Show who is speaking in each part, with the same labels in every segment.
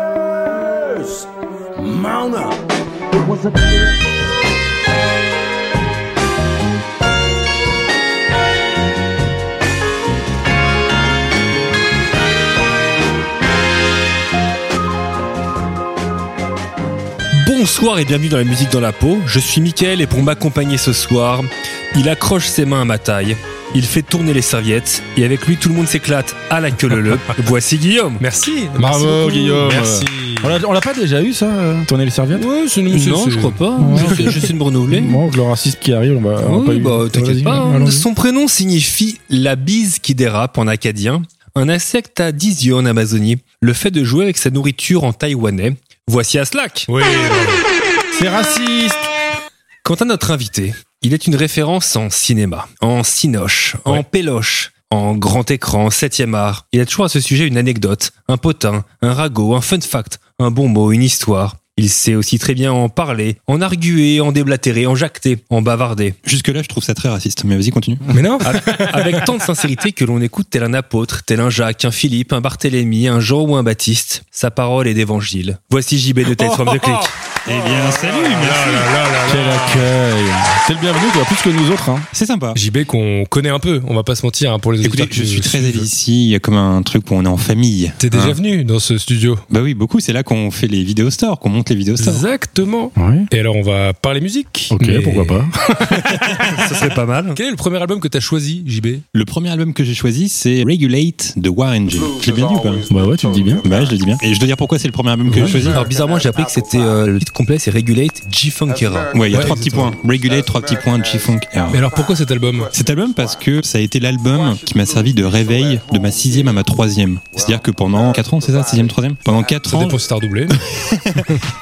Speaker 1: Regulators! Mount up! It was a
Speaker 2: Bonsoir et bienvenue dans la musique dans la peau. Je suis Mickaël et pour m'accompagner ce soir, il accroche ses mains à ma taille, il fait tourner les serviettes et avec lui tout le monde s'éclate à la queue le le. Voici Guillaume.
Speaker 3: Merci.
Speaker 4: Bravo,
Speaker 3: Merci beaucoup, Guillaume.
Speaker 4: merci.
Speaker 3: On l'a- On l'a pas déjà eu ça, euh, tourner les serviettes
Speaker 2: Ouais, c'est
Speaker 3: c'est-
Speaker 2: Non,
Speaker 3: c'est-
Speaker 2: je crois pas.
Speaker 3: Ouais.
Speaker 2: Je sais de me renouveler.
Speaker 3: Bon, le raciste qui arrive, on va. on va
Speaker 2: Oui,
Speaker 3: eu-
Speaker 2: bah,
Speaker 3: Vas-y,
Speaker 2: t'inquiète pas. hein.
Speaker 3: allons-y.
Speaker 2: Son prénom signifie la bise qui dérape en acadien, un insecte à dix yeux en Amazonie, le fait de jouer avec sa nourriture en taïwanais. Voici Aslak.
Speaker 4: Oui,
Speaker 3: C'est raciste.
Speaker 2: Quant à notre invité, il est une référence en cinéma, en cinoche, en péloche, en grand écran, en septième art. Il a toujours à ce sujet une anecdote, un potin, un ragot, un fun fact, un bon mot, une histoire. Il sait aussi très bien en parler, en arguer, en déblatérer, en jacter, en bavarder.
Speaker 4: Jusque-là, je trouve ça très raciste, mais vas-y, continue. Ah.
Speaker 3: Mais non.
Speaker 2: Avec tant de sincérité que l'on écoute tel un apôtre, tel un Jacques, un Philippe, un Barthélemy, un Jean ou un Baptiste, sa parole est d'évangile. Voici JB de Tales
Speaker 4: Oh.
Speaker 2: from the Click.
Speaker 4: Eh bien, salut, merci.
Speaker 3: Quel accueil. C'est le bienvenu, quoi, plus que nous autres. Hein.
Speaker 4: C'est sympa.
Speaker 5: JB qu'on connaît un peu, on va pas se mentir hein, pour les auditeurs.
Speaker 4: Écoutez, je
Speaker 5: qui
Speaker 4: suis
Speaker 5: nous
Speaker 4: très
Speaker 5: suivent.
Speaker 4: avis ici, il y a comme un truc où on est en famille.
Speaker 5: T'es déjà
Speaker 4: Hein
Speaker 5: venu dans ce studio
Speaker 4: Bah oui, beaucoup, c'est là qu'on fait les vidéos stores, qu'on monte les vidéos stores.
Speaker 5: Exactement.
Speaker 3: Oui.
Speaker 5: Et alors on va parler musique.
Speaker 3: Ok,
Speaker 5: mais-
Speaker 3: pourquoi pas.
Speaker 2: Ce serait pas mal.
Speaker 5: Quel est le premier album que t'as choisi, JB
Speaker 4: Le premier album que j'ai choisi, c'est Regulate de Warren G. Je l'ai bien dit ou pas
Speaker 3: Bah ouais, tu le dis bien.
Speaker 4: Bah, je le dis bien. Et je dois dire pourquoi c'est le premier album que j'ai choisi.
Speaker 2: Alors bizarrement, j'ai appris que c'était euh, le titre complet, c'est Regulate G-Funk
Speaker 1: Ah,
Speaker 2: Era.
Speaker 4: Ouais, il y a
Speaker 5: Ouais,
Speaker 4: trois petits points. Regulate, trois petits points, G-Funk. Alors,
Speaker 5: Mais alors pourquoi cet album
Speaker 4: Cet album parce que ça a été l'album qui m'a servi de réveil de ma sixième à ma troisième. C'est-à-dire que pendant 4 ans, c'est ça, sixième, troisième Pendant 4
Speaker 5: Ça
Speaker 4: ans,
Speaker 5: dépend si t'as redoublé.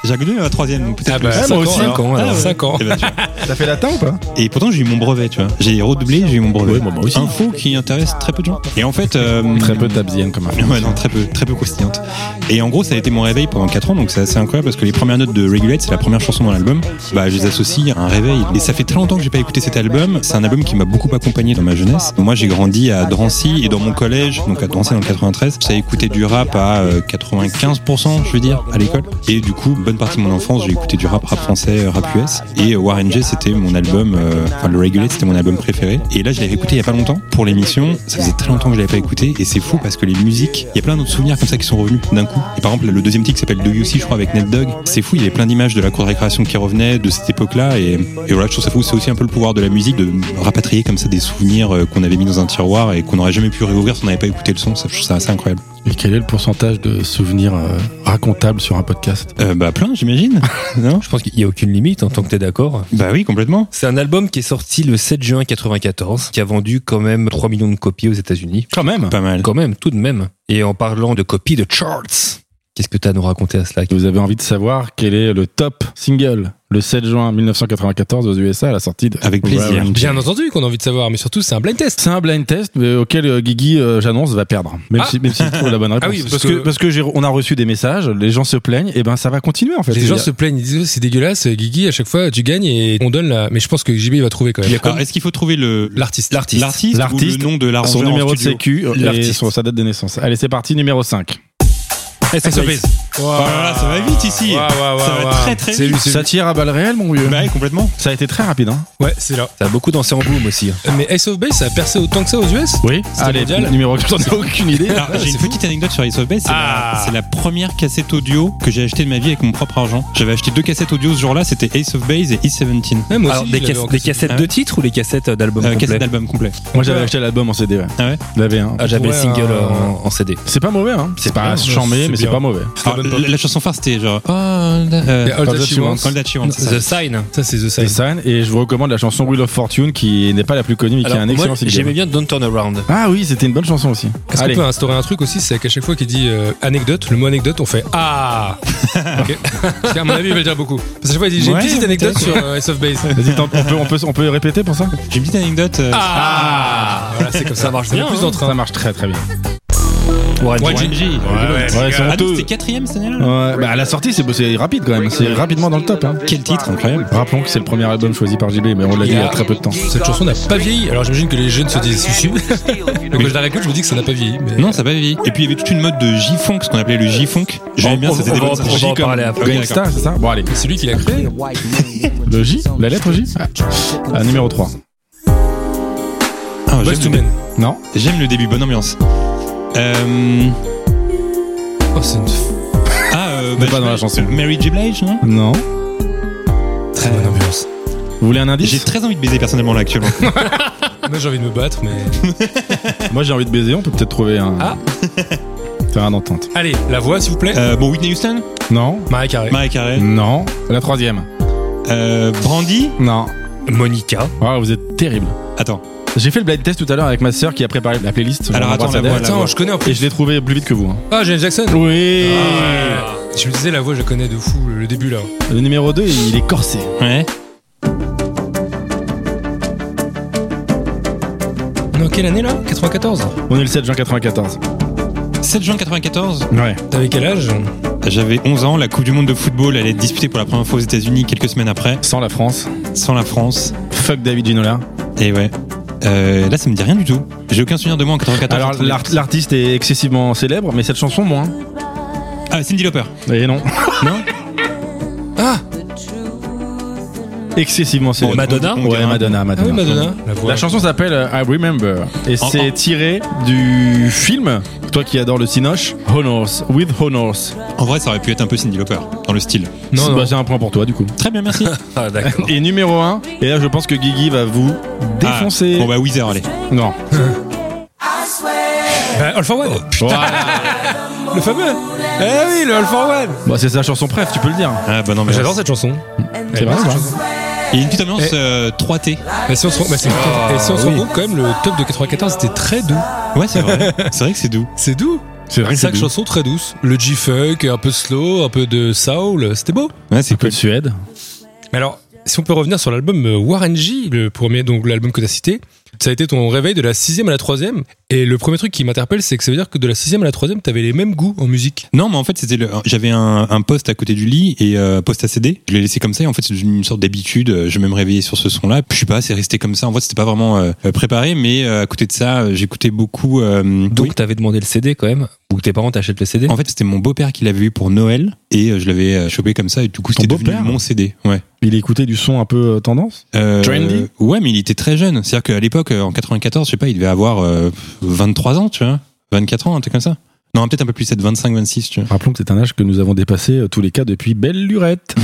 Speaker 4: j'ai redoublé ma troisième, donc peut-être.
Speaker 3: moi
Speaker 5: cinq
Speaker 3: aussi.
Speaker 5: alors.
Speaker 2: Cinq ans, alors.
Speaker 5: Ah ouais. Cinq ans.
Speaker 4: Eh ben, tu vois.
Speaker 3: T'as fait latin ou pas
Speaker 4: Et pourtant j'ai eu mon brevet, tu vois. J'ai redoublé, j'ai eu mon brevet.
Speaker 3: Ouais, moi, moi aussi.
Speaker 4: Info qui intéresse très peu de gens. Et en fait, euh,
Speaker 3: Très peu tabzienne comme info.
Speaker 4: Ouais, non, très peu, très peu croustillante. Et en gros, ça a été mon réveil pendant 4 ans, donc c'est assez incroyable parce que les premières notes de Regulate, c'est la première chanson dans l'album, bah, je les associe à un réveil. Et ça fait très longtemps que j'ai pas écouté cet album. C'est un album qui m'a beaucoup accompagné dans ma jeunesse. Moi, j'ai grandi à Drancy et dans mon collège, donc à Drancy dans le 93, ça écouté du rap à euh, 95%, je veux dire, à l'école. Et du coup, bonne partie de mon enfance, j'ai écouté du rap, rap français, rap US. Et euh, Warren G, c'était mon album, euh, enfin, le Regulate, c'était mon album préféré. Et là, je l'ai réécouté il y a pas longtemps pour l'émission. Ça faisait très longtemps que je l'avais pas écouté. Et c'est fou parce que les musiques, il y a plein d'autres souvenirs comme ça qui sont revenus d'un coup. Et par exemple, le deuxième titre qui s'appelle Do You See, je crois, avec Ned Dog. C'est fou, il y avait plein d'images de la cour de récréation qui revenaient de cette époque-là. Et, et voilà, je trouve ça fou. C'est aussi un peu le pouvoir de la musique de rapatrier comme ça des souvenirs euh, qu'on avait mis dans un tiroir et qu'on n'aurait jamais pu réouvrir si on n'avait pas écouté le son. Ça, je trouve ça assez incroyable.
Speaker 3: Et quel est le pourcentage de souvenirs euh, racontables sur un podcast
Speaker 4: Euh, bah plein, j'imagine. non
Speaker 2: Je pense qu'il n'y a aucune limite en tant que t'es d'accord.
Speaker 4: Bah oui, complètement.
Speaker 2: C'est un album qui est sorti le 7 juin 94, qui a vendu quand même 3 millions de copies aux États-Unis.
Speaker 3: Quand même.
Speaker 4: Pas mal.
Speaker 2: Quand même, tout de même. Et en parlant de copies de charts, qu'est-ce que t'as à nous raconter à cela
Speaker 3: Vous avez envie de savoir quel est le top single le 7 juin 1994 aux USA à la sortie de.
Speaker 4: Avec plaisir.
Speaker 3: Warren G.
Speaker 5: Bien entendu qu'on a envie de savoir, mais surtout c'est un blind test.
Speaker 3: C'est un blind test mais auquel euh, Guigui, euh, j'annonce, va perdre. Même
Speaker 5: Ah.
Speaker 3: si, même s'il trouve la bonne réponse.
Speaker 5: Ah oui, parce
Speaker 3: parce que,
Speaker 5: que-
Speaker 3: parce que j'ai- on a reçu des messages, les gens se plaignent, et ben ça va continuer en fait.
Speaker 5: Les gens
Speaker 3: C'est-
Speaker 5: se plaignent, ils disent oh, c'est dégueulasse, Guigui, à chaque fois tu gagnes et on donne la. Mais je pense que JB il va trouver quand même.
Speaker 4: Alors, est-ce qu'il faut trouver le
Speaker 5: L'artiste.
Speaker 2: L'artiste.
Speaker 4: l'artiste ou le
Speaker 3: L'artiste,
Speaker 4: nom de l'arrangeur
Speaker 3: Son
Speaker 4: en
Speaker 3: numéro de
Speaker 4: studio
Speaker 3: sécu euh, et
Speaker 2: L'artiste.
Speaker 3: son, sa date de naissance. Allez, c'est parti, numéro 5.
Speaker 2: SOS.
Speaker 4: Oh là là, ça va vite ici.
Speaker 5: Waouh, waouh,
Speaker 4: ça va
Speaker 5: waouh.
Speaker 4: très très
Speaker 5: C'est
Speaker 4: vite.
Speaker 5: lui, c'est
Speaker 3: Ça
Speaker 5: lui.
Speaker 3: tire à balles réelles, mon vieux.
Speaker 4: Bah ouais, complètement.
Speaker 3: Ça a été très rapide. Hein.
Speaker 5: Ouais, c'est là.
Speaker 2: Ça a beaucoup dansé en boom aussi.
Speaker 5: Mais Ace of Base, ça a percé autant que ça aux US
Speaker 3: Oui,
Speaker 5: C'était
Speaker 3: allez,
Speaker 5: mondial.
Speaker 3: numéro 4. J'en ai aucune idée.
Speaker 4: Alors, j'ai une petite anecdote sur Ace of Base. C'est la- c'est la, première cassette audio que j'ai achetée de ma vie avec mon propre argent. J'avais acheté deux cassettes audio ce jour-là. C'était Ace of Base et East 17.
Speaker 5: Ouais, moi
Speaker 2: Alors,
Speaker 5: aussi,
Speaker 2: des,
Speaker 5: je l'avais
Speaker 2: cas-
Speaker 5: en
Speaker 2: des
Speaker 5: cassette.
Speaker 2: cassettes de titres ou les cassettes d'albums
Speaker 4: Euh,
Speaker 2: complets
Speaker 4: cassette d'album complet.
Speaker 3: Moi, j'avais acheté l'album en CD. Ouais.
Speaker 4: Ah ouais
Speaker 3: Je l'avais, hein.
Speaker 2: Ah, j'avais le
Speaker 5: Ouais,
Speaker 2: single
Speaker 5: euh,
Speaker 2: en, en CD.
Speaker 3: C'est pas mauvais, hein. C'est pas
Speaker 5: bien,
Speaker 3: chambé,
Speaker 5: Ah, c'est
Speaker 3: mais c'est
Speaker 5: bien.
Speaker 3: pas mauvais.
Speaker 4: Alors,
Speaker 5: bonne
Speaker 4: la,
Speaker 5: pop.
Speaker 4: la chanson phare, c'était genre. All that, euh,
Speaker 5: Yeah, All That She Wants.
Speaker 4: All That She Wants, c'est ça.
Speaker 2: The Sign.
Speaker 5: Ça, c'est The
Speaker 3: C'est
Speaker 5: Sign.
Speaker 3: Sign, et je vous recommande la chanson Wheel of Fortune qui n'est pas la plus connue, mais qui est
Speaker 2: Alors,
Speaker 3: un
Speaker 2: moi,
Speaker 3: excellent single.
Speaker 2: j'aimais bien Don't Turn Around.
Speaker 3: Ah oui, c'était une bonne chanson aussi.
Speaker 5: Est-ce qu'on
Speaker 3: Allez,
Speaker 5: peut instaurer un truc aussi C'est qu'à chaque fois qu'il dit euh, anecdote, le mot anecdote, on fait Ah Ok. Parce qu'à mon avis, il va le dire beaucoup. Parce que à chaque fois, il dit J'ai
Speaker 4: Ouais,
Speaker 5: une petite anecdote sur euh, Ace of Base.
Speaker 3: vas-y, t'en- on peut, on peut, on peut répéter pour ça
Speaker 4: J'ai une petite anecdote. euh,
Speaker 5: Ah Voilà, c'est comme ça.
Speaker 2: marche hein.
Speaker 5: bien,
Speaker 3: Ça marche très très bien.
Speaker 6: Thank
Speaker 2: Warren G.
Speaker 5: YG.
Speaker 4: YG.
Speaker 5: Ouais,
Speaker 3: Ouais, c'est
Speaker 4: Ah non,
Speaker 3: honteux.
Speaker 4: c'était quatrième cette année-là
Speaker 3: Ouais, bah à la sortie, c'est c'est rapide quand même. C'est rapidement dans le top. Hein.
Speaker 4: Quel titre, incroyable.
Speaker 3: Rappelons que c'est le premier album choisi par JB, mais on l'a dit il y a très peu de temps.
Speaker 5: Cette chanson n'a pas vieilli. Alors j'imagine que les jeunes se disent sushi. Donc quand je la réécoute, je me dis que ça n'a pas vieilli. mais-
Speaker 4: Non, ça n'a pas vieilli. Et puis il y avait toute une mode de J-Funk, ce qu'on appelait le J-Funk. J'aimais
Speaker 2: On-
Speaker 4: bien,
Speaker 2: on-
Speaker 4: c'était
Speaker 2: on
Speaker 4: des
Speaker 2: va-
Speaker 4: bonnes hein.
Speaker 2: on va en
Speaker 4: J comme-
Speaker 2: parler après.
Speaker 4: Ok, d'accord.
Speaker 3: Gangsta, c'est ça Bon, allez.
Speaker 5: C'est lui qui l'a créé.
Speaker 3: Le J La lettre J Ah, Numéro 3.
Speaker 4: Ah,
Speaker 5: Boyz II
Speaker 4: J'aime le-
Speaker 5: Men.
Speaker 3: Non
Speaker 4: j'aime le début, bonne ambiance. Euh...
Speaker 5: Oh, c'est une
Speaker 4: Ah, euh,
Speaker 3: pas dans la chanson.
Speaker 4: Mary J. Blige, non
Speaker 3: Non.
Speaker 5: très bonne ambiance.
Speaker 3: Vous voulez un indice
Speaker 4: J'ai très envie de baiser personnellement là actuellement.
Speaker 5: Moi j'ai envie de me battre, mais.
Speaker 3: Moi j'ai envie de baiser, on peut peut-être trouver un.
Speaker 5: Ah.
Speaker 3: Faire un entente.
Speaker 5: Allez, la voix s'il vous plaît.
Speaker 4: Euh, bon, Whitney Houston,
Speaker 3: Non
Speaker 5: Marie Carré.
Speaker 4: Marie Carré,
Speaker 3: Non. La troisième
Speaker 4: euh, Brandy.
Speaker 3: Non.
Speaker 2: Monica.
Speaker 3: Ah, vous êtes terrible.
Speaker 4: Attends,
Speaker 3: J'ai fait le blind test tout à l'heure avec ma sœur qui a préparé la playlist.
Speaker 4: Alors,
Speaker 3: On embrasse
Speaker 4: attends, la
Speaker 3: Adèle.
Speaker 4: voix, la
Speaker 5: Attends, je connais un peu.
Speaker 3: Et je l'ai trouvé plus vite que vous. hein.
Speaker 5: Ah, James Jackson.
Speaker 3: Oui
Speaker 5: Ah, Je me disais, la voix, je la connais de fou, le le début là.
Speaker 3: Le numéro 2, il est corsé.
Speaker 4: ouais.
Speaker 5: Non, quelle année là 94.
Speaker 3: On est le 7 juin 94.
Speaker 4: 7 juin 94,
Speaker 3: Ouais.
Speaker 5: T'avais quel âge
Speaker 4: j'avais 11 ans, la Coupe du Monde de football allait être disputée pour la première fois aux États-Unis quelques semaines après,
Speaker 3: Sans la France.
Speaker 4: sans la France.
Speaker 3: Fuck David Ginola.
Speaker 4: Et ouais. Euh, là, ça me dit rien du tout. J'ai aucun souvenir de moi en 94.
Speaker 3: Alors l'art- l'artiste est excessivement célèbre, mais cette chanson moins.
Speaker 4: Ah, Cindy Lauper.
Speaker 3: Et non.
Speaker 4: Non
Speaker 5: Ah,
Speaker 3: Excessivement célèbre.
Speaker 2: Madonna
Speaker 3: Ouais, Madonna,
Speaker 5: ah
Speaker 3: Madonna.
Speaker 5: oui, Madonna. La voix.
Speaker 3: La chanson s'appelle euh, I Remember et
Speaker 4: En-
Speaker 3: c'est
Speaker 4: en-
Speaker 3: tiré du film, toi qui adore le cinoche, Honors, With Honors.
Speaker 4: En vrai, ça aurait pu être un peu Cindy Lauper, dans le style.
Speaker 5: Non,
Speaker 3: C'est-
Speaker 5: non.
Speaker 3: bah, c'est un point pour toi du coup.
Speaker 4: Très bien, merci.
Speaker 2: Ah, d'accord.
Speaker 3: Et numéro 1, et là je pense que Guigui va vous défoncer.
Speaker 4: Ah, bon, bah, Weezer, allez.
Speaker 3: Non.
Speaker 2: Eh ben,
Speaker 5: Bah, All for
Speaker 4: Oh.
Speaker 5: One.
Speaker 3: Voilà.
Speaker 5: Le fameux. Eh oui, le All for One.
Speaker 3: Bah, c'est sa chanson préf, tu peux le dire.
Speaker 4: Ah, bah non, mais.
Speaker 5: J'adore cette chanson.
Speaker 3: C'est
Speaker 5: ben,
Speaker 3: vrai, ça.
Speaker 4: Il y a une petite ambiance
Speaker 5: Eh.
Speaker 4: euh, 3T.
Speaker 5: Mais si on se rend- hein. bah, c'est- Et si on se
Speaker 2: oui.
Speaker 5: rend compte, quand même, le top de 94 c'était très doux.
Speaker 4: Ouais, c'est vrai. c'est vrai que c'est doux.
Speaker 5: C'est doux.
Speaker 3: C'est vrai que Ah c'est
Speaker 5: Cinq
Speaker 3: doux.
Speaker 5: chansons très douces. Le G-Funk, un peu slow, un peu de soul. C'était beau.
Speaker 4: Ouais, c'est
Speaker 3: Un peu de Suède.
Speaker 5: Mais alors, si on peut revenir sur l'album euh, Warren G, le premier, donc l'album que tu as cité, ça a été ton réveil de la sixième à la troisième. Et le premier truc qui m'interpelle, c'est que ça veut dire que de la sixième à la troisième, t'avais les mêmes goûts en musique.
Speaker 4: Non, mais en fait, c'était le... j'avais un, un poste à côté du lit et euh, poste à CD. Je l'ai laissé comme ça et en fait, c'est devenu une sorte d'habitude. Euh, Je vais me réveiller sur ce son-là. Je sais pas, c'est resté comme ça. En fait, c'était pas vraiment euh, préparé, mais euh, à côté de ça, euh, j'écoutais beaucoup. euh,
Speaker 2: Donc,
Speaker 4: oui.
Speaker 2: t'avais demandé le CD quand même Ou que tes parents t'achètent le CD
Speaker 4: En fait, c'était mon beau-père qui l'avait eu pour Noël et euh, je l'avais euh, chopé comme ça et du coup,
Speaker 3: Ton
Speaker 4: c'était devenu
Speaker 3: beau-père
Speaker 4: mon CD. Ouais.
Speaker 3: Il écoutait du son un peu euh, tendance.
Speaker 4: Euh,
Speaker 3: Trendy
Speaker 4: Ouais, mais il était très jeune. C'est-à-dire qu'à l'époque, euh, en 94, je sais pas, il devait avoir euh, 23 ans, tu vois, 24 ans, un truc comme ça. Non, peut-être un peu plus, peut-être 25, 26, tu vois.
Speaker 3: Rappelons que c'est un âge que nous avons dépassé euh, tous les cas depuis belle lurette.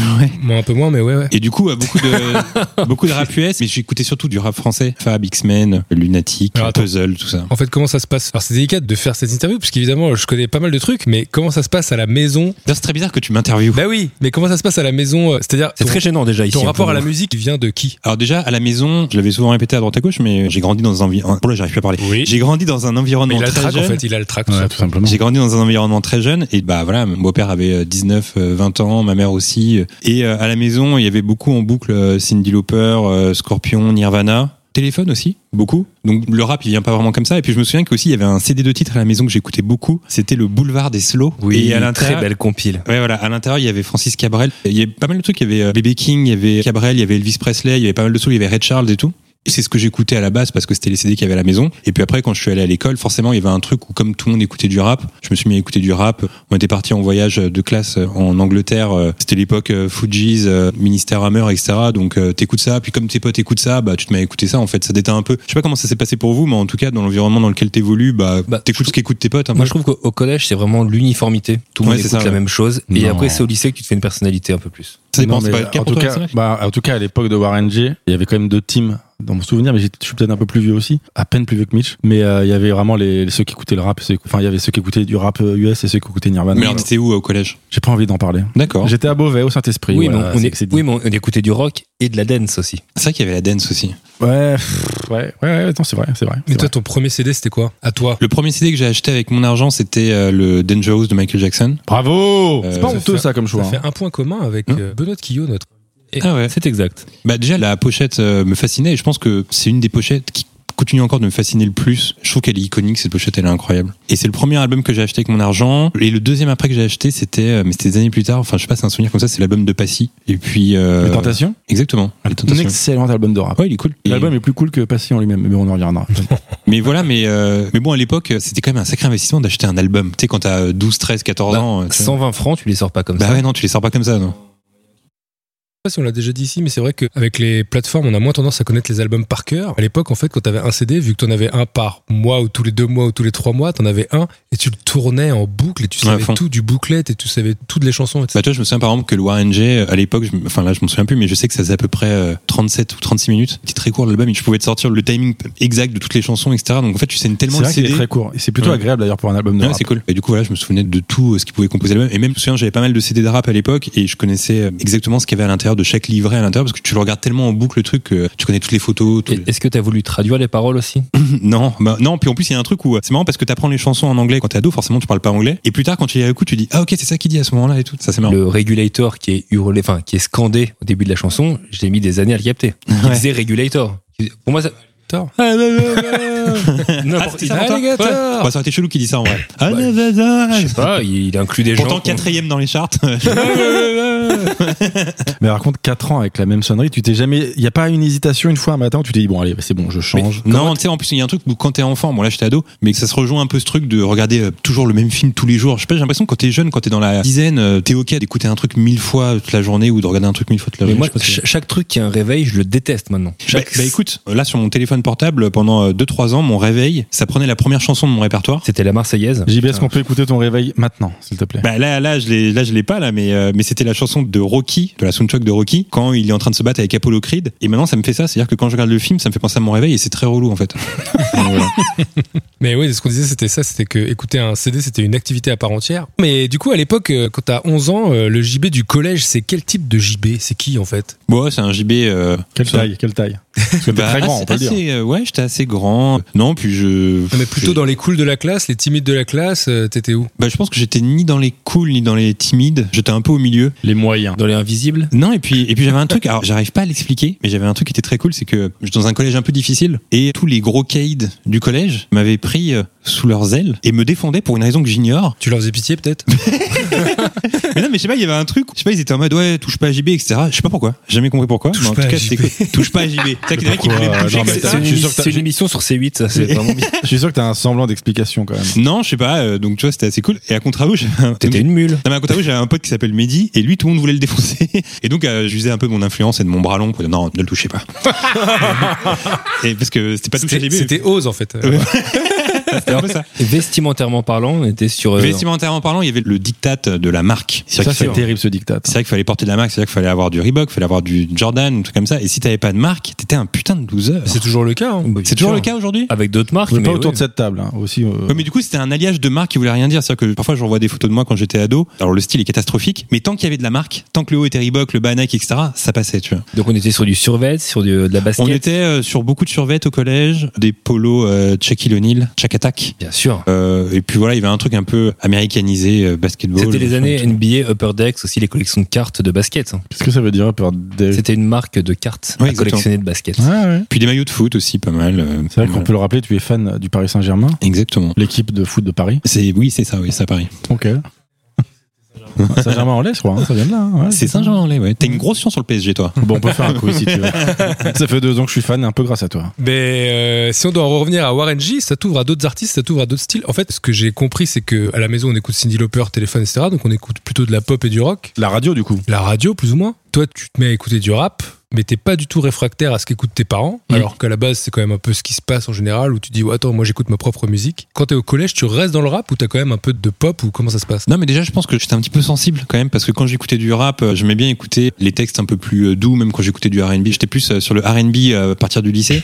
Speaker 5: Moi, un peu moins, mais ouais, ouais.
Speaker 4: Et du coup, euh, beaucoup de, beaucoup de rap US, mais j'écoutais surtout du rap français. Fab, X-Men, Lunatic,
Speaker 5: Alors, attends.
Speaker 4: Puzzle, tout ça.
Speaker 5: En fait, comment ça se passe Alors, c'est délicat de faire cette interview, parce qu'évidemment, je connais pas mal de trucs, mais comment ça se passe à la maison
Speaker 4: D'ailleurs, C'est très bizarre que tu m'interviewes.
Speaker 5: Bah oui, mais comment ça se passe à la maison euh, C'est-à-dire,
Speaker 2: C'est
Speaker 5: ton-
Speaker 2: très gênant déjà ici.
Speaker 5: ton
Speaker 2: on
Speaker 5: rapport
Speaker 2: peut
Speaker 5: à la
Speaker 2: voir.
Speaker 5: musique vient de qui
Speaker 4: Alors déjà, à la maison, je l'avais souvent répété à droite à gauche, mais j'ai grandi dans un environnement... Oh là, j'arrive plus à parler.
Speaker 5: Oui.
Speaker 4: J'ai grandi dans un
Speaker 5: Mais
Speaker 4: environnement
Speaker 5: il a le
Speaker 4: très
Speaker 5: track, en
Speaker 4: jeune.
Speaker 5: fait. Il a le track. tout
Speaker 3: Ouais,
Speaker 5: ça.
Speaker 3: tout simplement.
Speaker 4: J'ai grandi dans un environnement très jeune et bah voilà, mon beau-père avait euh, 19, euh, 20 ans, ma mère aussi. Et euh, à la maison, il y avait beaucoup en boucle euh, Cindy Lauper, euh, Scorpion, Nirvana. Téléphone aussi, beaucoup. Donc le rap, il vient pas vraiment comme ça. Et puis je me souviens qu'aussi, il y avait un CD de titres à la maison que j'écoutais beaucoup. C'était le Boulevard des Slow.
Speaker 2: Oui,
Speaker 4: et à
Speaker 2: très
Speaker 4: l'intérieur,
Speaker 2: belle compile.
Speaker 4: Ouais, voilà. À l'intérieur, il y avait Francis Cabrel. Il y avait pas mal de trucs. Il y avait euh, B.B. King, il y avait Cabrel, il y avait Elvis Presley, il y avait pas mal de trucs. Il y avait Red Charles et tout. Et c'est ce que j'écoutais à la base parce que c'était les CD qu'il y avait à la maison. Et puis après, quand je suis allé à l'école, forcément, il y avait un truc où comme tout le monde écoutait du rap, je me suis mis à écouter du rap. On était parti en voyage de classe en Angleterre. euh, C'était l'époque euh, Fugees, euh, Ministère Hammer, etc. Donc euh, t'écoutes ça. Puis comme tes potes écoutent ça, bah tu te mets à écouter ça. En fait, ça déteint un peu. Je sais pas comment ça s'est passé pour vous, mais en tout cas, dans l'environnement dans lequel t'évolues, bah,
Speaker 2: Bah,
Speaker 4: t'écoutes ce qu'écoutent tes potes. un peu.
Speaker 2: Moi, je trouve qu'au au collège, c'est vraiment l'uniformité. Tout le
Speaker 4: Ouais,
Speaker 2: monde
Speaker 4: c'est
Speaker 2: écoute
Speaker 4: ça,
Speaker 2: la
Speaker 4: ouais.
Speaker 2: même chose. Et
Speaker 3: Non.
Speaker 2: après, c'est au lycée que tu te fais une personnalité un peu plus.
Speaker 4: ça dépend.
Speaker 3: Non,
Speaker 4: c'est
Speaker 3: mais
Speaker 4: pas
Speaker 3: en,
Speaker 4: clair
Speaker 3: tout
Speaker 4: pour toi,
Speaker 3: cas,
Speaker 4: personnage.
Speaker 3: bah, en tout cas, à l'époque de Warren G, il y avait quand même deux teams dans mon souvenir, mais j'ai- je suis peut-être un peu plus vieux aussi, à peine plus vieux que Mitch. Mais euh, il y avait vraiment les, les- ceux qui écoutaient le rap, et ceux, enfin il y avait ceux qui écoutaient du rap euh, US et ceux qui écoutaient Nirvana.
Speaker 4: Mais alors t'étais où euh, au collège
Speaker 3: J'ai pas envie d'en parler.
Speaker 4: D'accord.
Speaker 3: J'étais à Beauvais au Saint-Esprit.
Speaker 2: Oui,
Speaker 3: voilà,
Speaker 2: mais on,
Speaker 3: c'est-
Speaker 2: est-
Speaker 3: c'est dit.
Speaker 2: oui, mais on écoutait du rock et de la dance aussi.
Speaker 4: C'est vrai qu'il y avait la dance aussi.
Speaker 3: Ouais, pff, ouais, ouais, ouais, attends, c'est vrai, c'est vrai.
Speaker 5: Mais
Speaker 3: c'est
Speaker 5: toi,
Speaker 3: vrai.
Speaker 5: ton premier CD, c'était quoi À toi.
Speaker 4: Le premier CD que j'ai acheté avec mon argent, c'était euh, le Dangerous de Michael Jackson.
Speaker 3: Bravo
Speaker 4: Euh,
Speaker 3: C'est pas
Speaker 4: ça
Speaker 3: honteux
Speaker 5: fait-
Speaker 3: ça comme
Speaker 5: Ça
Speaker 3: choix.
Speaker 5: fait
Speaker 3: hein.
Speaker 5: un point commun avec
Speaker 4: Hein
Speaker 5: euh, Benoît Quillot, notre.
Speaker 4: Ah ouais.
Speaker 2: C'est exact.
Speaker 4: Bah déjà la pochette euh, me fascinait et je pense que c'est une des pochettes qui coûte continue encore de me fasciner le plus. Je trouve qu'elle est iconique, cette pochette, elle est incroyable. Et c'est le premier album que j'ai acheté avec mon argent. Et le deuxième après que j'ai acheté, c'était, euh, mais c'était des années plus tard. Enfin, je sais pas, c'est un souvenir comme ça, c'est l'album de Passy. Et puis, euh,
Speaker 3: Les Tentations
Speaker 4: Exactement. Ah, Les
Speaker 3: Un
Speaker 4: Tentations.
Speaker 3: excellent album de rap.
Speaker 4: Ouais, il est cool. Et-
Speaker 3: L'album est plus cool que Passy en lui-même, mais on en reviendra.
Speaker 4: Mais voilà, mais, euh, mais bon, à l'époque, c'était quand même un sacré investissement d'acheter un album. Tu sais, quand t'as 12, 13, 14
Speaker 2: Bah,
Speaker 4: ans. euh, tu sais.
Speaker 2: 120 francs, tu les sors pas comme
Speaker 4: Bah
Speaker 2: ça.
Speaker 4: ouais, non, tu les sors pas comme ça, non.
Speaker 5: sais pas si on l'a déjà dit ici, mais c'est vrai qu'avec les plateformes, on a moins tendance à connaître les albums par cœur. À l'époque, en fait, quand t'avais un CD, vu que t'en avais un par mois ou tous les deux mois ou tous les trois mois, t'en avais un et tu le tournais en boucle et tu
Speaker 4: Ouais, à
Speaker 5: savais
Speaker 4: fond.
Speaker 5: tout du booklet et tu savais toutes les chansons, etc.
Speaker 4: Bah toi, je me souviens par exemple que le Warren G, euh, à l'époque, je me- enfin là, je m'en souviens plus, mais je sais que ça faisait à peu près euh, 37 ou 36 minutes. C'était très court l'album, et je pouvais te sortir le timing exact de toutes les chansons, etc. Donc en fait, tu saignes
Speaker 3: C'est
Speaker 4: tellement le
Speaker 3: vrai qu'il
Speaker 4: CD.
Speaker 3: est très court. Et c'est plutôt
Speaker 4: Ouais.
Speaker 3: agréable d'ailleurs pour un album de
Speaker 4: Ouais,
Speaker 3: rap.
Speaker 4: c'est cool. Et du coup, voilà, je me souvenais de tout euh, ce qui pouvait composer l'album. Et même, je me souviens, j'avais pas mal de CD de rap à l'époque et je connaissais euh, exactement ce qu'il y avait à l'intérieur de chaque livret à l'intérieur parce que tu le regardes tellement en boucle le truc que tu connais toutes les photos. tous
Speaker 2: Et-
Speaker 4: les-
Speaker 2: Est-ce que t'as voulu traduire les paroles aussi
Speaker 4: Non, bah, non. Puis en plus, il y a un truc où euh, c'est marrant parce que t'apprends les chansons en anglais quand t'es ado, forcément, tu parles pas anglais. Et plus tard, quand tu les écoutes, tu dis, ah ok, c'est ça qu'il dit à ce moment-là et tout. Ça, c'est marrant.
Speaker 2: Le regulator qui est hurlé, enfin qui est scandé au début de la chanson, je l'ai mis des années à le capter. Il
Speaker 4: Ouais.
Speaker 2: disait regulator. Pour moi, ça.
Speaker 5: Tort.
Speaker 4: Ah,
Speaker 2: N'importe
Speaker 4: c'était ça, pour toi
Speaker 2: Alligator.
Speaker 4: Ouais. Bah, ça aurait été chelou qui dit ça en vrai. Ah,
Speaker 2: Ouais.
Speaker 4: bah,
Speaker 2: Je
Speaker 4: bah,
Speaker 2: sais pas, il, il inclut des gens.
Speaker 4: Pourtant
Speaker 2: qu'on-
Speaker 4: quatrième dans les charts.
Speaker 3: Mais par contre, 4 ans avec la même sonnerie, tu t'es jamais. Il n'y a pas une hésitation une fois un matin où tu t'es dit, bon, allez, c'est bon, je change.
Speaker 4: non, tu sais, en plus, il y a un truc où quand t'es enfant, bon là j'étais ado, mais que ça se rejoint un peu ce truc de regarder euh, toujours le même film tous les jours. Je sais pas, j'ai l'impression que quand t'es jeune, quand t'es dans la dizaine, euh, t'es ok d'écouter un truc mille fois toute la journée ou de regarder un truc mille fois toute la
Speaker 2: Mais
Speaker 4: journée.
Speaker 2: moi,
Speaker 4: je sais pas si-
Speaker 2: ch- chaque truc qui a un réveil, je le déteste maintenant.
Speaker 4: Bah,
Speaker 2: Chaque-
Speaker 4: bah, écoute, là sur mon téléphone portable, pendant 2-3 ans, mon réveil, ça prenait la première chanson de mon répertoire.
Speaker 2: C'était la Marseillaise.
Speaker 3: JB, est-ce qu'on peut écouter ton réveil maintenant, s'il te plaît
Speaker 4: Bah là, là, je l'ai, là, je l'ai pas là, mais euh, mais c'était la chanson de Rocky, de la soundtrack de Rocky, quand il est en train de se battre avec Apollo Creed. Et maintenant, ça me fait ça, c'est-à-dire que quand je regarde le film, ça me fait penser à mon réveil et c'est très relou en fait. Voilà.
Speaker 5: Mais oui, ce qu'on disait, c'était ça, c'était que écouter un CD, c'était une activité à part entière. Mais du coup, à l'époque, euh, quand t'as 11 ans, euh, le JB du collège, c'est quel type de JB C'est qui en fait
Speaker 4: bon, ouais, c'est un JB. euh,
Speaker 3: Quelle taille Quelle taille Parce que t'es
Speaker 4: bah,
Speaker 3: très grand,
Speaker 4: assez-
Speaker 3: on peut le dire.
Speaker 4: assez, euh, ouais, j'étais assez grand. Non, puis je.
Speaker 5: Non, Ah, mais plutôt
Speaker 4: je-
Speaker 5: dans les cools de la classe, les timides de la classe, euh, t'étais où
Speaker 4: Bah, je pense que j'étais ni dans les cools ni dans les timides. J'étais un peu au milieu.
Speaker 3: Les moyens.
Speaker 2: Dans les Invisibles.
Speaker 4: Non, et puis, et puis j'avais un truc, alors j'arrive pas à l'expliquer, mais j'avais un truc qui était très cool, c'est que j'étais dans un collège un peu difficile, et tous les gros caïds du collège m'avaient pris euh, sous leurs ailes et me défendaient pour une raison que j'ignore.
Speaker 5: Tu leur faisais pitié peut-être
Speaker 4: Mais non, mais je sais pas, il y avait un truc, je sais pas, ils étaient en mode, ouais, touche pas à JB, etc. Je sais pas pourquoi, j'ai jamais compris pourquoi.
Speaker 5: Touche
Speaker 4: mais en
Speaker 5: pas
Speaker 4: tout
Speaker 5: à
Speaker 4: cas,
Speaker 5: JB.
Speaker 4: c'était cool. touche pas à JB. C'est ça qui dirait qu'ils voulaient me
Speaker 3: Pourquoi
Speaker 4: toucher
Speaker 3: Non, mais
Speaker 4: comme
Speaker 3: t'as-
Speaker 4: ça.
Speaker 2: C'est une,
Speaker 3: je suis sûr que t'as-
Speaker 2: c'est une émission sur C8, ça c'est vraiment bien.
Speaker 3: Je suis sûr que t'as un semblant d'explication quand même.
Speaker 4: Non, je sais pas, euh, donc tu vois, c'était assez cool. Et à contrario, j'avais un.
Speaker 2: T'étais une mule.
Speaker 4: Non mais à côté de moi, j'avais un pote qui s'appelle Mehdi et lui tout le monde voulait le défoncer et donc euh, je usais un peu de mon influence et de mon bras long pour dire non ne le touchez pas et parce que c'était pas touché
Speaker 5: C'était
Speaker 4: JB
Speaker 5: c'était Oz en fait.
Speaker 4: Ouais. c'était un peu ça
Speaker 2: Vestimentairement parlant, on était sur. euh,
Speaker 4: vestimentairement parlant il y avait le diktat de la marque c'est
Speaker 3: Ça,
Speaker 4: vrai qu'il
Speaker 3: c'est
Speaker 4: fallait-
Speaker 3: terrible ce diktat.
Speaker 4: c'est vrai qu'il fallait porter de la marque c'est vrai qu'il fallait avoir du Reebok il fallait avoir du Jordan un truc comme ça et si t'avais pas de marque t'étais un putain de loser
Speaker 5: C'est toujours le cas. hein.
Speaker 2: bah, bien
Speaker 4: c'est toujours
Speaker 2: sûr.
Speaker 4: le cas aujourd'hui
Speaker 2: Avec d'autres marques.
Speaker 3: Mais
Speaker 2: Mais
Speaker 3: pas autour
Speaker 2: ouais.
Speaker 3: de cette table, hein, aussi. euh,
Speaker 4: Ouais, mais du coup, c'était un alliage de marques qui voulait rien dire. C'est-à-dire que parfois, je revois des photos de moi quand j'étais ado. Alors, le style est catastrophique, mais tant qu'il y avait de la marque, tant que le haut était Reebok, le bas Nike, etc., ça passait, tu vois.
Speaker 2: Donc on était sur du survêt, sur du- de la basket.
Speaker 4: On était euh, sur beaucoup de survettes au collège, des polos euh, Shaquille O'Neal, Shaq Attack.
Speaker 2: Bien sûr.
Speaker 4: Euh, et puis voilà, il y avait un truc un peu américanisé, euh, basketball.
Speaker 2: C'était les
Speaker 4: Enfin,
Speaker 2: années
Speaker 4: tout.
Speaker 2: NBA, Upper Decks, aussi les collections de cartes de basket. hein.
Speaker 3: Qu'est-ce que ça veut dire peur des...
Speaker 2: C'était une marque de cartes
Speaker 4: Oui,
Speaker 2: à
Speaker 4: exactement.
Speaker 2: collectionner de basket.
Speaker 3: Ouais, ouais.
Speaker 4: Puis des maillots de foot aussi, pas mal. euh,
Speaker 3: C'est vrai qu'on
Speaker 4: voilà.
Speaker 3: peut le rappeler, tu es fan du Paris Saint-Germain,
Speaker 4: Exactement.
Speaker 3: l'équipe de foot de Paris.
Speaker 4: C'est oui, c'est ça, oui, ça Paris.
Speaker 3: Ok. Saint-Germain-en-Laye, je crois, hein, ça vient de là. hein, ouais.
Speaker 4: C'est Saint-Jean-en-Laye, ouais. T'as une grosse science sur le PSG, toi.
Speaker 3: Bon, on peut faire un coup si tu veux. Ça fait deux ans que je suis fan, un peu grâce à toi.
Speaker 5: Mais euh, si on doit en revenir à Warren G, ça t'ouvre à d'autres artistes, ça t'ouvre à d'autres styles. En fait, ce que j'ai compris, c'est que à la maison, on écoute Cindy Lauper, téléphone, etc. Donc on écoute plutôt de la pop et du rock.
Speaker 3: La radio, du coup.
Speaker 5: La radio, plus ou moins. Toi, tu te mets à écouter du rap, mais t'es pas du tout réfractaire à ce qu'écoutent tes parents.
Speaker 4: Mhm.
Speaker 5: Alors qu'à la base, c'est quand même un peu ce qui se passe en général, où tu dis, ouais, attends, moi j'écoute ma propre musique. Quand t'es au collège, tu restes dans le rap ou t'as quand même un peu de pop ou comment ça se passe
Speaker 4: Non, mais déjà, je pense que j'étais un petit peu sensible quand même, parce que quand j'écoutais du rap, euh, j'aimais bien écouter les textes un peu plus euh, doux, même quand j'écoutais du RB. J'étais plus euh, sur le RB euh, à partir du lycée.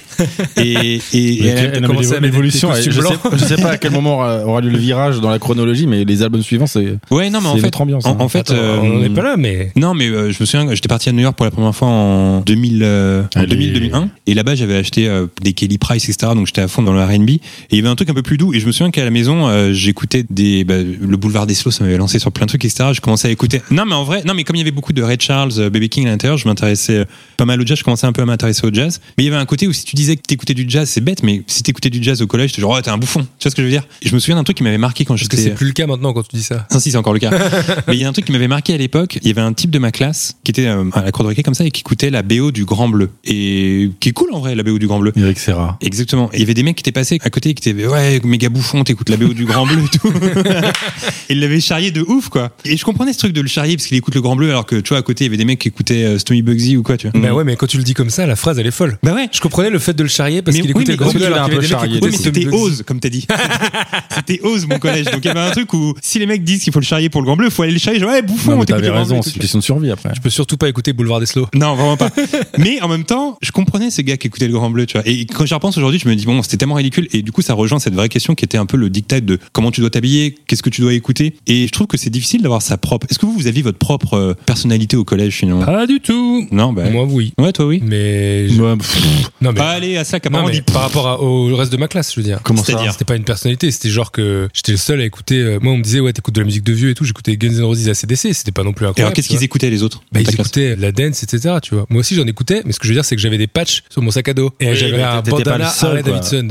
Speaker 4: Et, et, et-
Speaker 5: t'as commencé à mettre
Speaker 3: l'évolution,
Speaker 5: des
Speaker 3: elle-
Speaker 5: costumes
Speaker 3: je, sais,
Speaker 5: blancs.
Speaker 3: je sais pas à quel moment aura aura lieu le virage dans la chronologie, mais les albums suivants, c'est
Speaker 4: ouais, non, mais en
Speaker 3: c'est hein.
Speaker 4: fait,
Speaker 3: notre ambiance.
Speaker 4: en, en fait,
Speaker 5: Attends,
Speaker 4: euh,
Speaker 5: on en est pas là, mais.
Speaker 4: Non, mais euh, je me souviens, que j'étais parti à New York pour la première fois en en 2000, euh, en
Speaker 3: Elle
Speaker 4: 2000,
Speaker 3: est-
Speaker 4: 2001. Et là-bas, j'avais acheté euh, des Kelly Price, etc. Donc j'étais à fond dans le R&B. Et il y avait un truc un peu plus doux. Et je me souviens qu'à la maison, euh, j'écoutais des, bah, le Boulevard des Slows, ça m'avait lancé sur plein de trucs, etc. Je commençais à écouter. Non, mais en vrai, non, mais comme il y avait beaucoup de Ray Charles, euh, Baby King à l'intérieur, je m'intéressais euh, pas mal au jazz. Je commençais un peu à m'intéresser au jazz. Mais il y avait un côté où si tu disais que t'écoutais du jazz, c'est bête. Mais si t'écoutais du jazz au collège, t'es genre, oh, t'es un bouffon. Tu vois ce que je veux dire? Et je me souviens d'un truc qui m'avait marqué quand
Speaker 5: Parce que c'est
Speaker 4: j'étais.
Speaker 5: plus le cas maintenant quand tu dis ça.
Speaker 4: Ah, si, c'est encore le cas. Mais il y a un truc qui m'avait marqué à l'époque. Il y avait un type de ma classe qui était euh, à la cour de récré comme ça et qui écoutait la BO du Grand Bleu. Et qui est cool en vrai, la BO du Grand Bleu.
Speaker 3: Eric Serra.
Speaker 4: Exactement. Et il y avait des mecs qui étaient passés à côté et qui étaient ouais méga bouffon, t'écoutes la BO du Grand Bleu et tout. et il l'avait charrié de ouf quoi. Et je comprenais ce truc de le charrier parce qu'il écoute le Grand Bleu alors que tu vois à côté il y avait des mecs qui écoutaient euh, Stomy Bugsy ou quoi tu vois.
Speaker 5: Bah ouais, mais quand tu le dis comme ça, la phrase elle est folle.
Speaker 4: Bah ouais.
Speaker 5: Je comprenais le fait de le charrier parce
Speaker 4: Mais
Speaker 5: qu'il
Speaker 4: oui,
Speaker 5: écoutait
Speaker 4: mais
Speaker 5: le grand
Speaker 4: parce que
Speaker 5: Bleu,
Speaker 4: tu l'as
Speaker 5: alors
Speaker 4: un
Speaker 5: qu'il y
Speaker 4: peu
Speaker 5: avait des
Speaker 4: charrié,
Speaker 5: mecs qui écoutaient
Speaker 4: mais
Speaker 5: Tommy
Speaker 4: c'était
Speaker 5: Bugsy.
Speaker 4: ose, comme t'as dit. c'était ose, mon collège. Donc il y avait un truc où, si les mecs disent qu'il faut le charrier pour le grand bleu, faut aller le charrier. Genre, ouais, bouffon,
Speaker 3: Non, mais
Speaker 4: t'écoutes
Speaker 3: T'avais
Speaker 4: le Grand Bleu
Speaker 3: raison,
Speaker 4: et tout.
Speaker 3: c'est une question de survie après.
Speaker 5: Je peux surtout pas écouter Boulevard des Slows.
Speaker 4: Non, vraiment pas. Mais en même temps, je comprenais ces gars qui écoutaient le Grand Bleu, tu vois. Et quand j'y repense aujourd'hui, je me dis, bon, c'était tellement ridicule. Et du coup, ça rejoint cette vraie question qui était un peu le diktat de comment tu dois t'habiller, qu'est-ce que tu dois écouter. Et je trouve que c'est difficile d'avoir sa propre. Est-ce que vous, vous aviez votre propre euh, personnalité au collège, finalement
Speaker 5: Pas du tout.
Speaker 4: Non, bah.
Speaker 5: Moi oui,
Speaker 4: Ouais, Mm. Bah, toi, oui.
Speaker 5: mais je-
Speaker 3: Ouais, pff,
Speaker 5: non mais,
Speaker 4: Allez, à ça,
Speaker 5: non,
Speaker 4: qu'apparemment, on
Speaker 5: mais
Speaker 4: dit.
Speaker 5: par rapport à- au reste de ma classe, je veux dire.
Speaker 3: Comment ça
Speaker 4: C'est-à-dire
Speaker 5: C'était pas une personnalité, c'était genre que j'étais le seul à écouter. euh, moi, on me disait, ouais, t'écoutes de la musique de vieux et tout. J'écoutais Guns N' Roses et ACDC, c'était pas non plus incroyable.
Speaker 4: Et alors, qu'est-ce
Speaker 5: tu vois.
Speaker 4: qu'ils écoutaient, les autres
Speaker 5: Bah,
Speaker 4: ta
Speaker 5: ils
Speaker 4: classe
Speaker 5: écoutaient la dance, etc. Tu vois. Moi aussi, j'en écoutais, mais ce que je veux dire, c'est que j'avais des patchs sur mon sac à dos. Et
Speaker 3: Oui,
Speaker 5: j'avais
Speaker 3: mais
Speaker 5: un
Speaker 3: t'étais pas
Speaker 5: bandana
Speaker 3: le seul,
Speaker 5: Harley
Speaker 3: quoi.
Speaker 5: Davidson.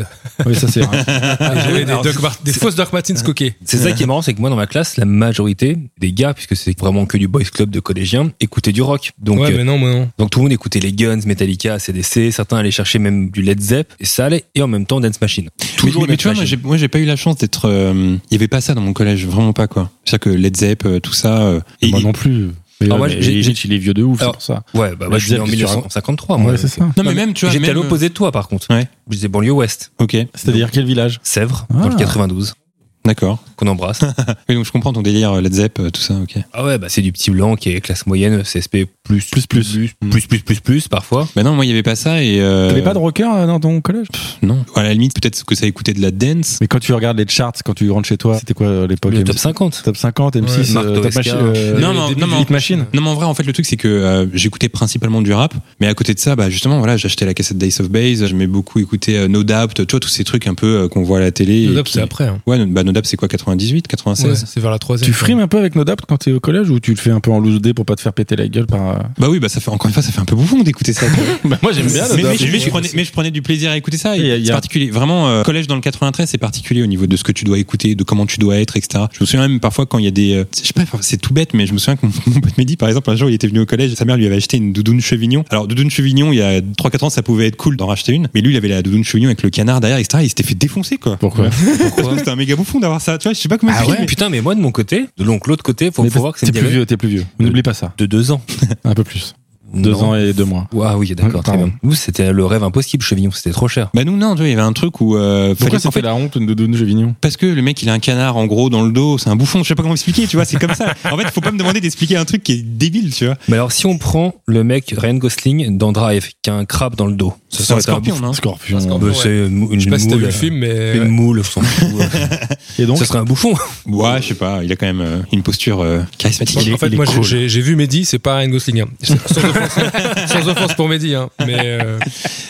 Speaker 3: oui, ça c'est. vrai.
Speaker 5: Et j'avais des,
Speaker 2: Alors,
Speaker 5: Doc Mart- des fausses Doc Martens coquées.
Speaker 2: C'est ça qui est marrant, c'est que moi dans ma classe, la majorité des gars, puisque c'est vraiment que du boys club de collégiens, écoutaient du rock. Donc,
Speaker 5: ouais,
Speaker 2: euh,
Speaker 5: mais non, moi non.
Speaker 2: donc tout le monde écoutait les Guns, Metallica, CDC, certains allaient chercher même du Led Zepp, et ça allait, et en même temps Dance Machine. Toujours
Speaker 4: mais, mais
Speaker 2: Dance
Speaker 4: tu vois, moi
Speaker 2: Machine.
Speaker 4: j'ai, moi, j'ai pas eu la chance d'être. euh, Il y avait pas ça dans mon collège, vraiment pas quoi. C'est-à-dire que Led Zepp, euh, tout ça. euh,
Speaker 5: Bah,
Speaker 4: et-
Speaker 3: Moi non plus. Mais,
Speaker 2: Ah,
Speaker 3: ouais,
Speaker 2: moi,
Speaker 3: mais
Speaker 2: j'ai-
Speaker 3: Gilles, il est vieux de ouf, c'est
Speaker 2: Alors,
Speaker 3: pour ça.
Speaker 2: Ouais, bah, moi,
Speaker 3: Led
Speaker 2: je suis né
Speaker 3: Zepp,
Speaker 2: en
Speaker 3: qu'est-ce que tu racontes
Speaker 4: oh,
Speaker 2: 1953, moi.
Speaker 3: Ouais, c'est ça.
Speaker 4: Non, mais même, tu vois.
Speaker 2: J'étais à
Speaker 4: même,
Speaker 2: l'opposé de toi, par contre.
Speaker 4: Ouais.
Speaker 2: J'étais banlieue ouest,
Speaker 4: euh, Ok,
Speaker 3: C'est-à-dire quel village
Speaker 2: Sèvres,
Speaker 3: Ah.
Speaker 2: dans le 92,
Speaker 4: d'accord.
Speaker 2: qu'on embrasse.
Speaker 4: Oui, donc je comprends ton délire, euh, Led Zepp, euh, tout ça, ok.
Speaker 2: ah ouais, bah, c'est du petit blanc qui est classe moyenne, CSP+, plus,
Speaker 3: Plus, plus.
Speaker 2: plus, plus, plus, plus, parfois.
Speaker 4: Bah non, moi il y avait pas ça et. Euh...
Speaker 3: T'avais pas de rocker euh, dans ton collège
Speaker 4: Non. À la limite, peut-être que ça écoutait de la dance.
Speaker 3: Mais quand tu regardes les charts, quand tu rentres chez toi, c'était quoi euh, l'époque
Speaker 2: Le
Speaker 3: M-
Speaker 2: top 50.
Speaker 3: Top 50, M6,
Speaker 2: Ouais, Marc
Speaker 3: euh, top
Speaker 2: Doesca.
Speaker 3: machi- euh,
Speaker 4: Non,
Speaker 3: les
Speaker 4: mais-
Speaker 3: débuts
Speaker 4: non,
Speaker 3: du
Speaker 4: mais-
Speaker 3: Hit Machine.
Speaker 4: Non, mais en vrai, en fait, le truc c'est que euh, j'écoutais principalement du rap, mais à côté de ça, bah justement, voilà, j'achetais la cassette d'Ace of Base, j'aimais beaucoup écouter euh, No Doubt, tu vois, tous ces trucs un peu euh, qu'on voit à la télé. et
Speaker 5: Le Doc,
Speaker 4: qui-
Speaker 5: c'est après. hein.
Speaker 4: Ouais, bah No Doubt, c'est quoi, 98,
Speaker 5: Ouais,
Speaker 4: 96
Speaker 5: c'est vers la troisième.
Speaker 3: Tu frimes un peu avec Nodap quand t'es au collège ou tu le fais un peu en loose dé pour pas te faire péter la gueule par. euh,
Speaker 4: Bah oui, bah ça fait encore une fois, ça fait un peu bouffon d'écouter ça. tu vois.
Speaker 3: Bah moi j'aime
Speaker 4: mais, mais- mais je prenais, mais je prenais du plaisir à écouter ça.
Speaker 3: Et y a-
Speaker 4: et
Speaker 3: y a-
Speaker 4: C'est particulier. Vraiment, euh, collège dans le 93, c'est particulier au niveau de ce que tu dois écouter, de comment tu dois être, etc. Je me souviens même parfois quand il y a des. euh, je sais pas, c'est tout bête, mais je me souviens que mon, mon pote Mehdi, par exemple, un jour, il était venu au collège, sa mère lui avait acheté une doudoune chevignon. Alors, doudoune chevignon, il y a 3-4 ans, ça pouvait être cool d'en racheter une, mais lui, il avait la doudoune chevignon avec le canard derrière, etc. Il s'était fait défoncer, quoi.
Speaker 3: Pourquoi
Speaker 4: Parce que c'était un méga bouffon d'avoir ça. Tu vois, je sais pas comment
Speaker 2: Ah
Speaker 4: expliquer,
Speaker 2: ouais, putain, mais moi de mon côté, de l'oncle l'autre côté, faut,
Speaker 3: Mais
Speaker 2: faut voir que c'est
Speaker 3: T'es
Speaker 2: une
Speaker 3: plus
Speaker 2: dialogue
Speaker 3: vieux, t'es plus vieux. N'oublie pas ça.
Speaker 2: de deux ans.
Speaker 3: Un peu plus. Deux
Speaker 2: Non.
Speaker 3: ans et deux mois.
Speaker 2: Ah oui, d'accord, très
Speaker 3: Pardon.
Speaker 2: bien. Nous, c'était le rêve impossible, Chevillon, c'était trop cher.
Speaker 4: Bah nous non, tu vois, il y avait un truc où euh,
Speaker 3: Pourquoi
Speaker 4: fallait- en
Speaker 3: c'était
Speaker 4: fait,
Speaker 3: la honte de Doudou Jevignon
Speaker 4: Parce que le mec, il a un canard en gros dans le dos, c'est un bouffon, je sais pas comment expliquer, tu vois, c'est comme ça. En fait, faut pas me demander d'expliquer un truc qui est débile, tu vois.
Speaker 2: Mais alors, si on prend le mec Ryan Gosling dans Drive, qui a un crabe dans le dos,
Speaker 4: C'est
Speaker 2: ça,
Speaker 4: un
Speaker 2: c'est un
Speaker 4: scorpion, non
Speaker 3: Scorpion.
Speaker 2: bouffon. Bah, c'est une,
Speaker 5: Je sais pas si t'as vu
Speaker 2: moule.
Speaker 5: le film, mais.
Speaker 2: Une
Speaker 5: ouais.
Speaker 2: moule, on s'en fout.
Speaker 3: Et donc
Speaker 2: ça serait un bouffon.
Speaker 4: Ouais, je sais pas, il a quand même euh, une posture euh, charismatique.
Speaker 5: en fait,
Speaker 4: Il est
Speaker 5: moi, j'ai-
Speaker 4: cool.
Speaker 5: j'ai j'ai vu Mehdi, c'est pas Ryan Gosling. hein. Sans, offense, hein. Sans offense pour Mehdi, hein. mais euh,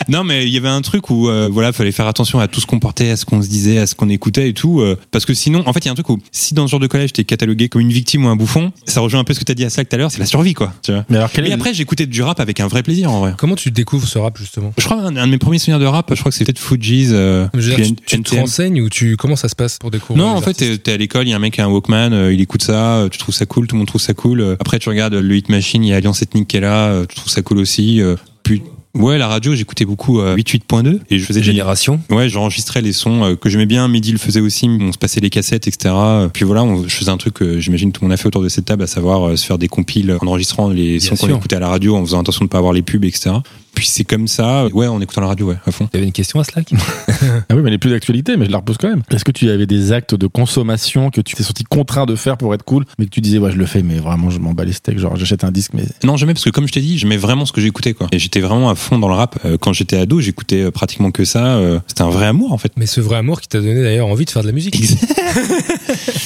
Speaker 4: Non, mais il y avait un truc où, euh, voilà, fallait faire attention à tout ce qu'on portait, à ce qu'on se disait, à ce qu'on écoutait et tout. euh, parce que sinon, en fait, il y a un truc où, si dans ce genre de collège, t'es catalogué comme une victime ou un bouffon, ça rejoint un peu ce que t'as dit à Slack tout à l'heure, c'est la survie, quoi, tu vois.
Speaker 3: Mais alors quel
Speaker 4: Et
Speaker 3: est
Speaker 4: après, j'écoutais du rap avec un vrai plaisir, en vrai.
Speaker 5: comment tu découvres ce rap justement
Speaker 4: Je crois un, un de mes premiers souvenirs de rap, je crois que c'est peut-être Fugees. euh,
Speaker 5: Je veux dire,
Speaker 4: puis
Speaker 5: tu, tu te
Speaker 4: NTM.
Speaker 5: renseignes ou tu comment ça se passe pour découvrir
Speaker 4: Non,
Speaker 5: les
Speaker 4: en fait,
Speaker 5: artistes
Speaker 4: t'es t'es à l'école, il y a un mec qui a un Walkman, euh, il écoute ça, euh, tu trouves ça cool, tout le monde trouve ça cool. Euh, Après, tu regardes euh, le Hit Machine, il y a Alliance Ethnique qui est là, euh, tu trouves ça cool aussi. euh, Puis, ouais, la radio, j'écoutais beaucoup euh, 88.2 et je faisais des-
Speaker 2: Génération.
Speaker 4: Ouais, j'enregistrais les sons euh, que j'aimais bien. Midi le faisait aussi, mais on se passait les cassettes, etc. Euh, Puis voilà, on- je faisais un truc que j'imagine tout le monde a fait autour de euh, cette table, à savoir euh, se faire des compiles en enregistrant les sons qu'on
Speaker 2: sûr.
Speaker 4: écoutait à la radio, en faisant attention de ne pas avoir les pubs, etc. Puis c'est comme ça, ouais, en écoutant la radio, ouais, à fond.
Speaker 2: T'avais une question à Slack
Speaker 3: Ah oui, mais elle est plus d'actualité, mais je la repose quand même. Est-ce que tu avais des actes de consommation que tu t'es senti contraint de faire pour être cool, mais que tu disais, ouais, je le fais, mais vraiment, je m'en bats les steaks, genre, j'achète un disque, mais
Speaker 4: Non, jamais, parce que comme je t'ai dit, j'aimais vraiment ce que j'écoutais, quoi. Et j'étais vraiment à fond dans le rap. Euh, Quand j'étais ado, j'écoutais euh, pratiquement que ça. euh, C'était un vrai amour, en fait.
Speaker 5: Mais ce vrai amour qui t'a donné d'ailleurs envie de faire de la musique.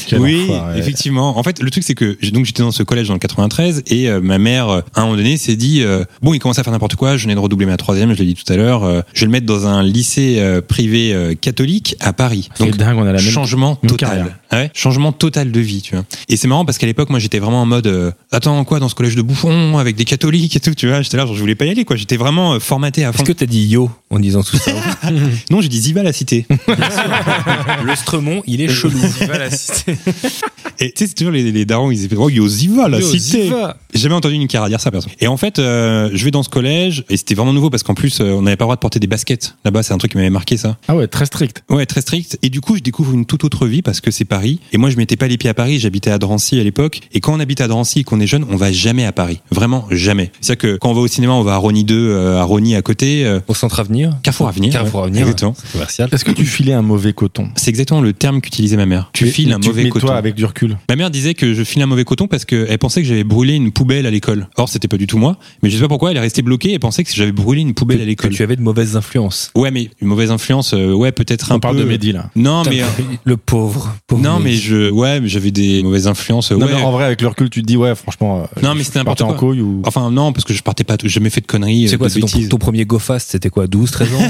Speaker 3: quel
Speaker 4: oui,
Speaker 3: enfoiré.
Speaker 4: effectivement. En fait, le truc c'est que j'ai- donc j'étais dans ce collège dans le 93 et euh, ma mère euh, à un moment donné s'est dit euh, bon, il commence à faire n'importe quoi. Je venais de redoubler ma troisième, je l'ai dit tout à l'heure. euh, je vais le mettre dans un lycée euh, privé euh, catholique à Paris.
Speaker 3: C'est dingue, on a la même.
Speaker 4: changement
Speaker 3: même
Speaker 4: total. Ah
Speaker 3: carrière.
Speaker 4: Ouais, changement total de vie, tu vois. Et c'est marrant parce qu'à l'époque, moi, j'étais vraiment en mode, euh, attends, quoi, dans ce collège de bouffons, avec des catholiques et tout, tu vois. J'étais là, genre, je voulais pas y aller, quoi. J'étais vraiment euh, formaté à fond.
Speaker 2: Est-ce que t'as dit yo en disant tout ça
Speaker 4: Non, j'ai dit Ziva la cité.
Speaker 2: Le Stremont, il est chelou.
Speaker 4: et tu sais, c'est toujours les, les darons, ils étaient, oh, yo, Ziva la
Speaker 5: Yo,
Speaker 4: cité.
Speaker 5: Ziva.
Speaker 4: J'ai jamais entendu une carrière dire ça, personne. Et en fait, euh, je vais dans ce collège, et c'était vraiment nouveau parce qu'en plus, euh, on n'avait pas le droit de porter des baskets. Là-bas, c'est un truc qui m'avait marqué, ça.
Speaker 3: Ah ouais, très strict.
Speaker 4: Ouais, très strict. Et du coup, je découvre une toute autre vie parce que c'est Paris. Et moi, je mettais pas les pieds à Paris. J'habitais à Drancy à l'époque. Et quand on habite à Drancy et qu'on est jeune, on va jamais à Paris. Vraiment, jamais. C'est-à-dire que quand on va au cinéma, on va à Rony 2, euh, à Rony à côté. euh,
Speaker 2: Au centre avenir
Speaker 4: Carrefour à venir.
Speaker 2: Carrefour
Speaker 4: ouais.
Speaker 2: Avenir,
Speaker 4: Exactement.
Speaker 2: ouais, commercial.
Speaker 3: Est-ce que tu filais un mauvais coton
Speaker 4: C'est exactement le terme qu'utilisait ma mère. Tu
Speaker 3: Mais-
Speaker 4: files
Speaker 3: mais
Speaker 4: un
Speaker 3: tu-
Speaker 4: mauvais
Speaker 3: mais
Speaker 4: coton.
Speaker 3: toi, avec du recul.
Speaker 4: Ma mère disait que je file un mauvais coton parce qu'elle pensait que j'avais brûlé une poubelle à l'école. Or, c'était pas du tout moi. Mais je sais pas pourquoi, elle est restée bloquée et pensait que j'avais brûlé une poubelle à
Speaker 2: Que, que
Speaker 4: l'école.
Speaker 2: tu avais de mauvaises influences.
Speaker 4: Ouais, mais une mauvaise influence, euh, ouais, peut-être un
Speaker 3: On parle
Speaker 4: peu.
Speaker 3: de Mehdi, là.
Speaker 4: Non, mais. euh,
Speaker 2: Le pauvre. pauvre
Speaker 4: Non, mais
Speaker 2: mec.
Speaker 4: je, ouais, mais j'avais des mauvaises influences. euh,
Speaker 3: Non,
Speaker 4: ouais.
Speaker 3: mais en vrai, avec le recul, tu te dis, ouais, franchement. euh,
Speaker 4: Non, mais
Speaker 3: je
Speaker 4: c'était
Speaker 3: partais en
Speaker 4: n'importe
Speaker 3: couille ou.
Speaker 4: Enfin, non, parce que je partais pas, j'ai jamais fait de conneries,
Speaker 2: C'est
Speaker 4: euh,
Speaker 2: quoi,
Speaker 4: de
Speaker 2: c'est ton,
Speaker 4: bêtises.
Speaker 2: ton premier go fast, c'était quoi, 12, 13 ans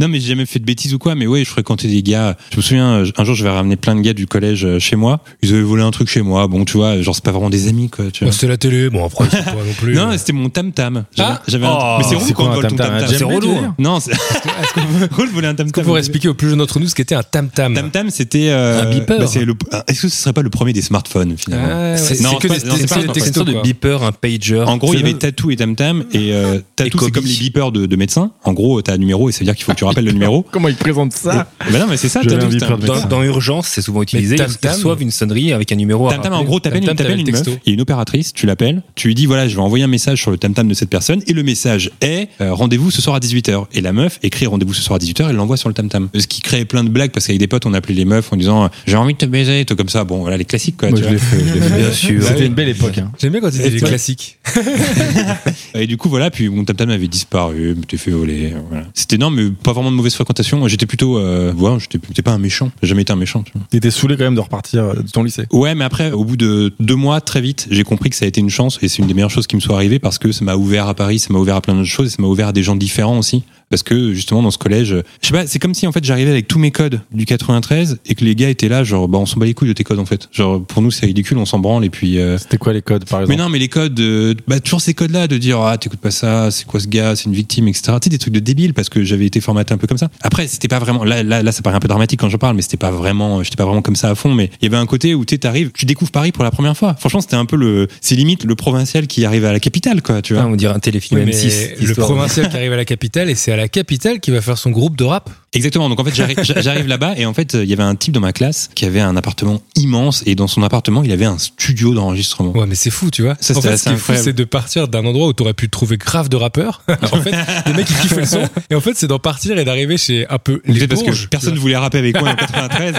Speaker 4: Non, mais j'ai jamais fait de bêtises ou quoi, mais ouais, je fréquentais des gars. Je me souviens, euh, un jour, je vais ramener plein de gars du collège euh, chez moi. Ils avaient volé un truc chez moi. Bon, tu vois, genre, c'est pas vraiment des amis, quoi, tu
Speaker 5: Bon,
Speaker 4: vois.
Speaker 5: C'était la télé, bon après, c'est pas non plus. euh,
Speaker 4: non, c'était mon tam-tam. J'avais-
Speaker 5: Ah
Speaker 4: J'avais un-
Speaker 2: Oh,
Speaker 4: mais c'est relou
Speaker 3: c'est
Speaker 4: quand
Speaker 3: quoi
Speaker 4: on
Speaker 3: un
Speaker 4: vole ton
Speaker 3: tam-tam, un
Speaker 4: tam-tam.
Speaker 3: Jamel,
Speaker 4: C'est
Speaker 3: tu veux
Speaker 4: relou.
Speaker 3: dire
Speaker 4: Non, c'est, relou de voler un
Speaker 5: Est-ce que
Speaker 4: tam-tam.
Speaker 5: vous expliquer au plus jeune d'entre nous ce qu'était un tam-tam
Speaker 4: Tam-tam, c'était, euh,
Speaker 2: Un beeper.
Speaker 4: bah, c'est le- est-ce que ce serait pas le premier des smartphones, finalement?
Speaker 5: Ah, ouais,
Speaker 2: C'est
Speaker 5: c'est
Speaker 4: non,
Speaker 5: que
Speaker 4: pas-
Speaker 5: des-
Speaker 4: non, c'est
Speaker 5: c'est
Speaker 4: pas
Speaker 5: que
Speaker 4: un
Speaker 2: C'est
Speaker 4: tam-tam.
Speaker 5: des
Speaker 2: une
Speaker 5: textos
Speaker 2: sorte de
Speaker 5: quoi.
Speaker 2: beeper, un pager.
Speaker 3: Bah,
Speaker 4: En gros,
Speaker 2: C'est
Speaker 4: il y avait
Speaker 2: même-
Speaker 4: Tatou et Tamtam et euh, Tatou,
Speaker 2: Kobe.
Speaker 4: c'est comme les beepers de, de médecins. En gros, t'as un numéro et ça veut dire qu'il faut que tu rappelles le numéro.
Speaker 3: Comment ils présentent ça
Speaker 4: Bah non, mais c'est ça,
Speaker 3: J'avais
Speaker 4: Tatou.
Speaker 3: un
Speaker 4: c'est un-
Speaker 3: beeper de
Speaker 2: dans,
Speaker 3: médecin.
Speaker 2: dans Urgence, c'est souvent utilisé.
Speaker 5: Tam
Speaker 2: Ils
Speaker 5: Tam-
Speaker 2: reçoivent une sonnerie avec un numéro à
Speaker 4: Tam-tam, en gros, t'appelles une,
Speaker 5: Tam-tam,
Speaker 4: t'appelles
Speaker 5: t'avais
Speaker 4: une
Speaker 5: le
Speaker 4: meuf
Speaker 5: texto.
Speaker 4: et une opératrice, tu l'appelles, tu lui dis voilà, je vais envoyer un message sur le tam-tam de cette personne et le message est euh, rendez-vous ce soir à 18h. Et la meuf écrit rendez-vous ce soir à 18h et l'envoie sur le tam-tam. Ce qui crée plein de blagues parce qu'avec des potes, on appelait les meufs en disant euh, j'ai envie de te baiser, tout comme ça. Bon, voilà, les classiques quoi.
Speaker 3: Moi,
Speaker 4: tu
Speaker 3: je
Speaker 4: vois.
Speaker 3: l'ai fait, je l'ai fait.
Speaker 2: Bien sûr.
Speaker 3: C'était une belle époque. hein.
Speaker 5: J'aime bien quand tu dis les
Speaker 4: toi
Speaker 5: classiques.
Speaker 4: Et du coup, voilà, puis mon tam-tam avait disparu, je m'étais fait voler. euh, Voilà. C'était énorme, mais pas vraiment de mauvaise fréquentation. Moi, J'étais plutôt. Euh, ouais, j'étais j'étais pas un méchant. J'ai jamais été un méchant. tu vois.
Speaker 3: T'étais saoulé quand même de repartir euh, de ton lycée.
Speaker 4: Ouais, mais après, au bout de deux mois, très vite, j'ai compris que ça a été une chance et c'est une des meilleures choses qui me soit arrivée parce que ça m'a ouvert à Paris, ça m'a ouvert à plein d'autres choses et ça m'a ouvert à des gens différents aussi. Parce que justement, dans ce collège, euh, je sais pas, c'est comme si en fait j'arrivais avec tous mes codes du 93 et que les gars étaient là, genre, bah on s'en bat les couilles de tes codes en fait. Genre, pour nous, c'est ridicule, on s'en branle et puis. euh,
Speaker 3: C'était quoi les codes, par exemple
Speaker 4: mais non, mais les codes, euh, bah, toujours ces codes-là de dire ah t'écoutes pas ça, c'est quoi ce gars, c'est une victime, etc. Tu sais des trucs de débiles parce que j'avais été formaté un peu comme ça. Après c'était pas vraiment, là, là, là ça paraît un peu dramatique quand j'en parle, mais c'était pas vraiment, euh, j'étais pas vraiment comme ça à fond. Mais il y avait un côté où tu sais, t'arrives, tu découvres Paris pour la première fois. Franchement c'était un peu le, c'est limite le provincial qui arrive à la capitale quoi, tu vois.
Speaker 2: Ah, on dirait un téléfilm
Speaker 5: Oui, mais
Speaker 2: M6.
Speaker 5: le
Speaker 2: histoire de-
Speaker 5: provincial qui arrive à la capitale et c'est à la capitale qu'il va faire son groupe de rap.
Speaker 4: Exactement. Donc en fait, j'arri- j'a- j'arrive là-bas et en fait, euh, il y avait un type dans ma classe qui avait un appartement immense et dans son appartement, il avait un studio d'enregistrement.
Speaker 5: Ouais, mais c'est fou, tu vois.
Speaker 4: Ça,
Speaker 5: en
Speaker 4: c'était
Speaker 5: fait,
Speaker 4: assez
Speaker 5: ce qui est fou,
Speaker 4: incroyable.
Speaker 5: c'est de partir d'un endroit où t'aurais pu trouver grave de rappeurs. en fait, les mecs, ils kiffent le son. Et en fait, c'est d'en partir et d'arriver chez un peu les
Speaker 4: Peut-être parce
Speaker 5: bourges,
Speaker 4: que personne
Speaker 5: tu vois.
Speaker 4: voulait rapper avec moi en 93.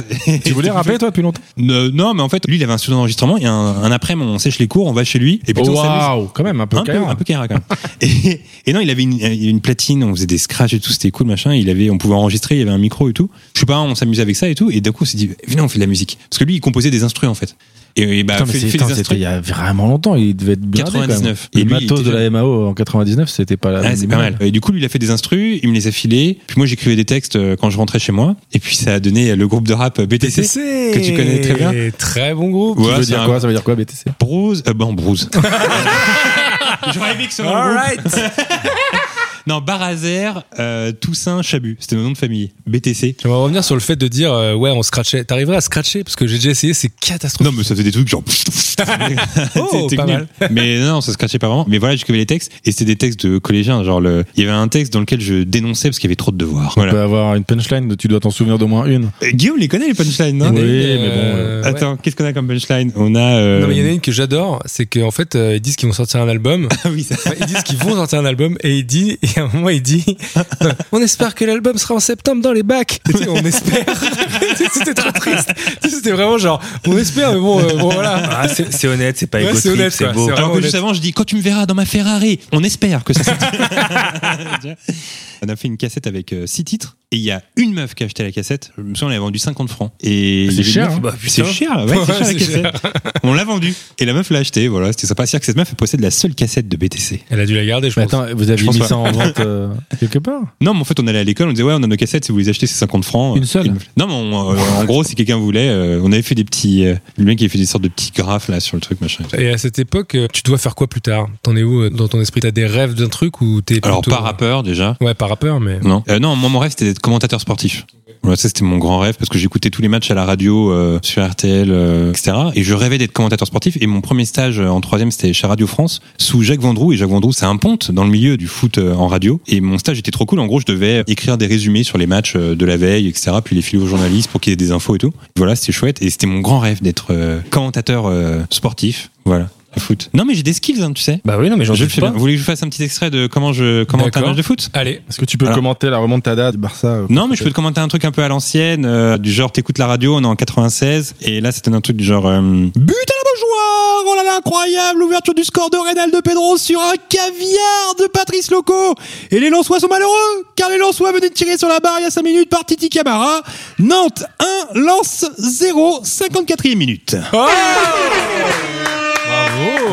Speaker 3: Tu voulais rappeler, toi, depuis longtemps
Speaker 4: Ne- non, mais en fait, lui, il avait un studio d'enregistrement et un, un après-midi, on sèche les cours, on va chez lui et puis on s'amuse.
Speaker 3: Oh, Waouh, quand même, un peu
Speaker 4: Un peu,
Speaker 3: carré.
Speaker 4: un peu carré, quand même. et, et non, il avait une, il avait une platine, on faisait des scratchs et tout, c'était cool, machin. Il avait, on pouvait enregistrer, il y avait un micro et tout. Je sais pas, on s'amusait avec ça et tout. Et d'un coup, on s'est dit, venez, on fait de la musique. Parce que lui, il composait des instruments en fait. Et, et bah,
Speaker 3: Putain, mais
Speaker 4: fait,
Speaker 3: c'est-
Speaker 4: fait
Speaker 3: putain,
Speaker 4: des
Speaker 3: c'était
Speaker 4: instruments.
Speaker 3: il y a vraiment longtemps, il devait être bien.
Speaker 4: 99.
Speaker 3: Et
Speaker 4: Et
Speaker 3: le
Speaker 4: lui, il
Speaker 3: matos
Speaker 4: était
Speaker 3: de la MAO en 99, c'était pas la.
Speaker 4: Ouais, c'est pas mal. Et du coup, lui, il a fait des instrus, il me les a filés. Puis moi, j'écrivais des textes euh, quand je rentrais chez moi. Et puis, ça a donné le groupe de rap euh, BTC.
Speaker 5: BTC,
Speaker 4: que tu connais très bien.
Speaker 5: Très bon groupe.
Speaker 4: Ouais,
Speaker 3: Ça veut
Speaker 4: c'est
Speaker 3: dire
Speaker 4: un-
Speaker 3: quoi Ça veut dire quoi, BTC
Speaker 4: Bruce, euh, bon, Bruce. J'aurais aimé que ce soit un groupe. Non, Barazer, euh, Toussaint, Chabut. C'était mon nom de famille. BTC.
Speaker 5: Je vais revenir sur le fait de dire, euh, ouais, on scratchait. T'arriverais à scratcher parce que j'ai déjà essayé, c'est
Speaker 4: Non,
Speaker 5: catastrophique.
Speaker 4: mais ça faisait des trucs genre.
Speaker 5: Oh,
Speaker 4: C'était
Speaker 5: pas
Speaker 4: nul.
Speaker 5: mal.
Speaker 4: Mais non, ça se crachait pas vraiment. Mais voilà, j'écrivais les textes et c'était des textes de collégiens. Genre, le... il y avait un texte dans lequel je dénonçais parce qu'il y avait trop de devoirs.
Speaker 3: Tu
Speaker 4: Voilà.
Speaker 3: peux avoir une punchline, de- tu dois t'en souvenir d'au moins une.
Speaker 4: Euh, Guillaume les connaît, les punchlines, non
Speaker 3: Oui,
Speaker 5: Euh,
Speaker 3: mais bon, euh,
Speaker 5: ouais.
Speaker 4: Attends, qu'est-ce qu'on a comme punchline On a. euh,
Speaker 5: Non, mais il y en a une que j'adore, c'est qu'en fait, euh, ils disent qu'ils vont sortir un album.
Speaker 4: Ah oui, ça.
Speaker 5: Enfin, ils disent qu'ils vont sortir un album et ils disent, et à un moment, il dit On espère que l'album sera en septembre dans les bacs. Et tu sais, on espère. C'était trop triste. Tu sais, C'était vraiment genre On espère, mais bon, euh, bon, voilà.
Speaker 2: Ah, c'est c'est honnête, c'est pas
Speaker 5: Ouais,
Speaker 2: égo
Speaker 5: c'est
Speaker 2: trip,
Speaker 5: honnête,
Speaker 2: c'est
Speaker 5: quoi,
Speaker 2: beau.
Speaker 5: c'est vrai.
Speaker 4: Alors que
Speaker 5: honnête.
Speaker 4: juste avant, je dis quand tu me verras dans ma Ferrari, on espère que ça se dit. On a fait une cassette avec euh, six titres et il y a une meuf qui a acheté la cassette. Je me souviens, on l'avait vendue 50 francs. Et il y avait une
Speaker 3: cher,
Speaker 4: meuf-
Speaker 3: hein.
Speaker 2: Bah,
Speaker 4: C'est
Speaker 2: putain.
Speaker 4: cher, ouais, c'est
Speaker 5: Ouais,
Speaker 4: cher la
Speaker 5: c'est
Speaker 4: cassette. On l'a vendue et la meuf l'a achetée. Voilà, c'était sympa. C'est-à-dire que cette meuf elle possède la seule cassette de BTC.
Speaker 5: Elle a dû la garder, je
Speaker 3: Mais
Speaker 5: pense.
Speaker 3: attends, vous
Speaker 4: Je
Speaker 3: aviez
Speaker 4: pense
Speaker 3: mis
Speaker 4: pas.
Speaker 3: ça en vente euh, quelque part
Speaker 4: Non, mais en fait, on allait à l'école, on disait ouais, on a nos cassettes. Si vous les achetez, c'est 50 francs.
Speaker 3: Une seule
Speaker 4: Et- Non, mais on- euh, en gros, si quelqu'un voulait, euh, on avait fait des petits. euh, le mec qui avait fait des sortes de petits graphes là sur le truc machin.
Speaker 5: Et à cette époque, euh, tu dois faire quoi plus tard T'en es où euh, dans ton esprit T'as des rêves d'un truc ou t'es
Speaker 4: Alors
Speaker 5: plutôt- euh,
Speaker 4: pas rappeur déjà.
Speaker 5: Ouais, pas rappeur, mais.
Speaker 4: Non. Euh, non, moi, mon rêve, c'était d'être commentateur sportif. Voilà, ça, c'était mon grand rêve parce que j'écoutais tous les matchs à la radio, euh, sur RTL, euh, etc. Et je rêvais d'être commentateur sportif. Et mon premier stage euh, en troisième, c'était chez Radio France, sous Jacques Vendroux. Et Jacques Vendroux, c'est un ponte dans le milieu du foot euh, en radio. Et mon stage était trop cool. En gros, je devais écrire des résumés sur les matchs euh, de la veille, etc. Puis les filer aux journalistes pour qu'ils aient des infos et tout. Voilà, c'était chouette. Et c'était mon grand rêve d'être euh, commentateur euh, sportif. Voilà, le foot. Non, mais j'ai des skills, hein, tu sais.
Speaker 2: Bah oui, non, mais j'en
Speaker 4: Je le
Speaker 2: doute
Speaker 4: fais
Speaker 2: pas.
Speaker 4: bien. Vous voulez que je vous fasse un petit extrait de comment je commente un
Speaker 5: D'accord.
Speaker 4: match de foot
Speaker 5: Allez,
Speaker 3: Est-ce que tu peux
Speaker 4: Alors-
Speaker 3: commenter la remontada du Barça euh,
Speaker 4: Non, mais je peux te commenter un truc un peu à l'ancienne, euh, du genre t'écoutes la radio, on est en 96, et là c'était un truc du genre euh, but à la Beaujoire, oh là là incroyable, l'ouverture du score de Reynald de Pedro sur un caviar de Patrice Loco, et les Lensois sont malheureux, car les Lensois venaient de tirer sur la barre il y a 5 minutes par Titi Camara, Nantes 1, Lens 0, 54e minute.
Speaker 3: Oh
Speaker 5: bravo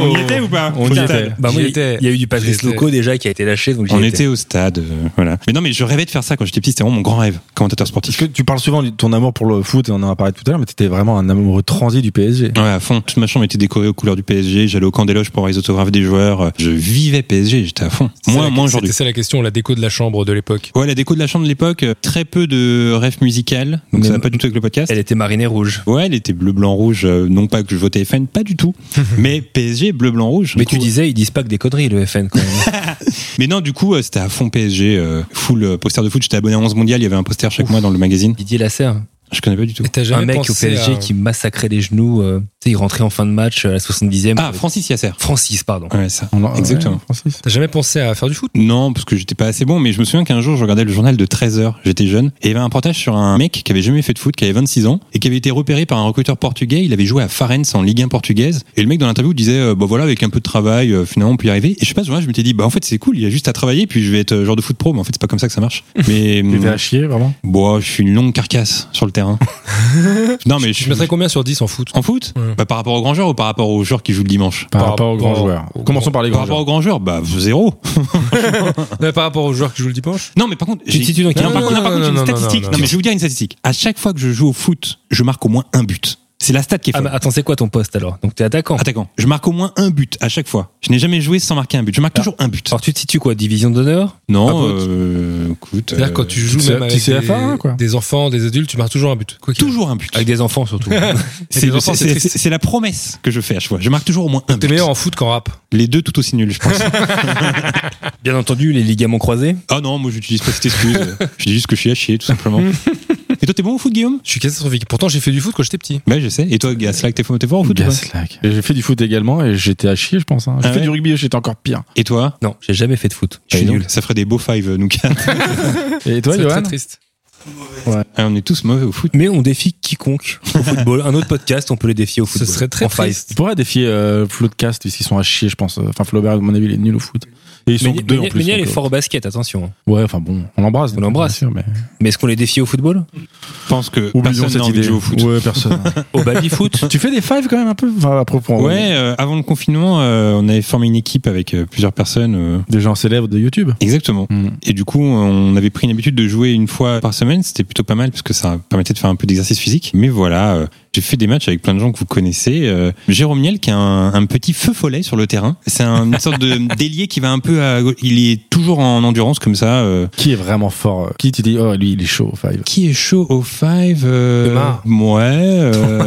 Speaker 4: on y était ou pas
Speaker 3: On y
Speaker 4: Faut
Speaker 3: était.
Speaker 4: dire.
Speaker 2: Bah, moi, il
Speaker 5: J'y
Speaker 2: y
Speaker 5: étais.
Speaker 2: il y a eu du Patrice
Speaker 5: J'y étais.
Speaker 2: Loco déjà qui a été lâché, donc j'y
Speaker 4: On
Speaker 2: étais.
Speaker 4: était au stade, euh, voilà. Mais non, mais je rêvais de faire ça quand j'étais petit, c'était vraiment mon grand rêve, commentateur sportif.
Speaker 3: Parce que tu parles souvent de ton amour pour le foot, et on en a parlé tout à l'heure, mais t'étais vraiment un amoureux transi du PSG.
Speaker 4: Ouais, à fond. Toute ma chambre était décorée aux couleurs du PSG. J'allais au camp des loges pour avoir les autographes des joueurs. Je vivais PSG, j'étais à fond.
Speaker 5: C'est
Speaker 4: Moins,
Speaker 5: la-
Speaker 4: moins aujourd'hui.
Speaker 5: C'était ça la question, la déco de la chambre de l'époque.
Speaker 4: Ouais, la déco de la chambre de l'époque, euh, très peu de rêves musicales.
Speaker 3: Mais
Speaker 4: Donc ça va
Speaker 3: m-
Speaker 4: pas du tout avec le podcast.
Speaker 2: Elle était marinée rouge.
Speaker 4: Ouais, elle était bleu, blanc, rouge. euh, non pas que je votais FN, pas du tout. mais PSG, bleu, blanc, rouge.
Speaker 2: Mais
Speaker 4: Du
Speaker 2: tu
Speaker 4: coup-
Speaker 2: disais, ils disent pas que des conneries, le FN, quand même.
Speaker 4: Mais non, du coup, euh, c'était à fond PSG, euh, full euh, poster de foot. J'étais abonné à 11 mondial. Il y avait un poster chaque mois dans le magazine.
Speaker 2: Didier Lasserre.
Speaker 4: Je connais pas du tout.
Speaker 5: Et t'as jamais
Speaker 2: Un mec au
Speaker 5: pensé
Speaker 2: PSG
Speaker 5: à-
Speaker 2: qui massacrait les genoux. euh, tu sais, il rentrait en fin de match euh, à la 70e.
Speaker 4: Ah, Francis Yasser.
Speaker 2: Francis, pardon.
Speaker 4: Ouais, ça.
Speaker 3: On en-
Speaker 4: Exactement.
Speaker 3: ouais, Francis.
Speaker 5: T'as jamais pensé à faire du foot
Speaker 4: Non, parce que j'étais pas assez bon, mais je me souviens qu'un jour, je regardais le journal de 13h, j'étais jeune, et il y avait un reportage sur un mec qui avait jamais fait de foot, qui avait 26 ans, et qui avait été repéré par un recruteur portugais, il avait joué à Farens en Ligue 1 portugaise, et le mec dans l'interview disait, euh, bah voilà, avec un peu de travail, euh, finalement, on peut y arriver, et je sais pas, ce jour-là, je m'étais dit, bah en fait, c'est cool, il y a juste à travailler, puis je vais être euh, genre de foot pro, mais en fait, c'est pas comme ça que ça marche. Mais, hum,
Speaker 3: Tu vas à chier, vraiment
Speaker 4: bon, je suis une longue carcasse sur le terrain. non, mais je
Speaker 5: Tu
Speaker 4: suis...
Speaker 5: mettrais combien sur 10 en foot
Speaker 4: En foot?
Speaker 5: Ouais.
Speaker 4: Bah, par rapport aux grands joueurs ou par rapport aux joueurs qui jouent le dimanche?
Speaker 3: Par,
Speaker 5: Par
Speaker 3: rapport aux
Speaker 5: rapport
Speaker 3: grands
Speaker 5: au-
Speaker 3: joueurs.
Speaker 5: au-
Speaker 3: Commençons par les
Speaker 4: Par
Speaker 3: grands
Speaker 4: rapport
Speaker 3: joueurs.
Speaker 4: aux grands joueurs, bah zéro.
Speaker 5: Non, Par rapport aux joueurs qui jouent le dimanche
Speaker 4: Non, mais par contre, j'ai-
Speaker 2: titules dans quel-
Speaker 4: non, par
Speaker 5: Non,
Speaker 4: contre,
Speaker 5: non,
Speaker 4: par contre,
Speaker 5: non,
Speaker 4: j'ai une
Speaker 5: non,
Speaker 4: statistique.
Speaker 5: non,
Speaker 4: Non,
Speaker 5: non,
Speaker 4: mais
Speaker 5: non.
Speaker 4: je vais vous dire une statistique. À chaque fois que je joue au foot, je marque au moins un but. C'est la stat qui est
Speaker 2: Ah, mais
Speaker 5: bah.
Speaker 4: folle.
Speaker 2: attends, c'est quoi ton poste alors Donc t'es attaquant.
Speaker 4: Attaquant. Je marque au moins un but à chaque fois. Je n'ai jamais joué sans marquer un but. Je
Speaker 5: Ah.
Speaker 4: marque toujours un but.
Speaker 2: Alors tu te situes quoi Division d'honneur
Speaker 4: Non,
Speaker 5: bah,
Speaker 4: euh, écoute.
Speaker 5: C'est-à-dire
Speaker 4: euh,
Speaker 5: quand tu joues
Speaker 3: c'est-
Speaker 5: même avec
Speaker 3: c'est la
Speaker 5: des,
Speaker 3: fin, quoi.
Speaker 5: des enfants, des adultes, tu marques toujours un but. Quoi qu'il arrive.
Speaker 4: euh, Toujours un but.
Speaker 2: Avec des enfants surtout.
Speaker 4: C'est-
Speaker 5: des enfants,
Speaker 4: c'est-
Speaker 5: c'est
Speaker 4: c'est-
Speaker 5: triste.
Speaker 4: C'est la promesse que je fais à chaque fois. Je marque toujours au moins un
Speaker 5: T'es
Speaker 4: but.
Speaker 5: meilleur en foot qu'en rap.
Speaker 4: Les deux tout aussi nuls, je pense.
Speaker 2: Bien entendu, les ligaments croisés.
Speaker 4: ah non, moi j'utilise pas cette excuse. je dis juste que je suis à chier, tout simplement. Et toi, t'es bon au foot, Guillaume
Speaker 5: Je suis catastrophique. Pourtant, j'ai fait du foot quand j'étais petit.
Speaker 4: Bah, je sais. Et toi, Gaslack, t'es fort t'es fort au foot ou pas
Speaker 3: Gaslack. Et J'ai fait du foot également et j'étais à chier, je pense. hein. J'ai
Speaker 4: Ah
Speaker 3: fait
Speaker 4: ouais
Speaker 3: du rugby et j'étais encore pire.
Speaker 4: Et toi
Speaker 2: Non, j'ai jamais fait de foot. Je suis
Speaker 4: Eh non,
Speaker 2: nul.
Speaker 4: Ça ferait des beaux five, nous quatre.
Speaker 3: Et toi,
Speaker 5: C'est
Speaker 3: Johan
Speaker 5: très triste.
Speaker 4: Ah, On est tous mauvais au foot.
Speaker 2: Mais on défie quiconque au football. Un autre podcast, on peut les défier au
Speaker 5: Ce
Speaker 2: football.
Speaker 5: serait très
Speaker 2: En fight.
Speaker 5: triste.
Speaker 3: Tu pourrais défier euh, Flo de Cast, puisqu'ils sont à chier, je pense. Enfin, Flaubert, à mon avis, il est nul au foot. Et ils sont
Speaker 2: Mais
Speaker 3: que deux en
Speaker 2: Méniel-
Speaker 3: plus.
Speaker 2: Méniel est
Speaker 3: donc, euh,
Speaker 2: fort au basket, attention.
Speaker 3: Ouais, enfin bon, on l'embrasse.
Speaker 2: On l'embrasse.
Speaker 3: bien sûr, mais
Speaker 2: Mais est-ce qu'on les défie au football
Speaker 4: pense que
Speaker 3: oublions
Speaker 4: personne n'a
Speaker 3: cette
Speaker 4: envie de
Speaker 3: idée.
Speaker 4: jouer au foot.
Speaker 3: Ouais, personne.
Speaker 2: Au baby foot
Speaker 3: tu fais des fives quand même un peu enfin, à propos.
Speaker 4: Ouais, euh, avant le confinement, euh, on avait formé une équipe avec euh, plusieurs personnes. euh,
Speaker 3: Des gens célèbres de YouTube.
Speaker 4: Exactement.
Speaker 3: Mm.
Speaker 4: Et du coup, on avait pris une habitude de jouer une fois par semaine. C'était plutôt pas mal parce que ça permettait de faire un peu d'exercice physique. Mais voilà, euh, j'ai fait des matchs avec plein de gens que vous connaissez. Euh, Jérôme Niel, qui est un, un petit feu follet sur le terrain. C'est un- une sorte de délié qui va un peu à... gauche. Il est toujours en endurance comme ça. euh.
Speaker 3: Qui est vraiment fort euh, Qui tu dis, oh, lui, il est chaud au five
Speaker 4: Qui est chaud au five euh,
Speaker 5: Lemar.
Speaker 4: Ouais. euh,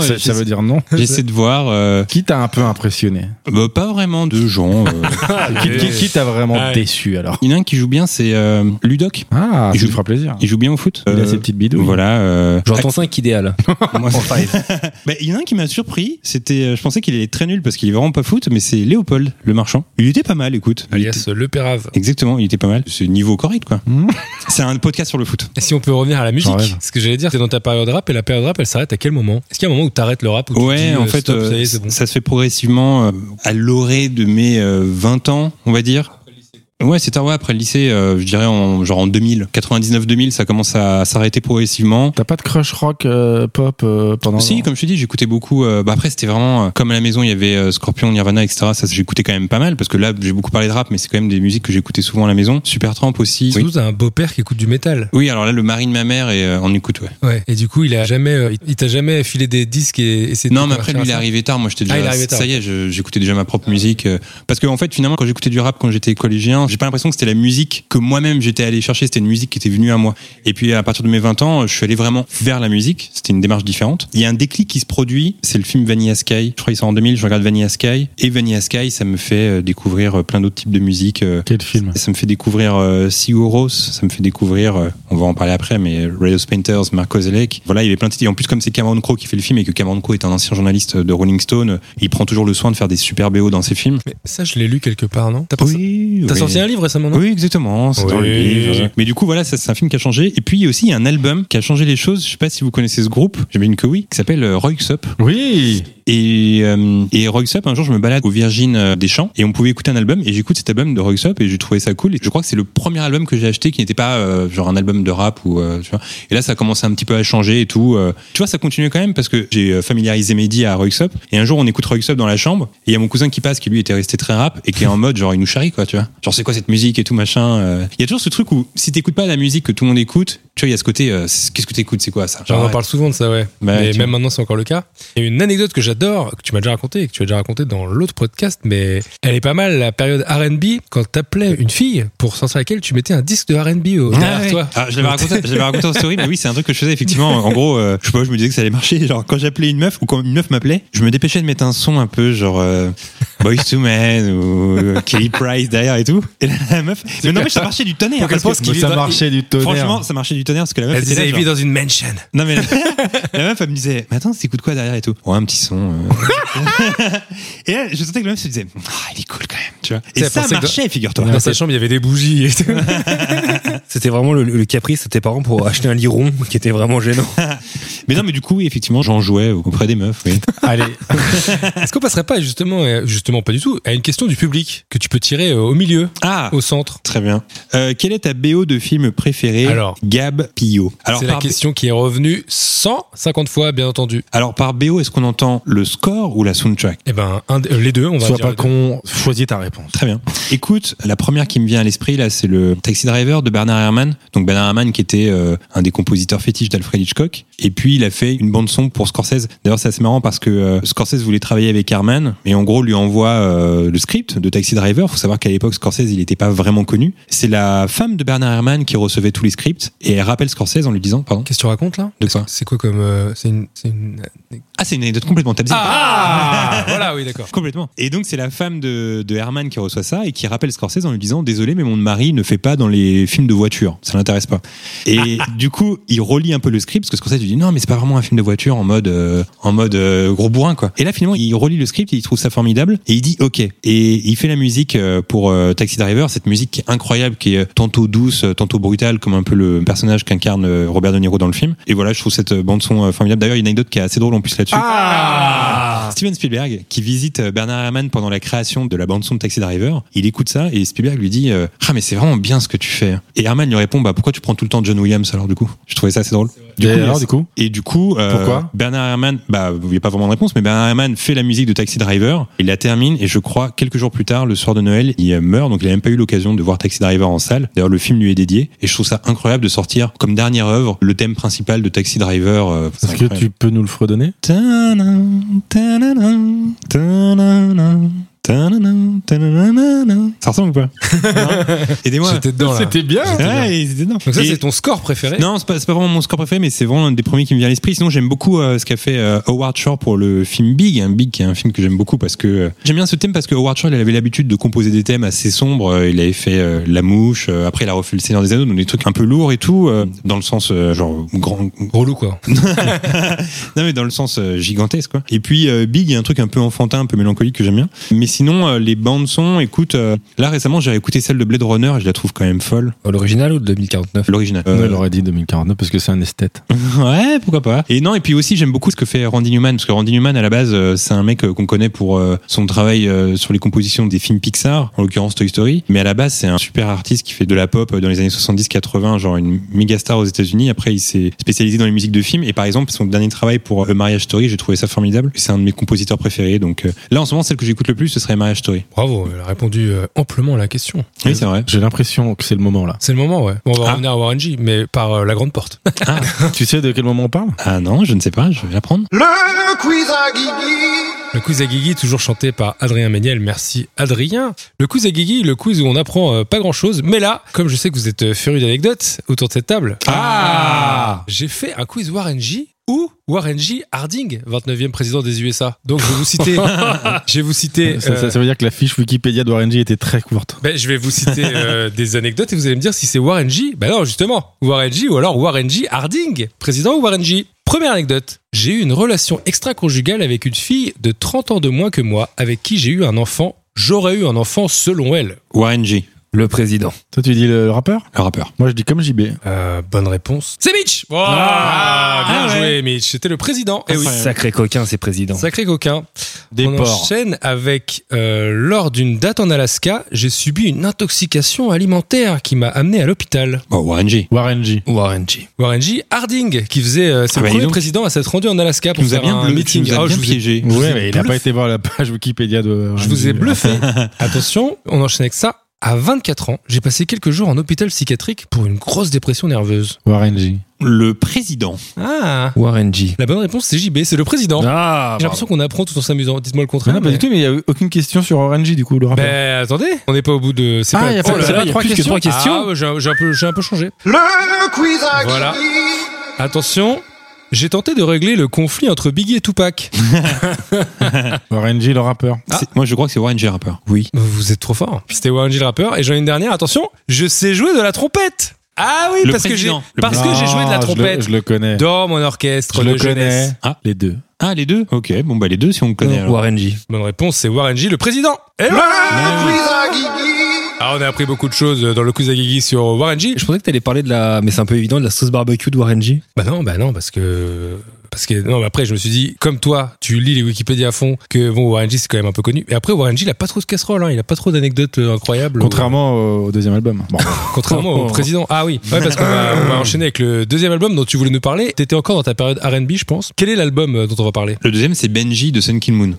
Speaker 3: ça,
Speaker 4: euh,
Speaker 3: ça
Speaker 4: j'essa-
Speaker 3: veut dire non.
Speaker 4: j'essaie de voir. euh,
Speaker 3: Qui t'a un peu impressionné
Speaker 4: bah, pas vraiment de gens. euh.
Speaker 3: Qui, qui- qui t'a vraiment
Speaker 5: Ah, Ouais.
Speaker 3: déçu alors
Speaker 4: Il y en a un qui joue bien, c'est euh, Ludoc.
Speaker 3: Ah,
Speaker 4: Il
Speaker 3: je
Speaker 4: joue-
Speaker 3: lui fera plaisir.
Speaker 4: Il joue bien au foot.
Speaker 3: Il
Speaker 4: Euh,
Speaker 3: a ses petites bidouilles.
Speaker 4: Voilà. euh,
Speaker 2: J'entends 5 idéal.
Speaker 4: Moi, Bah, il y en a un qui m'a surpris. C'était, euh, je pensais qu'il est très nul parce qu'il est vraiment pas foot, mais c'est Léopold, le marchand. Il était pas mal, écoute. Ah, Il était-
Speaker 5: alias Le Pérave.
Speaker 4: Exactement, il était pas mal. C'est niveau correct, quoi.
Speaker 3: Mmh.
Speaker 4: c'est un podcast sur le foot.
Speaker 5: Et si on peut revenir à la
Speaker 3: J'en
Speaker 5: musique,
Speaker 3: rêve.
Speaker 5: ce que j'allais dire, t'es dans ta période rap et la période rap elle s'arrête à quel moment Est-ce qu'il y a un moment où t'arrêtes le rap ou tu
Speaker 4: Ouais,
Speaker 5: dis,
Speaker 4: en
Speaker 5: euh,
Speaker 4: fait,
Speaker 5: stop,
Speaker 4: euh,
Speaker 5: ça y est, c'est bon.
Speaker 4: ça se fait progressivement euh, à l'orée de mes euh, 20 ans, on va dire. Ouais, c'est ouais, après le lycée, euh, je dirais en, genre en 2000, 99-2000, ça commence à s'arrêter progressivement.
Speaker 3: T'as pas de crush rock euh, pop euh, pendant.
Speaker 4: Si, comme je te dis, j'écoutais beaucoup. euh, bah après, c'était vraiment euh, comme à la maison, il y avait euh, Scorpion, Nirvana, etc. Ça, j'écoutais quand même pas mal parce que là, j'ai beaucoup parlé de rap, mais c'est quand même des musiques que j'écoutais souvent à la maison. Super Tramp aussi.
Speaker 5: Surtout t'as un beau-père qui écoute du métal.
Speaker 4: Oui, alors là, le mari de ma mère, et euh, on écoute, ouais.
Speaker 5: Ouais. Et du coup, il a jamais, euh, il- il t'a jamais filé des disques et essayé de
Speaker 4: Non,
Speaker 5: te
Speaker 4: mais après, lui, il
Speaker 5: convertir
Speaker 4: est
Speaker 5: à ça
Speaker 4: arrivé tard. Moi, j'étais déjà.
Speaker 5: Ah, il est arrivé tard.
Speaker 4: Ça y est, je- j'écoutais déjà ma propre musique. euh, Parce que, en fait, finalement, quand j'écoutais du rap quand j'étais collégien, j'ai pas l'impression que c'était la musique que moi-même j'étais allé chercher. C'était une musique qui était venue à moi. Et puis, à partir de mes 20 ans, je suis allé vraiment vers la musique. C'était une démarche différente. Il y a un déclic qui se produit. C'est le film Vanilla Sky. Je crois qu'il sort en 2000. Je regarde Vanilla Sky. Et Vanilla Sky, ça me fait euh, découvrir euh, plein d'autres types de musique. euh,
Speaker 3: Quel film
Speaker 4: ça me fait découvrir euh, Sigur Rós, ça me fait découvrir, euh, on va en parler après, mais Rayos Painters, Mark Kozelek. Voilà, il y avait plein de titres. Et en plus, comme c'est Cameron Crowe qui fait le film et que Cameron Crowe est un ancien journaliste de Rolling Stone, euh, il prend toujours le soin de faire des super BO dans ses films.
Speaker 5: Mais ça, je l'ai lu quelque part, non T'as pas-
Speaker 4: Oui,
Speaker 5: t'as sorti un livre récemment, non
Speaker 4: oui, exactement. c'est dans le
Speaker 5: Oui.
Speaker 4: livre. Mais du coup, voilà, ça, c'est un film qui a changé. Et puis, il y a aussi un album qui a changé les choses. Je sais pas si vous connaissez ce groupe. J'imagine que oui. Qui s'appelle euh, Royx Up.
Speaker 3: Oui
Speaker 4: Et, euh, et Royx Up, un jour, je me balade au Virgin euh, des Champs et on pouvait écouter un album et j'écoute cet album de Royx Up et j'ai trouvé ça cool. Et je crois que c'est le premier album que j'ai acheté qui n'était pas euh, genre un album de rap ou euh, tu vois. Et là, ça a commencé un petit peu à changer et tout. euh. Tu vois, ça continuait quand même parce que j'ai euh, familiarisé Mehdi à Royx Up et un jour, on écoute Royx Up dans la chambre et il y a mon cousin qui passe qui lui était resté très rap et qui est en mode genre il nous charrie quoi, tu vois. Genre c'est quoi cette musique et tout machin. euh. Il y a toujours ce truc où si t'écoutes pas la musique que tout le monde écoute, tu vois, il y a ce côté euh, c'est- qu'est-ce que t'écoutes, c'est quoi ça.
Speaker 5: Genre, on en
Speaker 4: ouais.
Speaker 5: parle souvent de ça, ouais.
Speaker 4: Bah,
Speaker 5: mais
Speaker 4: tu-
Speaker 5: même maintenant, c'est encore le cas. Il y a une anecdote que j'adore, que tu m'as déjà racontée, et que tu as déjà racontée dans l'autre podcast, mais elle est pas mal, la période RB, quand t'appelais une fille pour sortir laquelle tu mettais un disque de RB au- derrière toi.
Speaker 4: Ah, je l'avais raconté, je l'avais raconté en story, mais oui, c'est un truc que je faisais effectivement. En gros, euh, je sais pas, je me disais que ça allait marcher. Genre, quand j'appelais une meuf ou quand une meuf m'appelait, je me dépêchais de mettre un son un peu genre euh, Boys to Men ou euh, Kelly Price derrière et tout. Et là, la meuf, mais non, mais ça marchait du tonnerre.
Speaker 5: Pour qu'elle
Speaker 4: parce que-
Speaker 5: pense qu'il
Speaker 4: mais
Speaker 5: est
Speaker 4: ça
Speaker 5: dans-
Speaker 4: marchait.
Speaker 3: du
Speaker 4: Franchement, ça marchait du tonnerre parce que la meuf
Speaker 5: Elle
Speaker 4: était
Speaker 5: disait,
Speaker 4: là,
Speaker 5: il
Speaker 4: genre-
Speaker 5: vit dans une mansion.
Speaker 4: non mais la, la meuf elle me disait mais attends t'écoutes quoi derrière et tout ouais un petit son euh. et là je sentais que la meuf se disait ah il est cool quand même tu vois et
Speaker 5: C'est, elle
Speaker 4: ça
Speaker 5: pensait que-
Speaker 4: marchait figure-toi
Speaker 5: Dans sa chambre, il y avait des bougies et tout.
Speaker 2: C'était vraiment le, le caprice de tes parents pour acheter un lit rond qui était vraiment gênant.
Speaker 4: mais non mais du coup oui, effectivement j'en jouais auprès des meufs oui.
Speaker 3: Allez,
Speaker 5: Est-ce qu'on passerait pas, justement, euh, justement pas du tout, à une question du public que tu peux tirer euh, au milieu,
Speaker 4: ah
Speaker 5: au centre
Speaker 4: Très bien. Euh, quelle est ta BO de film préférée
Speaker 5: Alors.
Speaker 4: Gab Pillot. Alors
Speaker 5: C'est la
Speaker 4: par,
Speaker 5: question qui est revenue 150 fois, bien entendu.
Speaker 4: alors, par BO, est-ce qu'on entend le score ou la soundtrack
Speaker 5: Eh ben, un de- euh, les deux, on va
Speaker 3: sois
Speaker 5: dire.
Speaker 3: pas
Speaker 5: les deux.
Speaker 3: con, choisis ta réponse.
Speaker 4: Très bien. Écoute, la première qui me vient à l'esprit, là, c'est le Taxi Driver de Bernard Herrmann. Donc, Bernard Herrmann qui était euh, un des compositeurs fétiches d'Alfred Hitchcock. Et puis, il a fait une bande-son pour Scorsese. D'ailleurs, c'est assez marrant parce que euh, Scorsese voulait travailler avec Herrmann. Et en gros, lui envoie euh, le script de Taxi Driver. Faut savoir qu'à l'époque, Scorsese, il n'était pas vraiment connu. C'est la femme de Bernard Herrmann qui recevait tous les scripts. Et elle rappelle Scorsese en lui disant, pardon.
Speaker 5: Qu'est-ce que tu racontes là
Speaker 4: De quoi
Speaker 5: C'est quoi comme. euh, c'est une. c'est une-
Speaker 4: Ah, c'est une anecdote complètement tabzée.
Speaker 5: Ah Voilà, oui, d'accord.
Speaker 4: Complètement. Et donc, c'est la femme de, de Herman qui reçoit ça et qui rappelle Scorsese en lui disant Désolé, mais mon mari ne fait pas dans les films de voiture. Ça l'intéresse pas. Et du coup, il relit un peu le script parce que Scorsese lui dit Non, mais c'est pas vraiment un film de voiture en mode, euh, en mode euh, gros bourrin, quoi. Et là, finalement, il relit le script et il trouve ça formidable et il dit Ok. Et il fait la musique euh, pour euh, Taxi Driver, cette musique qui est incroyable, qui est tantôt douce, euh, tantôt brutale, comme un peu le personnage qu'incarne euh, Robert De Niro dans le film. Et voilà, je trouve cette bande-son euh, formidable. D'ailleurs, il y a une anecdote qui est assez drôle en plus là-dessus. Ah. Steven Spielberg, qui visite euh, Bernard Herrmann pendant la création de la bande-son de Taxi Driver, il écoute ça et Spielberg lui dit euh, Ah, mais c'est vraiment bien ce que tu fais. hein. Et Herrmann lui répond Bah, pourquoi tu prends tout le temps John Williams alors du coup Je trouvais ça assez drôle. Du
Speaker 3: et
Speaker 4: coup, il y a
Speaker 3: alors,
Speaker 4: ça.
Speaker 3: du coup
Speaker 4: Et du coup, euh,
Speaker 3: Pourquoi
Speaker 4: Bernard Herrmann, bah, il n'y a pas vraiment de réponse, mais Bernard Herrmann fait la musique de Taxi Driver, il la termine, et je crois, quelques jours plus tard, le soir de Noël, il euh, meurt, donc il n'a même pas eu l'occasion de voir Taxi Driver en salle. D'ailleurs, le film lui est dédié, et je trouve ça incroyable de sortir, comme dernière œuvre, le thème principal de Taxi Driver. euh, c'est
Speaker 3: Est-ce que
Speaker 4: incroyable.
Speaker 3: tu peux nous le fredonner
Speaker 4: Ta-nan, ta-nan, ta-nan, ta-nan, ta-nan, ta-nan. Ça ça ressemble ou pas Non Aidez-moi.
Speaker 5: J'étais dedans là.
Speaker 3: C'était bien.
Speaker 4: Ouais, ils étaient dedans.
Speaker 5: Donc ça,
Speaker 4: Et-
Speaker 5: c'est ton score préféré
Speaker 4: Non, c'est pas, c'est pas vraiment mon score préféré, mais c'est vraiment l'un des premiers qui me vient à l'esprit. Sinon, j'aime beaucoup euh, ce qu'a fait euh, Howard Shore pour le film Big. Hein, Big, qui est un film que j'aime beaucoup parce que euh, j'aime bien ce thème parce que Howard Shore, il avait l'habitude de composer des thèmes assez sombres. Euh, il avait fait euh, La Mouche. euh, après, il a refait Le Seigneur des Anneaux, donc des trucs un peu lourds et tout, euh, dans le sens euh, genre grand,
Speaker 5: Relou quoi.
Speaker 4: non mais dans le sens euh, gigantesque quoi. Et puis euh, Big, il y a un truc un peu enfantin, un peu mélancolique que j'aime bien. Mais sinon euh, les bandes son, écoute, euh, là récemment j'ai écouté celle de Blade Runner et je la trouve quand même folle,
Speaker 2: Oh, L'original ou de 2049
Speaker 4: l'original.
Speaker 3: On
Speaker 4: Euh,
Speaker 3: l'aurait dit 2049 parce que c'est un esthète.
Speaker 4: ouais, pourquoi pas. Et non et puis aussi j'aime beaucoup ce que fait Randy Newman parce que Randy Newman à la base euh, c'est un mec euh, qu'on connaît pour euh, son travail euh, sur les compositions des films Pixar, en l'occurrence Toy Story, mais à la base c'est un super artiste qui fait de la pop euh, dans les années 70-80, genre une méga star aux États-Unis. Après il s'est spécialisé dans les musiques de films et par exemple son dernier travail pour euh, Marriage Story, j'ai trouvé ça formidable. C'est un de mes compositeurs préférés donc euh, là en ce moment celle que j'écoute le plus ce serait Marriage Story.
Speaker 5: Bravo, elle a répondu euh, amplement à la question.
Speaker 4: Oui, c'est vrai.
Speaker 3: J'ai l'impression que c'est le moment là.
Speaker 5: C'est le moment, ouais. Bon, on va
Speaker 4: Ah.
Speaker 5: revenir à Warren G, mais par euh, la grande porte.
Speaker 3: tu sais de quel moment on parle
Speaker 4: Ah non, je ne sais pas, je vais l'apprendre.
Speaker 1: Le quiz à Guigui.
Speaker 5: Le quiz à Guigui, toujours chanté par Adrien Méniel. Merci Adrien. Le quiz à Guigui, le quiz où on apprend euh, pas grand chose. Mais là, comme je sais que vous êtes euh, furieux d'anecdotes autour de cette table,
Speaker 4: Ah
Speaker 5: j'ai fait un quiz Warren G ou Warren G Harding, 29e président des USA. Donc je vais vous citer. je vais vous citer.
Speaker 3: ça,
Speaker 5: euh,
Speaker 3: ça- ça veut dire que la fiche Wikipédia de Warren G était très courte.
Speaker 5: Ben, je vais vous citer euh, des anecdotes et vous allez me dire si c'est Warren G. Ben non, justement. Warren G ou alors Warren G Harding, président ou Warren G. Première anecdote. J'ai eu une relation extra-conjugale avec une fille de 30 ans de moins que moi avec qui j'ai eu un enfant. J'aurais eu un enfant selon elle.
Speaker 4: Warren G,
Speaker 2: Le président.
Speaker 3: Toi, tu dis le, le rappeur
Speaker 4: le rappeur.
Speaker 3: Moi, je dis comme JB.
Speaker 5: Euh, bonne réponse. C'est Mitch Oh,
Speaker 4: Ah,
Speaker 5: Bien
Speaker 4: ah
Speaker 5: joué,
Speaker 4: ouais.
Speaker 5: Mitch. C'était le président. Eh oui.
Speaker 2: Sacré coquin, ces présidents.
Speaker 5: Sacré coquin.
Speaker 3: Des
Speaker 5: On
Speaker 3: porcs.
Speaker 5: enchaîne avec euh, lors d'une date en Alaska, j'ai subi une intoxication alimentaire qui m'a amené à l'hôpital.
Speaker 4: Bon, Warren G.
Speaker 3: Warren G.
Speaker 2: Warren G.
Speaker 5: Warren G. Harding, qui faisait, euh, c'est
Speaker 4: Ah
Speaker 5: le
Speaker 4: bah, dis
Speaker 5: premier
Speaker 4: donc.
Speaker 5: président à s'être rendu en Alaska
Speaker 4: Tu
Speaker 5: pour
Speaker 4: nous as
Speaker 5: faire
Speaker 4: bien
Speaker 5: un
Speaker 4: bleu- tu
Speaker 5: meeting.
Speaker 4: nous as
Speaker 5: Ah,
Speaker 4: bien
Speaker 5: je, vous ai,
Speaker 4: piégé.
Speaker 3: Ouais, mais il n'a
Speaker 5: bluffé.
Speaker 3: pas été voir la page Wikipédia de. Warren
Speaker 5: je vous
Speaker 3: G.
Speaker 5: ai bluffé. Attention, on enchaîne avec ça. À 24 ans, j'ai passé quelques jours en hôpital psychiatrique pour une grosse dépression nerveuse.
Speaker 3: Warren G.
Speaker 4: Le président.
Speaker 5: Ah
Speaker 2: Warren G.
Speaker 5: La bonne réponse, c'est JB, c'est le président.
Speaker 2: Ah,
Speaker 5: j'ai l'impression qu'on apprend tout en s'amusant. Dites-moi le
Speaker 3: Ah,
Speaker 5: contraire.
Speaker 3: non, pas
Speaker 5: mais-
Speaker 3: du tout, mais il n'y a aucune question sur Warren G, du coup, le rappeur.
Speaker 5: Ben, attendez, on n'est pas au bout de. c'est
Speaker 3: Ah,
Speaker 5: pas- Oh
Speaker 3: il y a
Speaker 2: Oh
Speaker 3: pas-
Speaker 5: là
Speaker 3: c'est
Speaker 5: là,
Speaker 3: pas
Speaker 5: il y a
Speaker 3: trois
Speaker 5: plus que
Speaker 3: questions
Speaker 5: trois questions. Ah, j'ai un- j'ai un peu- j'ai un peu changé.
Speaker 1: Le quiz à
Speaker 5: Voilà.
Speaker 1: Guigui.
Speaker 5: Attention, j'ai tenté de régler le conflit entre Biggie et Tupac.
Speaker 3: Warren G, le rappeur.
Speaker 5: Ah.
Speaker 4: C'est- Moi, je crois que c'est Warren hein. G, rappeur.
Speaker 2: Oui.
Speaker 5: Vous êtes trop fort. C'était Warren G le rappeur. Et j'en ai une dernière, attention. Je sais jouer de la trompette. Ah oui,
Speaker 4: Le
Speaker 5: parce que, j'ai,
Speaker 4: président. Le
Speaker 5: parce que j'ai joué de la
Speaker 3: Ah, je le-
Speaker 5: trompette.
Speaker 3: Je le connais.
Speaker 5: Dans mon orchestre
Speaker 3: Je
Speaker 5: de
Speaker 3: le connais.
Speaker 5: jeunesse.
Speaker 4: Ah.
Speaker 3: Les deux.
Speaker 4: Ah, les deux Ok, bon, bah les deux si on le connaît. alors.
Speaker 2: Warren G.
Speaker 5: Bonne réponse, c'est Warren G, le président. Et voilà.
Speaker 1: Le quiz à Guigui.
Speaker 5: Ah, on a appris beaucoup de choses dans le Kusagigi sur Warren G.
Speaker 2: Je pensais que t'allais parler de la, mais c'est un peu évident, de la sauce barbecue de Warren G.
Speaker 5: Bah non, bah non, parce que. Parce que non, mais après je me suis dit, comme toi, tu lis les Wikipédia à fond, que bon, Warren G c'est quand même un peu connu. Et après Warren G il a pas trop de casseroles, hein, il a pas trop d'anecdotes euh, incroyables.
Speaker 3: Contrairement au au deuxième album. Bon,
Speaker 5: Contrairement
Speaker 3: Oh.
Speaker 5: au président. Ah oui, ouais, parce qu'on va, on va enchaîner avec le deuxième album dont tu voulais nous parler. T'étais encore dans ta période RB, je pense. Quel est l'album euh, dont on va parler
Speaker 4: Le deuxième, c'est Benji de Sun Kill Moon.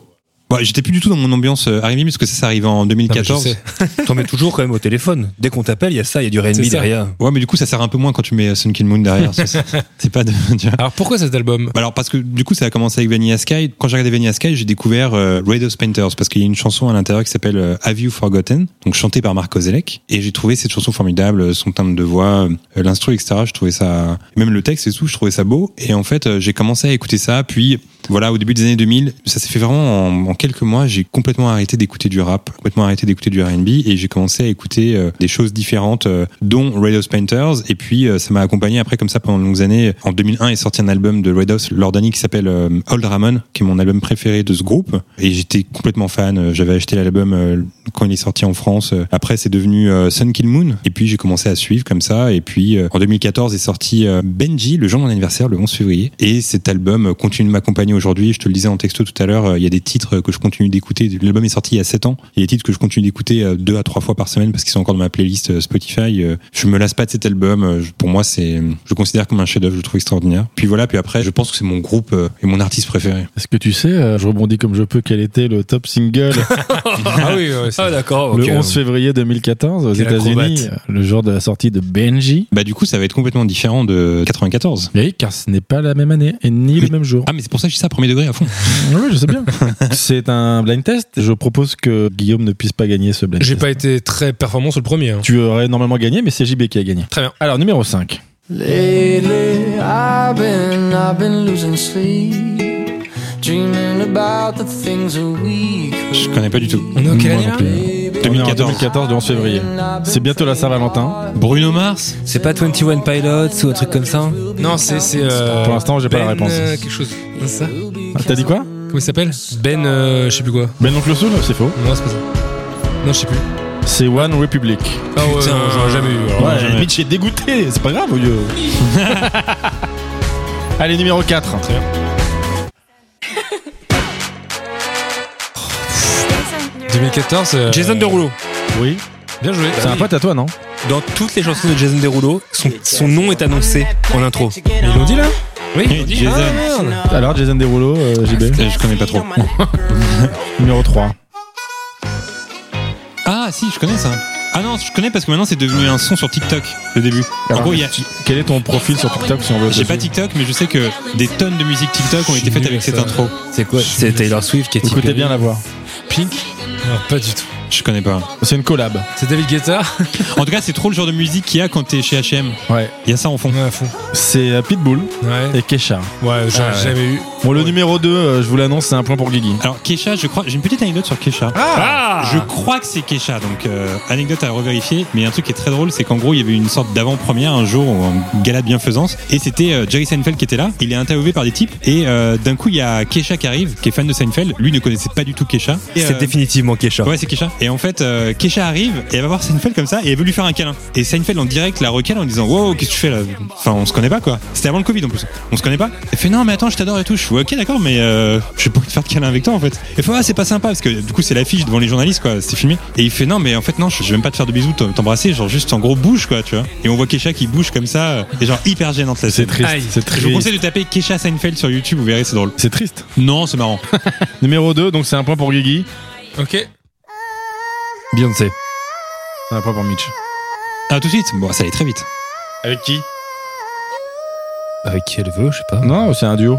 Speaker 4: Bah, j'étais plus du tout dans mon ambiance euh, R&B parce que ça, ça arrivait en
Speaker 5: Non, mais
Speaker 4: 2014.
Speaker 5: je sais.
Speaker 2: T'en mets toujours quand même au téléphone. Dès qu'on t'appelle, il y a ça, il y a du
Speaker 5: C'est
Speaker 2: R&B
Speaker 5: ça.
Speaker 2: derrière.
Speaker 4: ouais, mais du coup, ça sert un peu moins quand tu mets euh, Sun Kill Moon derrière. Ça, c'est c'est pas de. tu vois.
Speaker 5: Alors pourquoi cet album
Speaker 4: Bah Alors parce que du coup ça a commencé avec Vanilla Sky. Quand j'ai regardé Vanilla Sky, j'ai découvert euh, Raiders Painters parce qu'il y a une chanson à l'intérieur qui s'appelle euh, Have You Forgotten, donc chantée par Marc Ozelec. Et j'ai trouvé cette chanson formidable, euh, son timbre de voix, euh, l'instru, etc. Je trouvais ça, même le texte et tout, je trouvais ça beau. Et en fait euh, j'ai commencé à écouter ça. Puis voilà, au début des années 2000, ça s'est fait vraiment en, en quelques mois. J'ai complètement arrêté d'écouter du rap, complètement arrêté d'écouter du R&B et j'ai commencé à écouter euh, des choses différentes, euh, dont Raiders Painters. Et puis euh, ça m'a accompagné après comme ça pendant de longues années. En 2001 est sorti un album de Raiders l'an dernier qui s'appelle euh, Old Ramon, qui est mon album préféré de ce groupe. Et j'étais complètement fan. Euh, J'avais acheté l'album euh, quand il est sorti en France. Euh, Après c'est devenu euh, Sun Kill Moon. Et puis j'ai commencé à suivre comme ça. Et puis euh, en 2014 est sorti euh, Benji, le jour de mon anniversaire, le 11 février. Et cet album euh, continue de m'accompagner aujourd'hui. Je te le disais en texto tout à l'heure, euh, il y a des titres euh, que je continue d'écouter. L'album est sorti il y a 7 ans. Il y a des titres que je continue d'écouter euh, deux à trois fois par semaine parce qu'ils sont encore dans ma playlist euh, Spotify. Euh, Je me lasse pas de cet album. Euh, je- Pour moi, c'est, je le considère comme un chef-d'œuvre. Je le trouve extraordinaire. Puis voilà. Puis après, je pense que c'est mon groupe euh, et mon artiste préféré.
Speaker 3: Est-ce que tu sais, euh, je rebondis comme je peux, quel était le top single
Speaker 5: Ah oui, ouais, c'est-
Speaker 2: d'accord.
Speaker 3: le 11 février 2014 aux
Speaker 5: Quel
Speaker 3: États-Unis, le jour de la sortie de Benji
Speaker 4: Bah, du coup, ça va être complètement différent de 94.
Speaker 3: Oui, car ce n'est pas la même année et ni le même jour.
Speaker 4: Ah, mais c'est pour ça que je ça premier degré à fond.
Speaker 3: Oui, je sais bien. c'est un blind test. Je propose que Guillaume ne puisse pas gagner ce blind
Speaker 5: J'ai
Speaker 3: test.
Speaker 5: pas été très performant sur le premier. hein.
Speaker 3: Tu aurais normalement gagné, mais c'est JB qui a gagné.
Speaker 5: Très bien.
Speaker 3: Alors, numéro 5.
Speaker 6: Lately, I've been, I've been losing sleep, dreaming about the things that we
Speaker 4: Je connais pas du tout.
Speaker 5: On est en quelle année, là
Speaker 6: could.
Speaker 3: On est en
Speaker 4: 2014.
Speaker 3: 2014, le 11 février. C'est bientôt la Saint-Valentin.
Speaker 4: Bruno Mars
Speaker 2: C'est pas 21 Pilots ou un truc comme ça
Speaker 5: Non, c'est. c'est, euh,
Speaker 3: Pour l'instant, j'ai pas la
Speaker 5: Ben,
Speaker 3: réponse.
Speaker 5: euh, quelque chose. C'est ça
Speaker 3: Ah, T'as dit quoi
Speaker 5: Comment il s'appelle Ben, euh, je sais plus quoi.
Speaker 3: Ben Oncle Soul C'est faux.
Speaker 5: Non, c'est pas ça. Non, je sais plus.
Speaker 3: C'est One Republic.
Speaker 5: Ah ouais,
Speaker 2: Putain,
Speaker 5: non, j'aurais jamais eu.
Speaker 4: Oh,
Speaker 5: alors.
Speaker 3: Ouais, Mitch est dégoûté. C'est pas grave, au lieu. Allez, numéro 4.
Speaker 7: Jason
Speaker 5: 2014. euh,
Speaker 2: Jason Derulo.
Speaker 3: Oui.
Speaker 5: Bien joué.
Speaker 3: C'est un pote à toi, non
Speaker 2: Dans toutes les chansons de Jason Derulo, son, son nom est annoncé en intro. Ah,
Speaker 5: Ils l'ont dit là
Speaker 4: Oui, Jason.
Speaker 3: Alors, Jason Derulo, euh, JB.
Speaker 4: Euh, Je connais pas trop.
Speaker 3: Numéro 3.
Speaker 4: Ah si, je connais ça. Ah non, je connais parce que maintenant c'est devenu un son sur TikTok, le début. en
Speaker 3: Alors,
Speaker 4: gros, il y a-
Speaker 3: Quel est ton profil sur TikTok si on veut
Speaker 4: j'ai
Speaker 3: te
Speaker 4: pas
Speaker 3: suivre
Speaker 4: TikTok, mais je sais que des tonnes de musique TikTok ont
Speaker 5: Je
Speaker 4: été
Speaker 5: suis
Speaker 4: faites
Speaker 5: nul
Speaker 4: avec
Speaker 5: à
Speaker 4: cette
Speaker 5: ça.
Speaker 4: intro.
Speaker 2: C'est quoi C'est Taylor Swift qui est
Speaker 3: Écoutez
Speaker 2: typé.
Speaker 3: bien la voix.
Speaker 5: Pink Non, pas du tout.
Speaker 4: Je connais pas.
Speaker 3: C'est une collab.
Speaker 5: C'est David Guetta
Speaker 4: En tout cas, c'est trop le genre de musique qu'il y a quand t'es chez H&M.
Speaker 3: Ouais.
Speaker 4: Il y a ça en fond.
Speaker 5: Ouais, à fond.
Speaker 3: C'est euh, Pitbull
Speaker 5: Ouais.
Speaker 3: et Kesha.
Speaker 5: Ouais, j'aurais
Speaker 2: Ah ouais.
Speaker 5: jamais eu.
Speaker 3: Bon, le numéro 2, je vous l'annonce, c'est un point pour Guigui.
Speaker 4: Alors Kesha, je crois, j'ai une petite anecdote sur Kesha.
Speaker 2: Ah
Speaker 4: Je crois que c'est Kesha, donc euh, anecdote à revérifier. Mais un truc qui est très drôle, c'est qu'en gros, il y avait une sorte d'avant-première un jour, en gala de bienfaisance, et c'était euh, Jerry Seinfeld qui était là. Il est interviewé par des types, et euh, d'un coup, il y a Kesha qui arrive, qui est fan de Seinfeld. Lui ne connaissait pas du tout Kesha. Et,
Speaker 2: C'est
Speaker 4: euh,
Speaker 2: définitivement Kesha.
Speaker 4: Ouais, c'est Kesha. Et en fait, euh, Kesha arrive et elle va voir Seinfeld comme ça et elle veut lui faire un câlin. Et Seinfeld en direct la recale en disant Wow, qu'est-ce que tu fais là Enfin, on se connaît pas quoi. C'était avant le Covid en plus. On se connaît pas. Elle fait Non, mais attends, je t'adore et tout. Je suis Ok, d'accord, mais euh, je vais pas te faire de câlin avec toi en fait. Elle fait Ah, c'est pas sympa parce que du coup, c'est l'affiche devant les journalistes quoi. C'est filmé. Et il fait Non, mais en fait, non, je je vais même pas te faire de bisous, t'em- t'embrasser. Genre, juste en gros, bouge quoi, tu vois. Et on voit Kesha qui bouge comme ça. euh, Et genre, hyper gênante la
Speaker 3: C'est
Speaker 4: scène.
Speaker 3: triste.
Speaker 5: Aïe.
Speaker 3: C'est
Speaker 4: Je vous
Speaker 3: triste.
Speaker 4: conseille de taper Kesha Seinfeld sur YouTube, vous verrez, c'est drôle.
Speaker 3: C'est triste.
Speaker 4: Non, c'est marrant.
Speaker 3: Numéro 2, donc c'est un point pour Guigui.
Speaker 5: Ok.
Speaker 2: Beyoncé.
Speaker 3: C'est un point pour Mitch.
Speaker 4: Ah, tout de suite Bon, ça allait très vite.
Speaker 3: Avec qui
Speaker 2: Avec qui elle veut, je sais pas.
Speaker 3: Non, c'est un duo.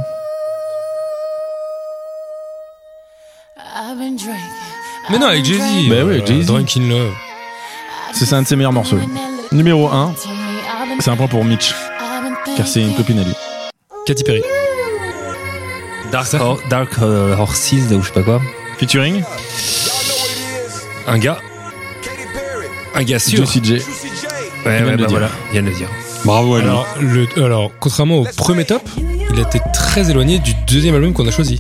Speaker 5: Mais non, avec Jay-Z.
Speaker 3: Bah oui, Jay-Z.
Speaker 5: Drunk in Love.
Speaker 3: C'est c'est un de ses meilleurs morceaux. Numéro 1, c'est un point pour Mitch, car c'est une copine à lui.
Speaker 5: Katy Perry.
Speaker 2: Dark, Hor- Dark euh, Horses ou je sais pas quoi.
Speaker 3: Featuring
Speaker 2: Un gars. Un gars sûr.
Speaker 3: Juicy J.
Speaker 2: Ouais, ouais,
Speaker 3: vient de le
Speaker 2: bah
Speaker 3: dire.
Speaker 2: voilà. Il vient de le dire.
Speaker 4: Bravo à lui.
Speaker 5: Alors, le, alors, contrairement au premier top, il a été très éloigné du deuxième album qu'on a choisi.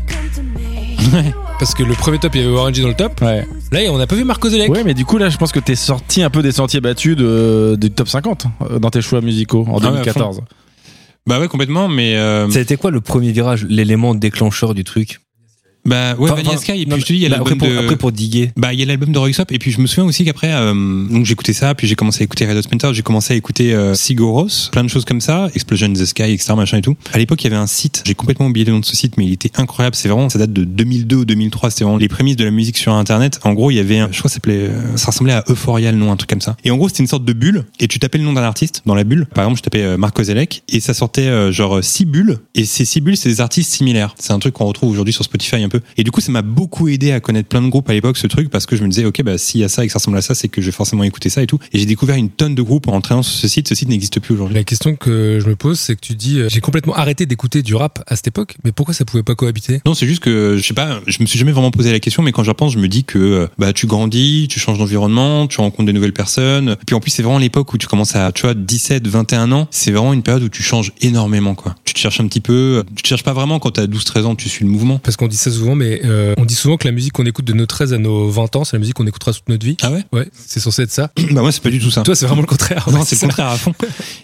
Speaker 5: Parce que le premier top, il y avait Warren G dans le top.
Speaker 3: Ouais.
Speaker 5: Là, on n'a pas vu Marco Zelec.
Speaker 3: ouais, mais du coup, là, je pense que t'es sorti un peu des sentiers battus de, du top 50 euh, dans tes choix musicaux en
Speaker 4: Ah ouais, à
Speaker 3: 2014.
Speaker 4: Bah ouais, complètement, mais. euh,
Speaker 2: Ça a été quoi le premier virage L'élément déclencheur du truc
Speaker 4: Bah ouais,
Speaker 2: Enfin,
Speaker 4: Vanilla
Speaker 2: enfin,
Speaker 4: Sky, et
Speaker 2: non,
Speaker 4: puis je te dis, il y a
Speaker 2: mais bah, après,
Speaker 4: l'album
Speaker 2: pour,
Speaker 4: de...
Speaker 2: après pour diguer.
Speaker 4: Bah, il y a l'album de Roy Sop, et puis je me souviens aussi qu'après, euh, donc j'écoutais ça, puis j'ai commencé à écouter Red Hot Spencer, j'ai commencé à écouter euh, Sigur Rós, plein de choses comme ça, Explosion in the Sky, etc., machin et tout. À l'époque, il y avait un site, j'ai complètement oublié le nom de ce site, mais il était incroyable, c'est vraiment, ça date de 2002 ou 2003, c'était vraiment les prémices de la musique sur Internet. En gros, il y avait, un- je crois que ça s'appelait, euh, ça ressemblait à Euphoria, le nom, un truc comme ça. Et en gros, c'était une sorte de bulle, et tu tapais le nom d'un artiste dans la bulle. Par exemple, je tapais euh, Marc Kozelek, et ça sortait euh, genre euh, six bulles, et ces six bulles, c'est des artistes similaires. C'est un truc qu'on retrouve aujourd'hui sur Spotify un peu. Et du coup, ça m'a beaucoup aidé à connaître plein de groupes à l'époque, ce truc, parce que je me disais, ok, bah, s'il y a ça et que ça ressemble à ça, c'est que je vais forcément écouter ça et tout. Et j'ai découvert une tonne de groupes en entraînant sur ce site. Ce site n'existe plus aujourd'hui.
Speaker 5: La question que je me pose, c'est que tu dis, euh, j'ai complètement arrêté d'écouter du rap à cette époque, mais pourquoi ça pouvait pas cohabiter
Speaker 4: Non, c'est juste que je sais pas, je me suis jamais vraiment posé la question, mais quand je repense, je me dis que euh, bah tu grandis, tu changes d'environnement, tu rencontres de nouvelles personnes. Puis en plus, c'est vraiment l'époque où tu commences à, tu vois, 17, 21 ans, c'est vraiment une période où tu changes énormément quoi. Tu te cherches un petit peu, euh, tu te cherches pas vraiment quand t'as 12, 13 ans, tu suis le mouvement.
Speaker 5: Parce qu'on dit ça souvent, mais euh, on dit souvent que la musique qu'on écoute de nos 13 à nos 20 ans, c'est la musique qu'on écoutera toute notre vie.
Speaker 4: Ah ouais
Speaker 5: Ouais, c'est censé être ça.
Speaker 4: Bah moi, c'est pas du tout ça.
Speaker 5: Toi, c'est vraiment le contraire.
Speaker 4: Non, c'est le contraire à fond.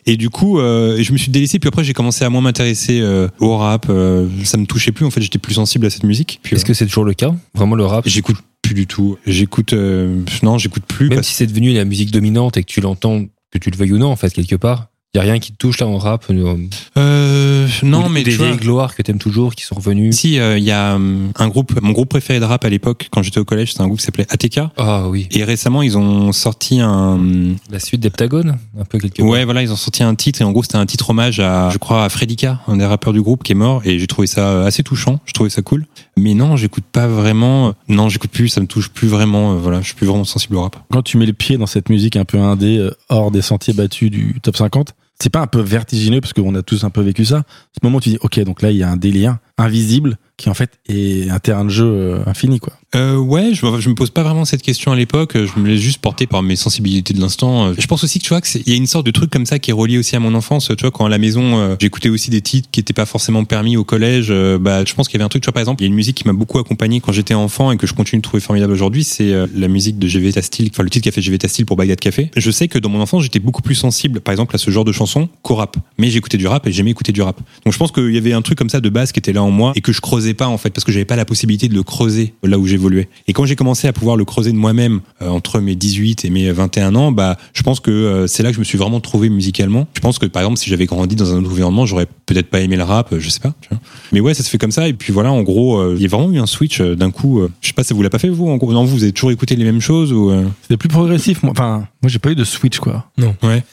Speaker 4: Et du coup, euh, je me suis délaissé. Puis après, j'ai commencé à moins m'intéresser euh, au rap. euh, ça me touchait plus. En fait, j'étais plus sensible à cette musique. Puis
Speaker 2: Est-ce que c'est toujours le cas Vraiment le rap
Speaker 4: euh, j'écoute plus du tout. J'écoute euh, non, j'écoute plus.
Speaker 2: Même
Speaker 4: parce-
Speaker 2: si c'est devenu la musique dominante et que tu l'entends, que tu le veuilles ou non, en fait, quelque part, Il n'y a rien qui te touche là en rap euh,
Speaker 4: Euh, non,
Speaker 2: ou-
Speaker 4: mais
Speaker 2: ou des
Speaker 4: tu vois,
Speaker 2: vieilles gloires que t'aimes toujours qui sont revenues.
Speaker 4: Si, il y a hum, un groupe, mon groupe préféré de rap à l'époque, quand j'étais au collège, c'était un groupe qui s'appelait ATK.
Speaker 2: Ah oui,
Speaker 4: Et récemment, ils ont sorti un. hum,
Speaker 2: la suite d'Heptagone, un peu quelque part.
Speaker 4: Ouais, voilà, ils ont sorti un titre, et en gros, c'était un titre hommage à, je crois, à Fredica, un des rappeurs du groupe qui est mort, et j'ai trouvé ça euh, assez touchant, je trouvais ça cool. Mais non, j'écoute pas vraiment. Non, j'écoute plus, ça me touche plus vraiment, euh, voilà, je suis plus vraiment sensible au rap.
Speaker 3: Quand tu mets le pied dans cette musique un peu indé, euh, hors des sentiers battus du top 50, c'est pas un peu vertigineux parce qu'on a tous un peu vécu ça. Ce moment où tu dis, ok, donc là, il y a un délire invisible qui en fait est un terrain de jeu euh, infini, quoi.
Speaker 4: Euh, ouais, je, je me pose pas vraiment cette question à l'époque. Je me laisse juste porter par mes sensibilités de l'instant. Euh, Je pense aussi que tu vois que c'est- il y a une sorte de truc comme ça qui est relié aussi à mon enfance. Tu vois, quand à la maison, euh, j'écoutais aussi des titres qui étaient pas forcément permis au collège. euh, bah, je pense qu'il y avait un truc. Tu vois, par exemple, il y a une musique qui m'a beaucoup accompagné quand j'étais enfant et que je continue de trouver formidable aujourd'hui. C'est euh, la musique de GV Tastil, enfin le titre qu'a fait GV Tastil pour Bagdad Café. Je sais que dans mon enfance, j'étais beaucoup plus sensible, par exemple, à ce genre de chansons qu'au rap. Mais j'écoutais du rap et j'aimais écouter du rap. Donc je pense qu'il y avait un truc comme ça de base qui était là en moi et que je creusais pas en fait parce que j'avais pas la possibilité de le creuser là où j'évoluais. Et quand j'ai commencé à pouvoir le creuser de moi-même euh, entre mes 18 et mes 21 ans, bah je pense que euh, c'est là que je me suis vraiment trouvé musicalement. Je pense que par exemple si j'avais grandi dans un autre environnement, j'aurais peut-être pas aimé le rap, euh, je sais pas, tu vois. Mais ouais, ça se fait comme ça et puis voilà, en gros, euh, il y a vraiment eu un switch euh, d'un coup, euh, je sais pas ça vous l'a pas fait vous en gros. Non, vous, vous avez toujours écouté les mêmes choses ou euh,
Speaker 3: C'était plus progressif, moi. Enfin, moi, j'ai pas eu de switch, quoi.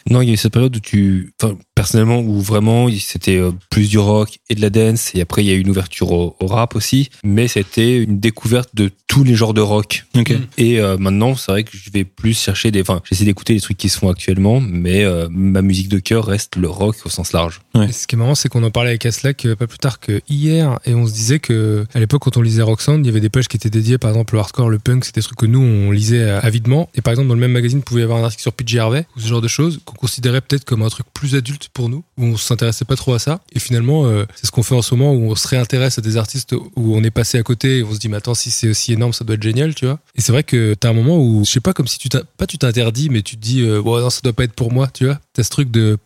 Speaker 2: Non, il y a eu cette période où tu, enfin, personnellement, où vraiment il- c'était euh, plus du rock et de la dance, et après il y a eu une ouverture au, au rap aussi, mais c'était une découverte de tous les genres de rock.
Speaker 4: OK.
Speaker 2: Et euh, maintenant, c'est vrai que je vais plus chercher des, enfin, j'essaie d'écouter les trucs qui se font actuellement, mais euh, ma musique de cœur reste le rock au sens large.
Speaker 5: Et ce qui est marrant, c'est qu'on en parlait avec Aslak euh, pas plus tard que hier, et on se disait que à l'époque, quand on lisait Roxanne, il y avait des pages qui étaient dédiées, par exemple, le hardcore, le punk, c'était des trucs que nous, on lisait euh, avidement. Et par exemple, dans le même magazine, pouvait y avoir un article sur PJ Harvey, ou ce genre de choses, qu'on considérait peut-être comme un truc plus adulte pour nous, où on s'intéressait pas trop à ça. Et finalement, euh, c'est ce qu'on fait en ce moment, où on se réintéresse à des artistes où on est passé à côté, et on se dit, mais attends, si c'est aussi énorme, ça doit être génial, tu vois. Et c'est vrai que t'as un moment où, je sais pas, comme si tu t'in- pas tu t'interdis, mais tu te dis, euh, ouais, non, ça doit pas être pour moi, tu vois. T'as ce truc de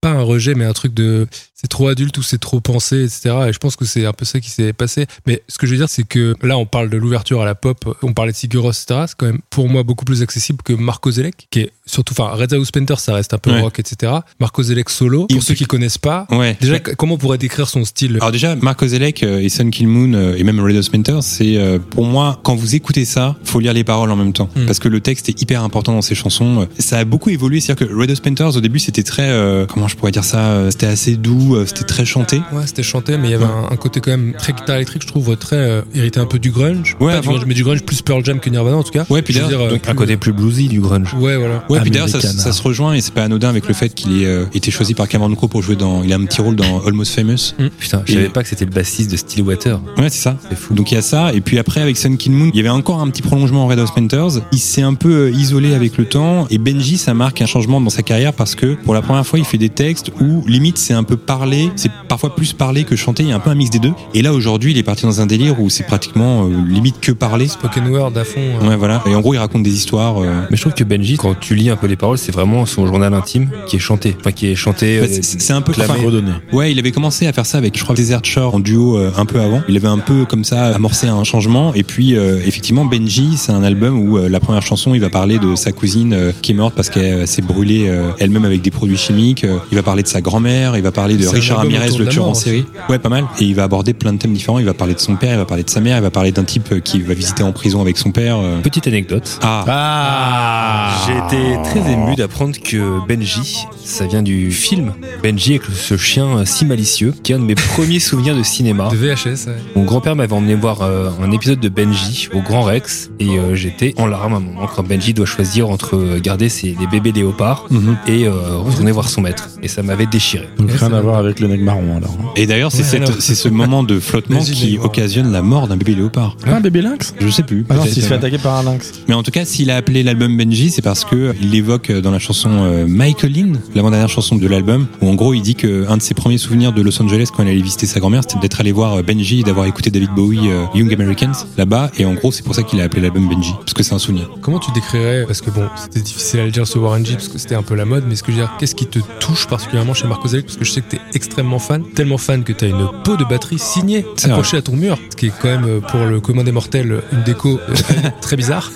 Speaker 5: pas un rejet, mais un truc de c'est trop adulte ou c'est trop pensé, etc. Et je pense que c'est un peu ça qui s'est passé. Mais ce que je veux dire, c'est que là, on parle de l'ouverture à la pop, on parlait de Sigur Rós, etc. C'est quand même pour moi beaucoup plus accessible que Marco Zelek, qui est surtout, enfin, Red House Painter, ça reste un peu
Speaker 4: Ouais.
Speaker 5: rock, etc. Marco Zelek solo,
Speaker 4: Il-
Speaker 5: pour ceux qui connaissent pas,
Speaker 4: Ouais. Ah.
Speaker 5: déjà, qu- comment on pourrait décrire son style
Speaker 4: Alors déjà, Marco Zelek euh, et Sun Killmoon euh, et même Redos Mentor, c'est euh, pour moi quand vous écoutez ça, faut lire les paroles en même temps
Speaker 5: Mm.
Speaker 4: parce que le texte est hyper important dans ces chansons. Euh, Ça a beaucoup évolué, c'est-à-dire que Redos Mentors au début c'était très euh, comment je pourrais dire ça, euh, c'était assez doux, euh, c'était très chanté.
Speaker 5: Ouais, c'était chanté, mais il y avait un, un côté quand même très guitare électrique, je trouve, très euh, hérité un peu du grunge.
Speaker 4: Ouais,
Speaker 5: Pas du
Speaker 4: avant-
Speaker 5: grunge, mais du grunge plus Pearl Jam que Nirvana en tout cas.
Speaker 4: Ouais, puis
Speaker 5: Je veux
Speaker 4: d'ailleurs,
Speaker 5: dire, euh,
Speaker 2: Donc un côté plus bluesy du grunge.
Speaker 5: Ouais, voilà.
Speaker 4: Ouais, puis d'ailleurs, ça,
Speaker 3: Americana.
Speaker 4: ça se rejoint et c'est pas anodin avec le fait qu'il ait euh, été choisi par Cameron Crowe pour jouer dans. Il a un petit rôle dans Almost Famous.
Speaker 2: Putain, je savais
Speaker 4: Et-
Speaker 2: pas que c'était le bassiste de Stillwater.
Speaker 4: Ouais, c'est ça.
Speaker 2: C'est fou.
Speaker 4: Donc il y a ça, et puis après avec Sun King Moon, il y avait encore un petit prolongement en Red House Painters. Il s'est un peu euh, isolé avec le temps, et Benji, ça marque un changement dans sa carrière parce que pour la première fois, il fait des textes où limite c'est un peu parlé, c'est parfois plus parlé que chanté, il y a un peu un mix des deux. Et là aujourd'hui, il est parti dans un délire où c'est pratiquement euh, limite que parler.
Speaker 5: Spoken Word à fond. euh,
Speaker 4: Ouais, voilà. Et en gros, il raconte des histoires. euh,
Speaker 2: Mais je trouve que Benji, quand tu lis un peu les paroles, c'est vraiment son journal intime qui est chanté. Enfin, qui est chanté.
Speaker 4: bah,
Speaker 2: euh,
Speaker 4: c'est- c'est un peu
Speaker 2: clamé.
Speaker 4: enfin,
Speaker 3: Redonné.
Speaker 4: Ouais, il avait commencé à faire ça avec, je crois, Desert Shore en duo euh, un peu avant. Il avait un peu comme ça amorcé un changement. Et puis, euh, effectivement, Benji, c'est un album où euh, la première chanson, il va parler de sa cousine euh, qui est morte parce qu'elle euh, s'est brûlée euh, elle-même avec des produits chimiques. Euh, Il va parler de sa grand-mère. Il va parler de
Speaker 5: C'est un
Speaker 4: Richard
Speaker 5: album
Speaker 4: Ramirez,
Speaker 5: autour
Speaker 4: le
Speaker 5: de la
Speaker 4: tueur en
Speaker 5: mort,
Speaker 4: série. Ouais, pas mal. Et il va aborder plein de thèmes différents. Il va parler de son père, il va parler de sa mère, il va parler d'un type euh, qui va visiter en prison avec son père. euh.
Speaker 2: Petite anecdote.
Speaker 4: Ah,
Speaker 3: Ah
Speaker 2: J'ai été très ému d'apprendre que Benji, ça vient du film Benji avec ce chien euh, si malicieux, qui est un de mes premiers souvenirs de cinéma.
Speaker 5: De VHS, ouais.
Speaker 2: Mon grand-père m'avait emmené voir euh, un épisode de Benji au Grand Rex et euh, j'étais en larmes à un moment quand Benji doit choisir entre euh, garder ses, les bébés léopards et euh, retourner voir son maître. Et ça m'avait déchiré.
Speaker 3: Donc
Speaker 5: Ouais,
Speaker 3: rien
Speaker 5: c'est
Speaker 3: à voir avec le nec marron, alors.
Speaker 4: Et d'ailleurs, c'est
Speaker 5: Ouais,
Speaker 4: cette-
Speaker 5: alors.
Speaker 4: c'est ce moment de flottement
Speaker 5: Benji,
Speaker 4: qui
Speaker 5: mais-
Speaker 4: occasionne la mort d'un bébé léopard.
Speaker 3: Ah, un bébé lynx
Speaker 4: Je sais
Speaker 5: Ah
Speaker 4: plus.
Speaker 3: Alors,
Speaker 4: peut-être,
Speaker 3: s'il se fait
Speaker 4: euh,
Speaker 3: attaquer par un lynx.
Speaker 4: Mais en tout cas, s'il a appelé l'album Benji, c'est parce que euh, il l'évoque euh, dans la chanson euh, Michaeline, l'avant-dernière chanson de l'album, où en gros il dit que un de ses premiers souvenirs de Los Angeles quand il allait visiter sa grand-mère, c'était d'être allé voir euh, Benji et d'avoir écouté David Bowie, euh, Young Americans, là-bas, et en gros c'est pour ça qu'il a appelé l'album Benji, parce que c'est un souvenir.
Speaker 5: Comment tu décrirais, parce que bon, c'était difficile à le dire ce Warren G, parce que c'était un peu la mode, mais ce que je veux dire, qu'est-ce qui te touche particulièrement chez Marco Zalek parce que je sais que t'es extrêmement fan, tellement fan que t'as une peau de batterie signée
Speaker 4: C'est
Speaker 5: accrochée à ton mur, ce qui est quand même euh, pour le commun des mortels une déco euh, très bizarre.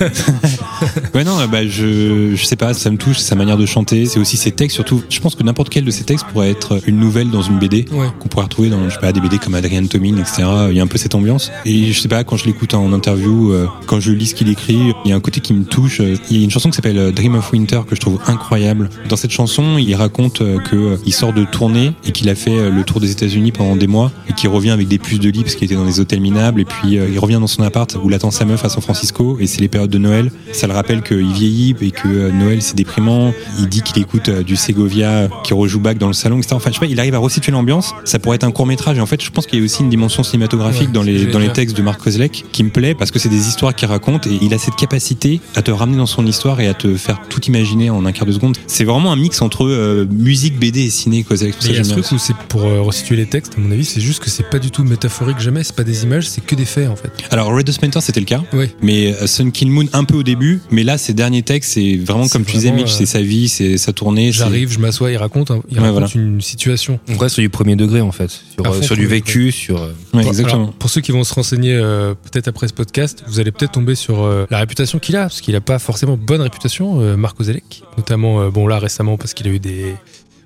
Speaker 4: Ouais, non, bah, je, je sais pas, ça me touche, sa manière de chanter, c'est aussi ses textes, surtout. Je pense que n'importe quel de ses textes pourrait être une nouvelle dans une BD,
Speaker 5: Ouais.
Speaker 4: qu'on pourrait retrouver dans, je sais pas, des BD comme Adrian Tomin, etc. Il y a un peu cette ambiance. Et je sais pas, quand je l'écoute en interview, euh, quand je lis ce qu'il écrit, il y a un côté qui me touche. Il y a une chanson qui s'appelle euh, Dream of Winter que je trouve incroyable. Dans cette chanson, il raconte euh, que euh, il sort de tournée et qu'il a fait euh, le tour des États-Unis pendant des mois et qu'il revient avec des puces de lit parce qu'il était dans des hôtels minables et puis euh, il revient dans son appart où l'attend sa meuf à San Francisco et c'est les périodes de Noël. Ça le rappelle qu'il vieillit et que euh, Noël c'est déprimant. Il dit qu'il écoute euh, du Segovia qui rejoue back dans le salon, etc. Enfin, je sais pas, il arrive à resituer l'ambiance. Ça pourrait être un court métrage et en fait, je pense qu'il y a aussi une dimension cinématographique
Speaker 5: Ouais,
Speaker 4: dans
Speaker 5: c'est
Speaker 4: les, dans
Speaker 5: génial.
Speaker 4: les textes de Marc Kozlek qui me plaît parce que c'est des histoires qu'il raconte et il a cette capacité à te ramener dans son histoire et à te faire tout imaginer en un quart de seconde. C'est vraiment un mix entre euh, musique, BD et ciné Kozlek.
Speaker 5: Mais
Speaker 4: Ça,
Speaker 5: il y a
Speaker 4: j'aime
Speaker 5: ce
Speaker 4: bien
Speaker 5: truc
Speaker 4: aussi.
Speaker 5: où c'est pour euh, resituer les textes, à mon avis, c'est juste que c'est pas du tout métaphorique jamais, c'est pas des images, c'est que des faits en fait.
Speaker 4: Alors, Red Dust Painter, c'était le cas.
Speaker 5: Ouais.
Speaker 4: Mais euh, Sun Kill Moon un peu au début, mais là ces derniers textes c'est vraiment
Speaker 5: C'est
Speaker 4: comme tu disais
Speaker 5: vraiment,
Speaker 4: Mitch,
Speaker 5: euh,
Speaker 4: c'est sa vie, c'est sa tournée. c'est-
Speaker 5: J'arrive, je m'assois, il raconte, hein, il
Speaker 4: Ouais,
Speaker 5: raconte
Speaker 4: voilà.
Speaker 5: une situation.
Speaker 2: On reste sur du premier degré en fait, sur,
Speaker 5: À
Speaker 2: euh,
Speaker 5: fond,
Speaker 2: sur du
Speaker 5: premier
Speaker 2: vécu, sur. euh,
Speaker 4: Ouais,
Speaker 5: Pour-
Speaker 4: exactement.
Speaker 5: alors, pour ceux qui vont se renseigner euh, peut-être après ce podcast, vous allez peut-être tomber sur euh, la réputation qu'il a, parce qu'il n'a pas forcément bonne réputation, euh, Marco Zelec. Notamment, euh, bon là récemment, parce qu'il a eu des...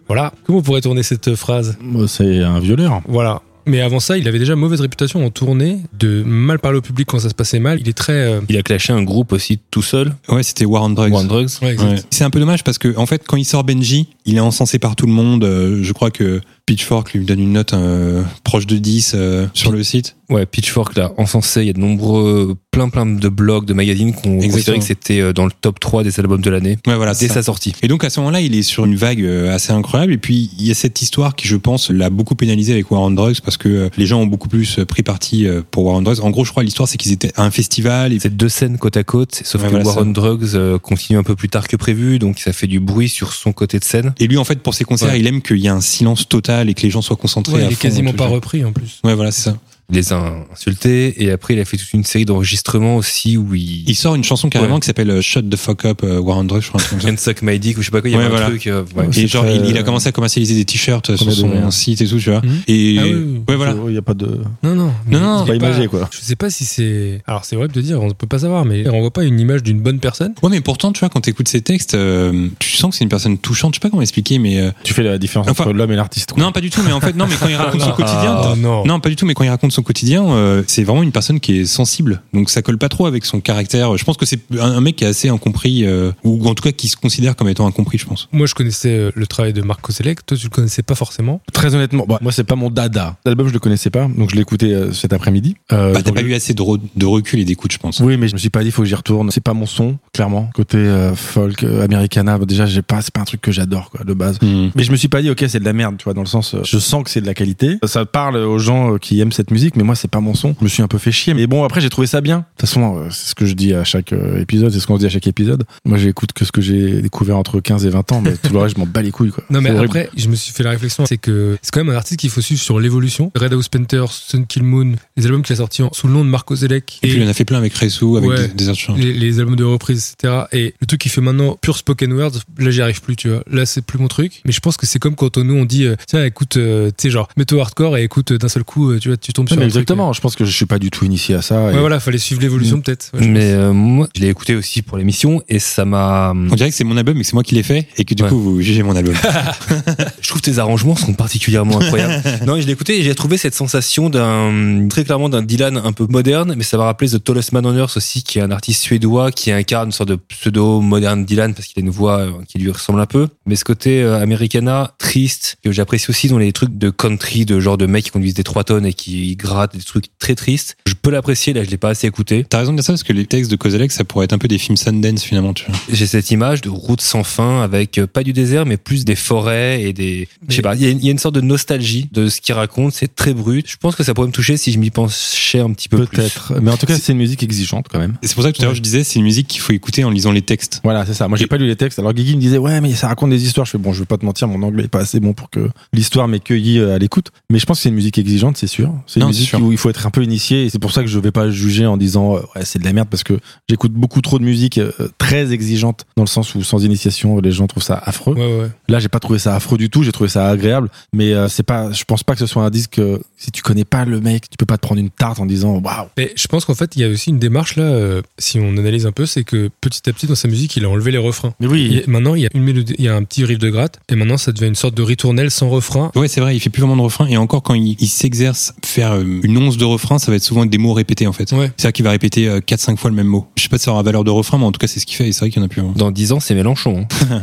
Speaker 5: Voilà. Comment on pourrait tourner cette euh, phrase
Speaker 3: Moi, C'est un violeur.
Speaker 5: Voilà. Mais avant ça, il avait déjà mauvaise réputation en tournée, de mal parler au public quand ça se passait mal. Il est très... euh,
Speaker 2: Il a clashé un groupe aussi tout seul,
Speaker 4: Ouais, c'était War on Drugs.
Speaker 2: War on Drugs.
Speaker 5: ouais,
Speaker 4: Ouais. C'est un peu dommage parce que en fait quand il sort Benji, il est encensé par tout le monde. Euh, je crois que Pitchfork lui donne une note euh, proche de 10 euh, sur le site.
Speaker 2: Ouais, Pitchfork là, encensé, il y a de nombreux, plein plein de blogs, de magazines qu'on
Speaker 4: Exactement.
Speaker 2: considérait que c'était euh, dans le top 3 des albums de l'année,
Speaker 4: Ouais voilà,
Speaker 2: dès
Speaker 4: c'est ça.
Speaker 2: sa sortie.
Speaker 4: Et donc à ce moment-là, il est sur une vague euh, assez incroyable. Et puis il y a cette histoire qui, je pense, l'a beaucoup pénalisé avec War on Drugs parce que euh, les gens ont beaucoup plus euh, pris parti euh, pour War on Drugs. En gros, je crois l'histoire, c'est qu'ils étaient à un festival. et-
Speaker 2: C'est deux scènes côte à côte, sauf
Speaker 4: Ouais,
Speaker 2: que
Speaker 4: voilà
Speaker 2: War
Speaker 4: ça.
Speaker 2: on Drugs euh, continue un peu plus tard que prévu, donc ça fait du bruit sur son côté de scène.
Speaker 4: Et lui, en fait, pour ses concerts,
Speaker 2: Ouais.
Speaker 4: il aime qu'il y a un silence total et que les gens soient concentrés.
Speaker 5: Ouais,
Speaker 4: à
Speaker 5: il est
Speaker 4: fond,
Speaker 5: quasiment
Speaker 4: tout
Speaker 5: pas
Speaker 4: le temps.
Speaker 5: repris en plus.
Speaker 4: Ouais, voilà, c'est ça.
Speaker 2: Il les a insultés, et après il a fait toute une série d'enregistrements aussi où il...
Speaker 4: Il sort une chanson carrément
Speaker 2: Ouais.
Speaker 4: qui s'appelle euh, Shut the fuck up, euh, War on Drugs, je crois. un truc comme ça.
Speaker 2: And suck my dick ou je sais pas quoi, il y
Speaker 4: Ouais,
Speaker 2: avait
Speaker 4: voilà.
Speaker 2: un truc... euh, ouais.
Speaker 3: Ouais.
Speaker 4: Et
Speaker 3: C'est
Speaker 4: genre,
Speaker 3: très,
Speaker 4: il, il
Speaker 3: euh,
Speaker 4: a commencé à commercialiser des t-shirts euh, sur
Speaker 3: combien de
Speaker 4: son
Speaker 3: dollars
Speaker 4: site et tout, tu vois.
Speaker 5: Mhm.
Speaker 4: Et
Speaker 5: Ah oui, oui.
Speaker 4: ouais, voilà.
Speaker 3: Il n'y a pas de.
Speaker 5: Non, non.
Speaker 4: Non,
Speaker 5: mais
Speaker 4: non,
Speaker 5: il
Speaker 4: c'est
Speaker 5: est
Speaker 3: pas imagé, quoi.
Speaker 5: Je sais pas si c'est... Alors c'est vrai de dire, on ne peut pas savoir, mais on voit pas une image d'une bonne personne.
Speaker 4: Ouais, mais pourtant, tu vois, quand t'écoutes ces textes, euh, tu sens que c'est une personne touchante. Je sais pas comment expliquer, mais euh,
Speaker 3: Tu fais la différence
Speaker 4: Enfin-
Speaker 3: entre l'homme et l'artiste. quoi.
Speaker 4: non, pas du tout. Mais en fait, non, mais quand il raconte son quotidien,
Speaker 5: Ah, non.
Speaker 4: Non, pas du tout, mais quand il raconte son quotidien, euh, c'est vraiment une personne qui est sensible. Donc ça colle pas trop avec son caractère. Je pense que c'est un, un mec qui est assez incompris, euh, ou en tout cas qui se considère comme étant incompris, je pense.
Speaker 5: Moi, je connaissais euh, le travail de Marco Selec. Toi, tu le connaissais pas forcément.
Speaker 3: Très honnêtement, bah, moi c'est pas mon dada. L'album je le connaissais pas, donc je l'écoutais euh, cet après-midi. Euh,
Speaker 4: Bah, t'as
Speaker 3: donc-
Speaker 4: pas eu assez de, re- de recul et d'écoute, je pense.
Speaker 3: Oui, mais je me suis pas dit faut que j'y retourne. C'est pas mon son, clairement. Côté euh, folk euh, americana, bah, déjà j'ai pas, c'est pas un truc que j'adore quoi de base.
Speaker 4: Hmm.
Speaker 3: Mais je me suis pas dit ok c'est de la merde, tu vois, dans le sens euh, je sens que c'est de la qualité. Ça parle aux gens euh, qui aiment cette musique, mais moi c'est pas mon son. Je me suis un peu fait chier. Mais bon après j'ai trouvé ça bien. De toute façon euh, c'est ce que je dis à chaque euh, épisode, c'est ce qu'on se dit à chaque épisode. Moi j'écoute que ce que j'ai découvert entre 15 et 20 ans, mais tout le reste je m'en bats les couilles quoi.
Speaker 5: Non, mais
Speaker 3: C'est horrible.
Speaker 5: après, je me suis fait la réflexion, c'est que c'est quand même un artiste qu'il faut suivre sur l'évolution. Red House Painter, Sun Kill Moon, les albums qu'il a sortis en- sous le nom de Marco Zelec
Speaker 4: Et puis il en a fait plein avec Ressou, avec
Speaker 5: Ouais.
Speaker 4: des, des autres gens.
Speaker 5: les, les albums de reprise, etc. Et le truc qu'il fait maintenant, pur spoken word, là j'y arrive plus, tu vois. Là c'est plus mon truc. Mais je pense que c'est comme quand on, nous on dit, euh, tiens, écoute, euh, tu sais, genre, mets-toi au hardcore et écoute euh, d'un seul coup, euh, tu vois, tu tombes
Speaker 3: Ouais,
Speaker 5: sur
Speaker 3: mais
Speaker 5: un truc,
Speaker 3: exactement, Mm. je pense que je suis pas du tout initié à ça.
Speaker 5: euh,
Speaker 3: et-
Speaker 5: Ouais, voilà, fallait suivre l'évolution peut-être. Ouais, je
Speaker 2: Mais euh, moi, je l'ai écouté aussi pour l'émission, et ça m'a... hum,
Speaker 4: On dirait que c'est mon album et que c'est moi qui l'ai fait et que du
Speaker 2: Ouais.
Speaker 4: coup vous jugez mon album.
Speaker 2: Je trouve que tes arrangements sont particulièrement incroyables. non, je l'ai écouté et j'ai trouvé cette sensation d'un, très clairement d'un Dylan un peu moderne, mais ça m'a rappelé The Tallest Man on Earth aussi, qui est un artiste suédois qui incarne une sorte de pseudo moderne Dylan parce qu'il a une voix euh, qui lui ressemble un peu. Mais ce côté euh, americana, triste, que j'apprécie aussi dans les trucs de country, de genre de mecs qui conduisent des 3 tonnes et qui grattent des trucs très tristes. Je peux l'apprécier, là je l'ai pas assez écouté.
Speaker 4: T'as raison de dire ça parce que les textes de Kozalek, ça pourrait être un peu des films Sundance finalement, tu vois.
Speaker 2: J'ai cette image de route sans fin avec euh, pas du désert mais plus des forêts et des je sais
Speaker 5: Mais-
Speaker 2: pas il y, a une- il y a une sorte de nostalgie de ce qu'il raconte c'est très brut je pense que ça pourrait me toucher si je m'y penchais un petit peu plus
Speaker 3: Peut-être, mais en tout cas c'est une musique exigeante quand même.
Speaker 4: Et C'est pour ça que tout à l'heure je disais, c'est une musique qu'il faut écouter en lisant les textes.
Speaker 3: Voilà, c'est ça. Moi, j'ai
Speaker 4: Et-
Speaker 3: pas lu les textes. Alors, Guigui me disait, ouais, mais ça raconte des histoires. Je fais, bon, je vais pas te mentir, mon anglais est pas assez bon pour que l'histoire m'ait cueilli euh, à l'écoute. Mais je pense que c'est une musique exigeante, c'est sûr. C'est une
Speaker 4: Non,
Speaker 3: musique
Speaker 4: sûr.
Speaker 3: où il faut être un peu initié et c'est pour ça que je vais pas juger en disant euh, ouais, c'est de la merde parce que j'écoute beaucoup trop de musique euh, très exigeante dans le sens où sans initiation les gens trouvent ça affreux.
Speaker 5: Ouais, ouais.
Speaker 3: Là, j'ai pas trouvé ça affreux du tout, j'ai trouvé ça agréable, mais euh, c'est pas je pense pas que ce soit un disque euh, si tu connais pas le mec, tu peux pas te prendre une tarte en disant waouh.
Speaker 5: Mais je pense qu'en fait, il y a aussi une démarche là, euh, si on analyse un peu, c'est que petit à petit dans sa musique, il a enlevé les refrains.
Speaker 3: Mais oui,
Speaker 5: Et maintenant, il y a une mélodie, il y a un petit riff de gratte, et maintenant, ça devient une sorte de ritournelle sans refrain.
Speaker 4: Ouais, c'est vrai, il fait plus vraiment de refrain. Et encore, quand il, il s'exerce, faire euh, une once de refrain, ça va être souvent des mots répétés, en fait.
Speaker 5: Ouais.
Speaker 4: C'est-à-dire qu'il va répéter euh, 4-5 fois le même mot. Je sais pas si ça aura valeur de refrain, mais en tout cas, c'est ce qu'il fait. Et c'est vrai qu'il y en a plus. hein.
Speaker 2: Dans 10 ans, c'est Mélenchon. hein.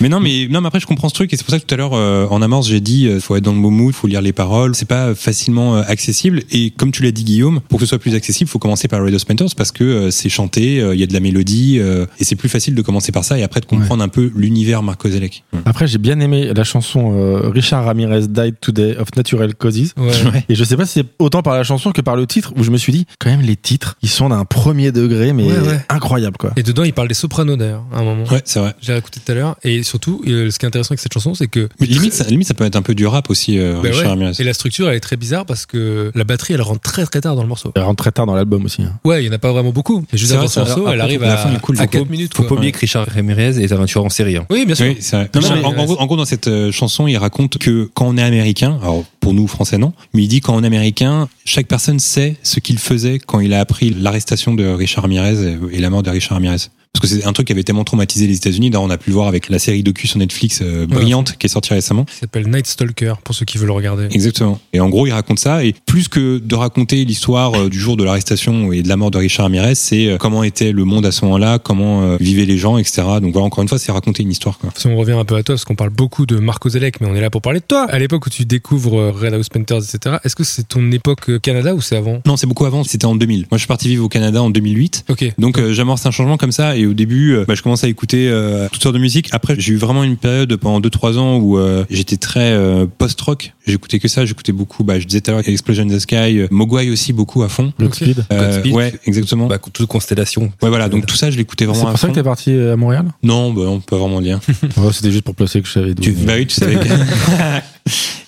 Speaker 4: mais non, mais non, mais après, je comprends ce truc. Et c'est pour ça que tout à l'heure, euh, en amorce, j'ai dit, euh, faut être dans le bon mood, faut lire les paroles. C'est pas facilement euh, accessible. Et comme tu l'as dit, Guillaume, pour que ce soit plus accessible, faut commencer par Red Painters parce que euh, c'est chanté, euh, il y a de la mélodie, euh, et c'est plus facile de commencer par ça et après de comprendre un peu l'univers Marco Zelec.
Speaker 3: Après, j'ai bien aimé la chanson euh, Richard Ramirez Died Today of Natural Causes.
Speaker 5: Ouais.
Speaker 3: Et je sais pas si c'est autant par la chanson que par le titre où je me suis dit, quand même, les titres, ils sont d'un premier degré, mais
Speaker 5: Ouais, ouais.
Speaker 3: incroyable, quoi.
Speaker 5: Et dedans, il parle des sopranos d'ailleurs, à un moment.
Speaker 4: Ouais, c'est vrai.
Speaker 5: J'ai écouté tout à l'heure, et surtout, euh, ce qui est intéressant avec cette chanson, c'est que
Speaker 4: Mais limite, ça, limite, ça peut être un peu du rap aussi, euh,
Speaker 5: Bah
Speaker 4: Richard
Speaker 5: ouais.
Speaker 4: Ramirez.
Speaker 5: Et la structure, elle est très bizarre parce que la batterie, elle rentre très très tard dans le morceau.
Speaker 3: Elle rentre très tard dans l'album aussi. hein.
Speaker 5: Ouais, il y en a pas vraiment beaucoup. Et juste
Speaker 4: C'est
Speaker 5: avant
Speaker 4: vrai,
Speaker 5: ce
Speaker 4: ça-
Speaker 5: morceau,
Speaker 4: après,
Speaker 5: elle arrive
Speaker 4: la
Speaker 5: à,
Speaker 4: fin est cool.
Speaker 5: à
Speaker 4: Faut
Speaker 5: 4
Speaker 4: pas-
Speaker 5: minutes.
Speaker 2: Faut
Speaker 5: quoi.
Speaker 2: pas oublier que Richard Ramirez est aventureux en série. hein.
Speaker 5: Oui, bien sûr.
Speaker 4: Oui, c'est vrai.
Speaker 5: Non,
Speaker 4: Non,
Speaker 5: mais-
Speaker 4: en, en gros, en gros, dans cette euh, chanson, il raconte que quand on est américain, alors pour nous français non, mais il dit quand on est américain, chaque personne sait ce qu'il faisait quand il a appris l'arrestation de Richard Ramirez et, et la mort de Richard Ramirez. Parce que c'est un truc qui avait tellement traumatisé les États-Unis. D'ailleurs, on a pu le voir avec la série docu sur Netflix euh, brillante qui est sortie récemment.
Speaker 5: Ça s'appelle Night Stalker pour ceux qui veulent le regarder.
Speaker 4: Exactement. Et en gros, il raconte ça. Et plus que de raconter l'histoire euh, du jour de l'arrestation et de la mort de Richard Ramirez, c'est euh, comment était le monde à ce moment-là, comment euh, vivaient les gens, etc. Donc voilà, encore une fois, c'est raconter une histoire. Quoi.
Speaker 5: Si on revient un peu à toi, parce qu'on parle beaucoup de Marco Zelec, mais on est là pour parler de toi. À l'époque où tu découvres euh, Red House Painters, etc., est-ce que c'est ton époque euh, Canada ou c'est avant
Speaker 4: Non, c'est beaucoup avant. C'était en 2000. Moi, je suis parti vivre au Canada en 2008.
Speaker 5: Ok.
Speaker 4: Donc euh, j'amorce un changement comme ça et au début euh, bah, je commence à écouter euh, toutes sortes de musique. Après j'ai eu vraiment une période pendant 2-3 ans où euh, j'étais très euh, post-rock. J'écoutais que ça, j'écoutais beaucoup, bah, je disais tout à l'heure Explosion in the Sky, euh, Mogwai aussi beaucoup à fond.
Speaker 5: Ok.
Speaker 3: Godspeed.
Speaker 4: Euh,
Speaker 2: Godspeed.
Speaker 4: ouais, exactement.
Speaker 2: Bah, toute constellation.
Speaker 4: ouais voilà, donc tout ça je l'écoutais
Speaker 3: C'est
Speaker 4: vraiment à
Speaker 3: pour ça
Speaker 4: fond.
Speaker 3: que t'es parti euh, à Montréal
Speaker 4: non, bah, on peut vraiment le lien.
Speaker 3: Ouais, C'était juste pour placer que je savais d'où.
Speaker 4: Tu, bah oui, tu savais. que-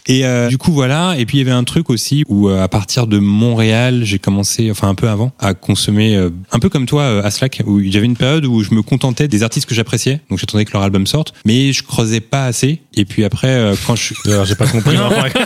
Speaker 4: et euh, du coup voilà. Et puis il y avait un truc aussi où euh, à partir de Montréal, j'ai commencé, enfin un peu avant, à consommer euh, un peu comme toi euh, à Slack. Où j'avais une période où je me contentais des artistes que j'appréciais. Donc j'attendais que leur album sorte, mais je creusais pas assez. Et puis après euh, quand je
Speaker 3: Alors, J'ai pas compris.
Speaker 4: non, parce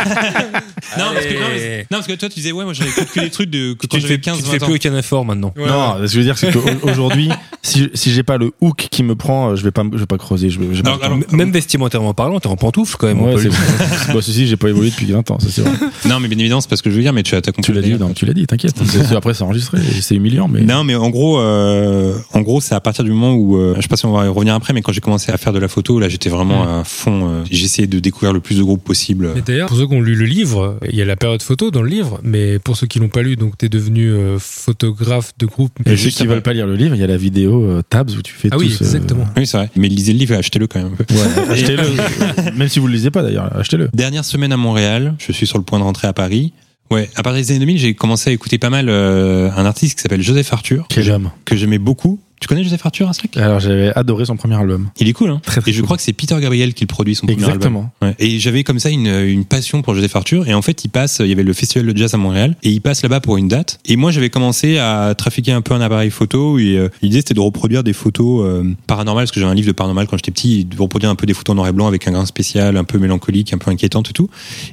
Speaker 4: que, non, mais- non, parce que toi tu disais ouais moi j'avais que des trucs de que quand
Speaker 2: Tu ne
Speaker 4: j'avais
Speaker 2: fais, tu ne
Speaker 4: 15
Speaker 2: fais
Speaker 4: 20 ans.
Speaker 2: plus aucun effort maintenant.
Speaker 3: non, ce que je veux dire, c'est qu'aujourd'hui, si, si j'ai pas le hook qui me prend, euh, je vais pas, je vais pas creuser. Je vais, j'ai pas
Speaker 4: Alors,
Speaker 3: le temps.
Speaker 4: alors,
Speaker 2: M- Même vestimentairement parlant, t'es en pantoufle quand même. on
Speaker 3: Ouais,
Speaker 2: peut
Speaker 3: c'est
Speaker 2: le-
Speaker 3: bon, ceci, j'ai pas évolué depuis 20 ans, ça c'est vrai.
Speaker 4: Non mais bien évidemment c'est pas ce que je veux dire mais tu as t'as compris.
Speaker 3: Tu l'as dit,
Speaker 4: d'ailleurs.
Speaker 3: non, tu l'as dit, t'inquiète. C'est- c'est- Après, c'est enregistré, et c'est humiliant, mais.
Speaker 4: Non, mais en gros, euh, en gros, c'est à partir du moment où, euh, je sais pas si on va y revenir après, mais quand j'ai commencé à faire de la photo, là, j'étais vraiment
Speaker 3: Mm.
Speaker 4: à fond. euh, J'essayais de découvrir le plus de groupes possible.
Speaker 5: Mais d'ailleurs, pour ceux qui ont lu le livre, il y a la période photo dans le livre, mais pour ceux qui l'ont pas lu, donc t'es devenu euh, photographe de groupe.
Speaker 3: Et ceux qui veulent pas lire le livre, il y a la vidéo euh, Tabs où tu fais
Speaker 5: Ah
Speaker 3: tout
Speaker 5: oui,
Speaker 3: ce-
Speaker 5: exactement.
Speaker 4: Oui, c'est vrai. Mais lisez le livre et achetez-le quand même.
Speaker 3: Ouais, achetez-le. Même si vous le lisez pas d'ailleurs, achetez-le.
Speaker 4: Dernière semaine à Montréal, je suis sur le point de rentrer à Paris. Ouais, à partir des années 2000, j'ai commencé à écouter pas mal euh, un artiste qui s'appelle Joseph Arthur,
Speaker 3: Quel homme.
Speaker 4: que j'aimais beaucoup. Tu connais Joseph Arthur, un truc
Speaker 3: Alors j'avais adoré son premier album.
Speaker 4: Il est cool, hein
Speaker 3: Très, très
Speaker 4: Et je
Speaker 3: cool.
Speaker 4: crois que c'est Peter Gabriel qui le produit, son premier album.
Speaker 3: Exactement.
Speaker 4: Ouais. Et j'avais comme ça une, une passion pour Joseph Arthur. Et en fait, il passe, il y avait le festival de jazz à Montréal, et il passe là-bas pour une date. Et moi, j'avais commencé à trafiquer un peu un appareil photo. Et euh, l'idée, c'était de reproduire des photos euh, paranormales, parce que j'avais un livre de paranormal quand j'étais petit, de reproduire un peu des photos en noir et blanc avec un grain spécial, un peu mélancolique, un peu inquiétante et tout.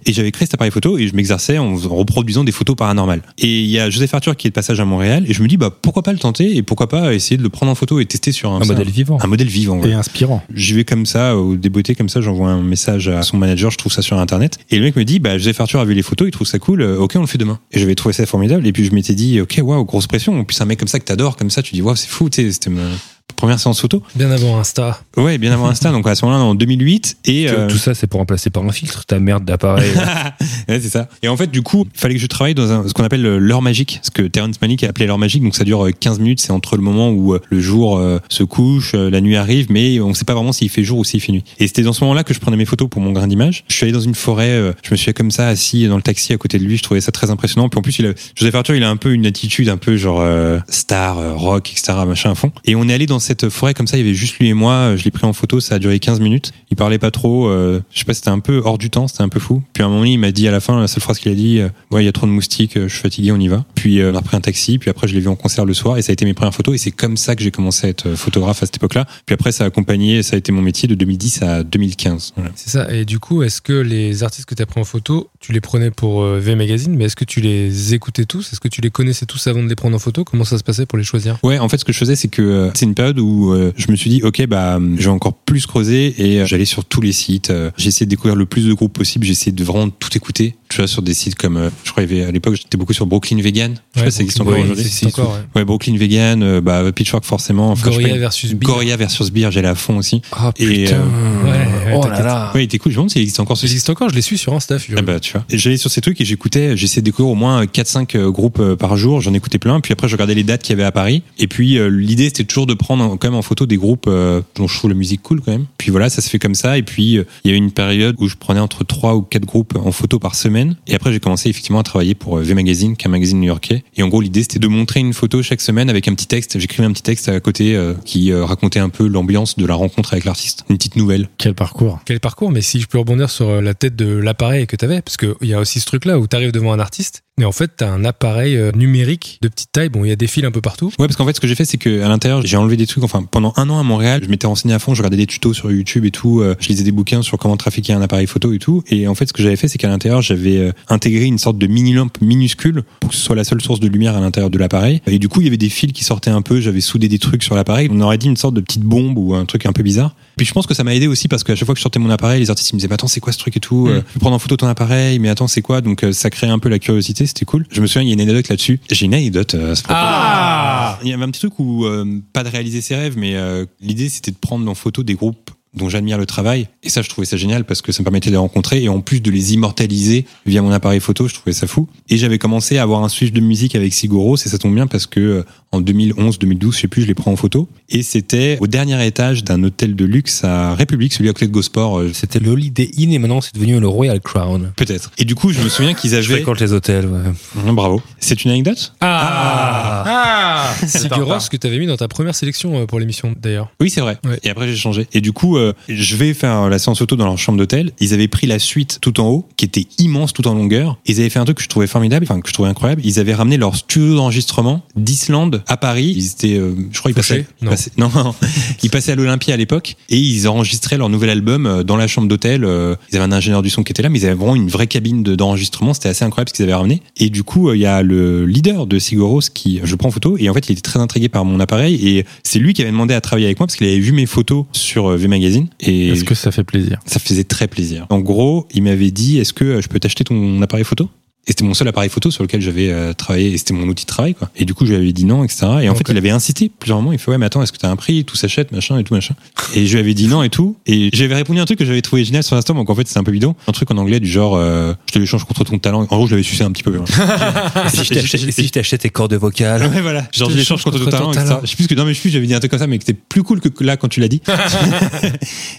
Speaker 4: Et j'avais créé cet appareil photo, et je m'exerçais en, faisant- en reproduisant des photos paranormales. Et il y a Joseph Arthur qui est de passage à Montréal, et je me dis, bah pourquoi pas le tenter, et pourquoi pas essayer de le prendre en photo et tester sur un,
Speaker 2: Un modèle vivant.
Speaker 4: un modèle vivant. ouais.
Speaker 3: Et inspirant.
Speaker 4: J'y vais comme ça, au débeauté comme ça, j'envoie un message à son manager, je trouve ça sur internet. Et le mec me dit, bah, Joseph Arthur a vu les photos, il trouve ça cool, euh, ok, on le fait demain. Et j'avais trouvé ça formidable, et puis je m'étais dit, ok, waouh, grosse pression. En plus, un mec comme ça que t'adores, comme ça, tu dis, waouh, c'est fou, tu sais, c'était ma première séance photo.
Speaker 5: Bien avant Insta.
Speaker 4: Ouais, bien avant Insta, donc à ce moment-là, en 2008, et.
Speaker 2: Tu vois,
Speaker 4: euh,
Speaker 2: Tout ça, c'est pour remplacer par un filtre ta merde d'appareil.
Speaker 4: Ouais, c'est ça. Et en fait, du coup, il fallait que je travaille dans un, ce qu'on appelle euh, l'heure magique, ce que Terrence Malick a appelé l'heure magique. Donc ça dure euh, 15 minutes, c'est entre le moment où euh, le jour euh, se couche, euh, la nuit arrive, mais on ne sait pas vraiment s'il fait jour ou s'il fait nuit. Et c'était dans ce moment-là que je prenais mes photos pour mon grain d'image. Je suis allé dans une forêt, euh, je me suis comme ça assis dans le taxi à côté de lui, je trouvais ça très impressionnant. Puis en plus, il a, Joseph Arthur, il a un peu une attitude un peu genre euh, star, euh, rock, etc., machin à fond. Et on est allé dans cette forêt comme ça, il y avait juste lui et moi. euh, Je l'ai pris en photo, ça a duré 15 minutes. Il parlait pas trop. euh, je sais pas, c'était un peu hors du temps, c'était un peu fou. Puis à un moment donné, il m'a dit à la fin, la seule phrase qu'il a dit, euh, ouais, il y a trop de moustiques, euh, je suis fatigué, on y va. Puis euh, on a pris un taxi, puis après je l'ai vu en concert le soir et ça a été mes premières photos et c'est comme ça que j'ai commencé à être euh, photographe à cette époque-là. Puis après, ça a accompagné, ça a été mon métier de 2010 à 2015. Voilà.
Speaker 5: C'est ça. Et du coup, est-ce que les artistes que tu as pris en photo, tu les prenais pour euh, V Magazine, mais est-ce que tu les écoutais tous Est-ce que tu les connaissais tous avant de les prendre en photo Comment ça se passait pour les choisir
Speaker 4: Ouais, en fait, ce que je faisais, c'est que euh, c'est une période où euh, je me suis dit, ok, bah, j'ai encore plus creusé et euh, j'allais sur tous les sites. euh, j'ai essayé de découvrir le plus de groupes possible. J'ai essayé de vraiment tout écouter. Tu vois, sur des sites comme, euh, je crois, il y avait- à l'époque, j'étais beaucoup sur Brooklyn Vegan. Je sais pas si ça existe encore
Speaker 5: Ouais,
Speaker 4: aujourd'hui.
Speaker 5: ça existe encore, ouais.
Speaker 4: Ouais, Brooklyn Vegan, euh, bah, Pitchfork forcément. Enfin, je sais
Speaker 5: Gorilla
Speaker 4: pas,
Speaker 5: versus Beer.
Speaker 4: Gorilla versus Beer, j'allais à fond aussi.
Speaker 2: Ah
Speaker 4: Et, euh,
Speaker 2: putain.
Speaker 5: ouais,
Speaker 2: oh là
Speaker 5: t'inquiète.
Speaker 2: là.
Speaker 4: Ouais, il était cool. Je me demande s'il existe encore ce
Speaker 5: Ça
Speaker 4: site.
Speaker 5: existe encore, je les suis sur Insta. figure.
Speaker 4: Ah bah, tu vois. Et J'allais sur ces trucs et j'écoutais, j'essayais de découvrir au moins 4-5 euh, groupes euh, par jour, j'en écoutais plein, puis après je regardais les dates qu'il y avait à Paris. Et puis euh, l'idée c'était toujours de prendre en- quand même en photo des groupes euh, dont je trouve la musique cool quand même. Puis voilà, ça se fait comme ça. Et puis euh, il y a eu une période où je prenais entre 3 ou 4 groupes en photo par semaine. Et après j'ai commencé effectivement à travailler pour euh, V Magazine, qui est un magazine new-yorkais. Et en gros l'idée c'était de montrer une photo chaque semaine avec un petit texte. J'écrivais un petit texte à côté euh, qui euh, racontait un peu l'ambiance de la rencontre avec l'artiste, une petite nouvelle.
Speaker 3: Quel
Speaker 4: ben.
Speaker 3: parcours.
Speaker 5: Quel parcours, mais si je peux rebondir sur euh, la tête de l'appareil que t'avais, parce qu'il y a aussi ce truc-là où t'arrives devant un artiste, mais en fait t'as un appareil euh, numérique de petite taille, bon il y a des fils un peu partout,
Speaker 4: Ouais, parce qu'en fait, ce que j'ai fait, c'est que à l'intérieur, j'ai enlevé des trucs. Enfin, pendant un an à Montréal, je m'étais renseigné à fond, je regardais des tutos sur YouTube et tout, euh, je lisais des bouquins sur comment trafiquer un appareil photo et tout. Et en fait, ce que j'avais fait, c'est qu'à l'intérieur, j'avais euh, intégré une sorte de mini lampe minuscule pour que ce soit la seule source de lumière à l'intérieur de l'appareil. Et du coup, il y avait des fils qui sortaient un peu. J'avais soudé des trucs sur l'appareil. On aurait dit une sorte de petite bombe ou un truc un peu bizarre. Puis je pense que ça m'a aidé aussi parce qu'à chaque fois que je sortais mon appareil, les artistes ils me disaient mais attends c'est quoi ce truc et tout, euh, je vais prendre en photo ton appareil, mais attends c'est quoi donc euh, ça créait un peu la curiosité, c'était cool. Je me souviens il y a une anecdote là-dessus. J'ai une anecdote. euh, à ce propos. il y avait un petit truc où euh, pas de réaliser ses rêves, mais euh, l'idée c'était de prendre en photo des groupes dont j'admire le travail et ça je trouvais ça génial parce que ça me permettait de les rencontrer et en plus de les immortaliser via mon appareil photo je trouvais ça fou et j'avais commencé à avoir un switch de musique avec Sigoro et ça tombe bien parce que euh, en 2011 2012 je sais plus je les prends en photo et c'était au dernier étage d'un hôtel de luxe à République celui à côté de Gosport euh,
Speaker 2: C'était le Holiday Inn et maintenant c'est devenu le Royal Crown.
Speaker 4: peut-être et du coup je me souviens qu'ils
Speaker 2: Je
Speaker 4: avaient
Speaker 2: fréquente les hôtels. Ouais.
Speaker 4: Hum, bravo c'est une anecdote
Speaker 2: Ah,
Speaker 5: Sigur Rós que t'avais mis dans ta première sélection euh, pour l'émission d'ailleurs.
Speaker 4: Oui, c'est vrai.
Speaker 5: Ouais.
Speaker 4: Et après, j'ai changé. Et du coup, euh, je vais faire la séance auto dans leur chambre d'hôtel. Ils avaient pris la suite tout en haut, qui était immense tout en longueur. Ils avaient fait un truc que je trouvais formidable, enfin, que je trouvais incroyable. Ils avaient ramené leur studio d'enregistrement d'Islande à Paris. Ils étaient, euh, je crois, ils
Speaker 5: Fauché
Speaker 4: passaient, ils
Speaker 5: Non.
Speaker 4: passaient- non, non. ils passaient à l'Olympia à l'époque et ils enregistraient leur nouvel album euh, dans la chambre d'hôtel. Euh, Ils avaient un ingénieur du son qui était là, mais ils avaient vraiment une vraie cabine de- d'enregistrement. C'était assez incroyable ce qu'ils avaient ramené. Et du coup, euh, il y a le leader de Sigoros qui, je le prends en photo et en fait, il était très intrigué par mon appareil et c'est lui qui avait demandé à travailler avec moi parce qu'il avait vu mes photos sur euh, V Magazine et
Speaker 3: Est-ce que ça fait plaisir
Speaker 4: ça faisait très plaisir. En gros, il m'avait dit est-ce que euh, je peux t'acheter ton appareil photo et c'était mon seul appareil photo sur lequel j'avais euh, travaillé et c'était mon outil de travail quoi. Et du coup, je lui avais dit non etc. Et en
Speaker 5: Ok.
Speaker 4: fait, il avait insisté plusieurs moments, il fait ouais, mais attends, est-ce que t'as un prix, tout s'achète, machin et tout machin. Et je lui avais dit non et tout et j'avais répondu à un truc que j'avais trouvé génial sur Insta, donc en fait, c'est un peu bidon, un truc en anglais du genre euh, je te l'échange contre ton talent. En gros, je l'avais sucé un petit peu. hein.
Speaker 2: Et si je t'achètais- et si je t'achetais tes cordes vocales.
Speaker 4: Ouais, voilà. Genre,
Speaker 5: te
Speaker 4: je l'échange contre, ton talent, etc. Je sais plus ce que, non, mais je sais plus, j'avais dit un truc comme ça, mais que c'était plus cool que là quand tu l'as dit.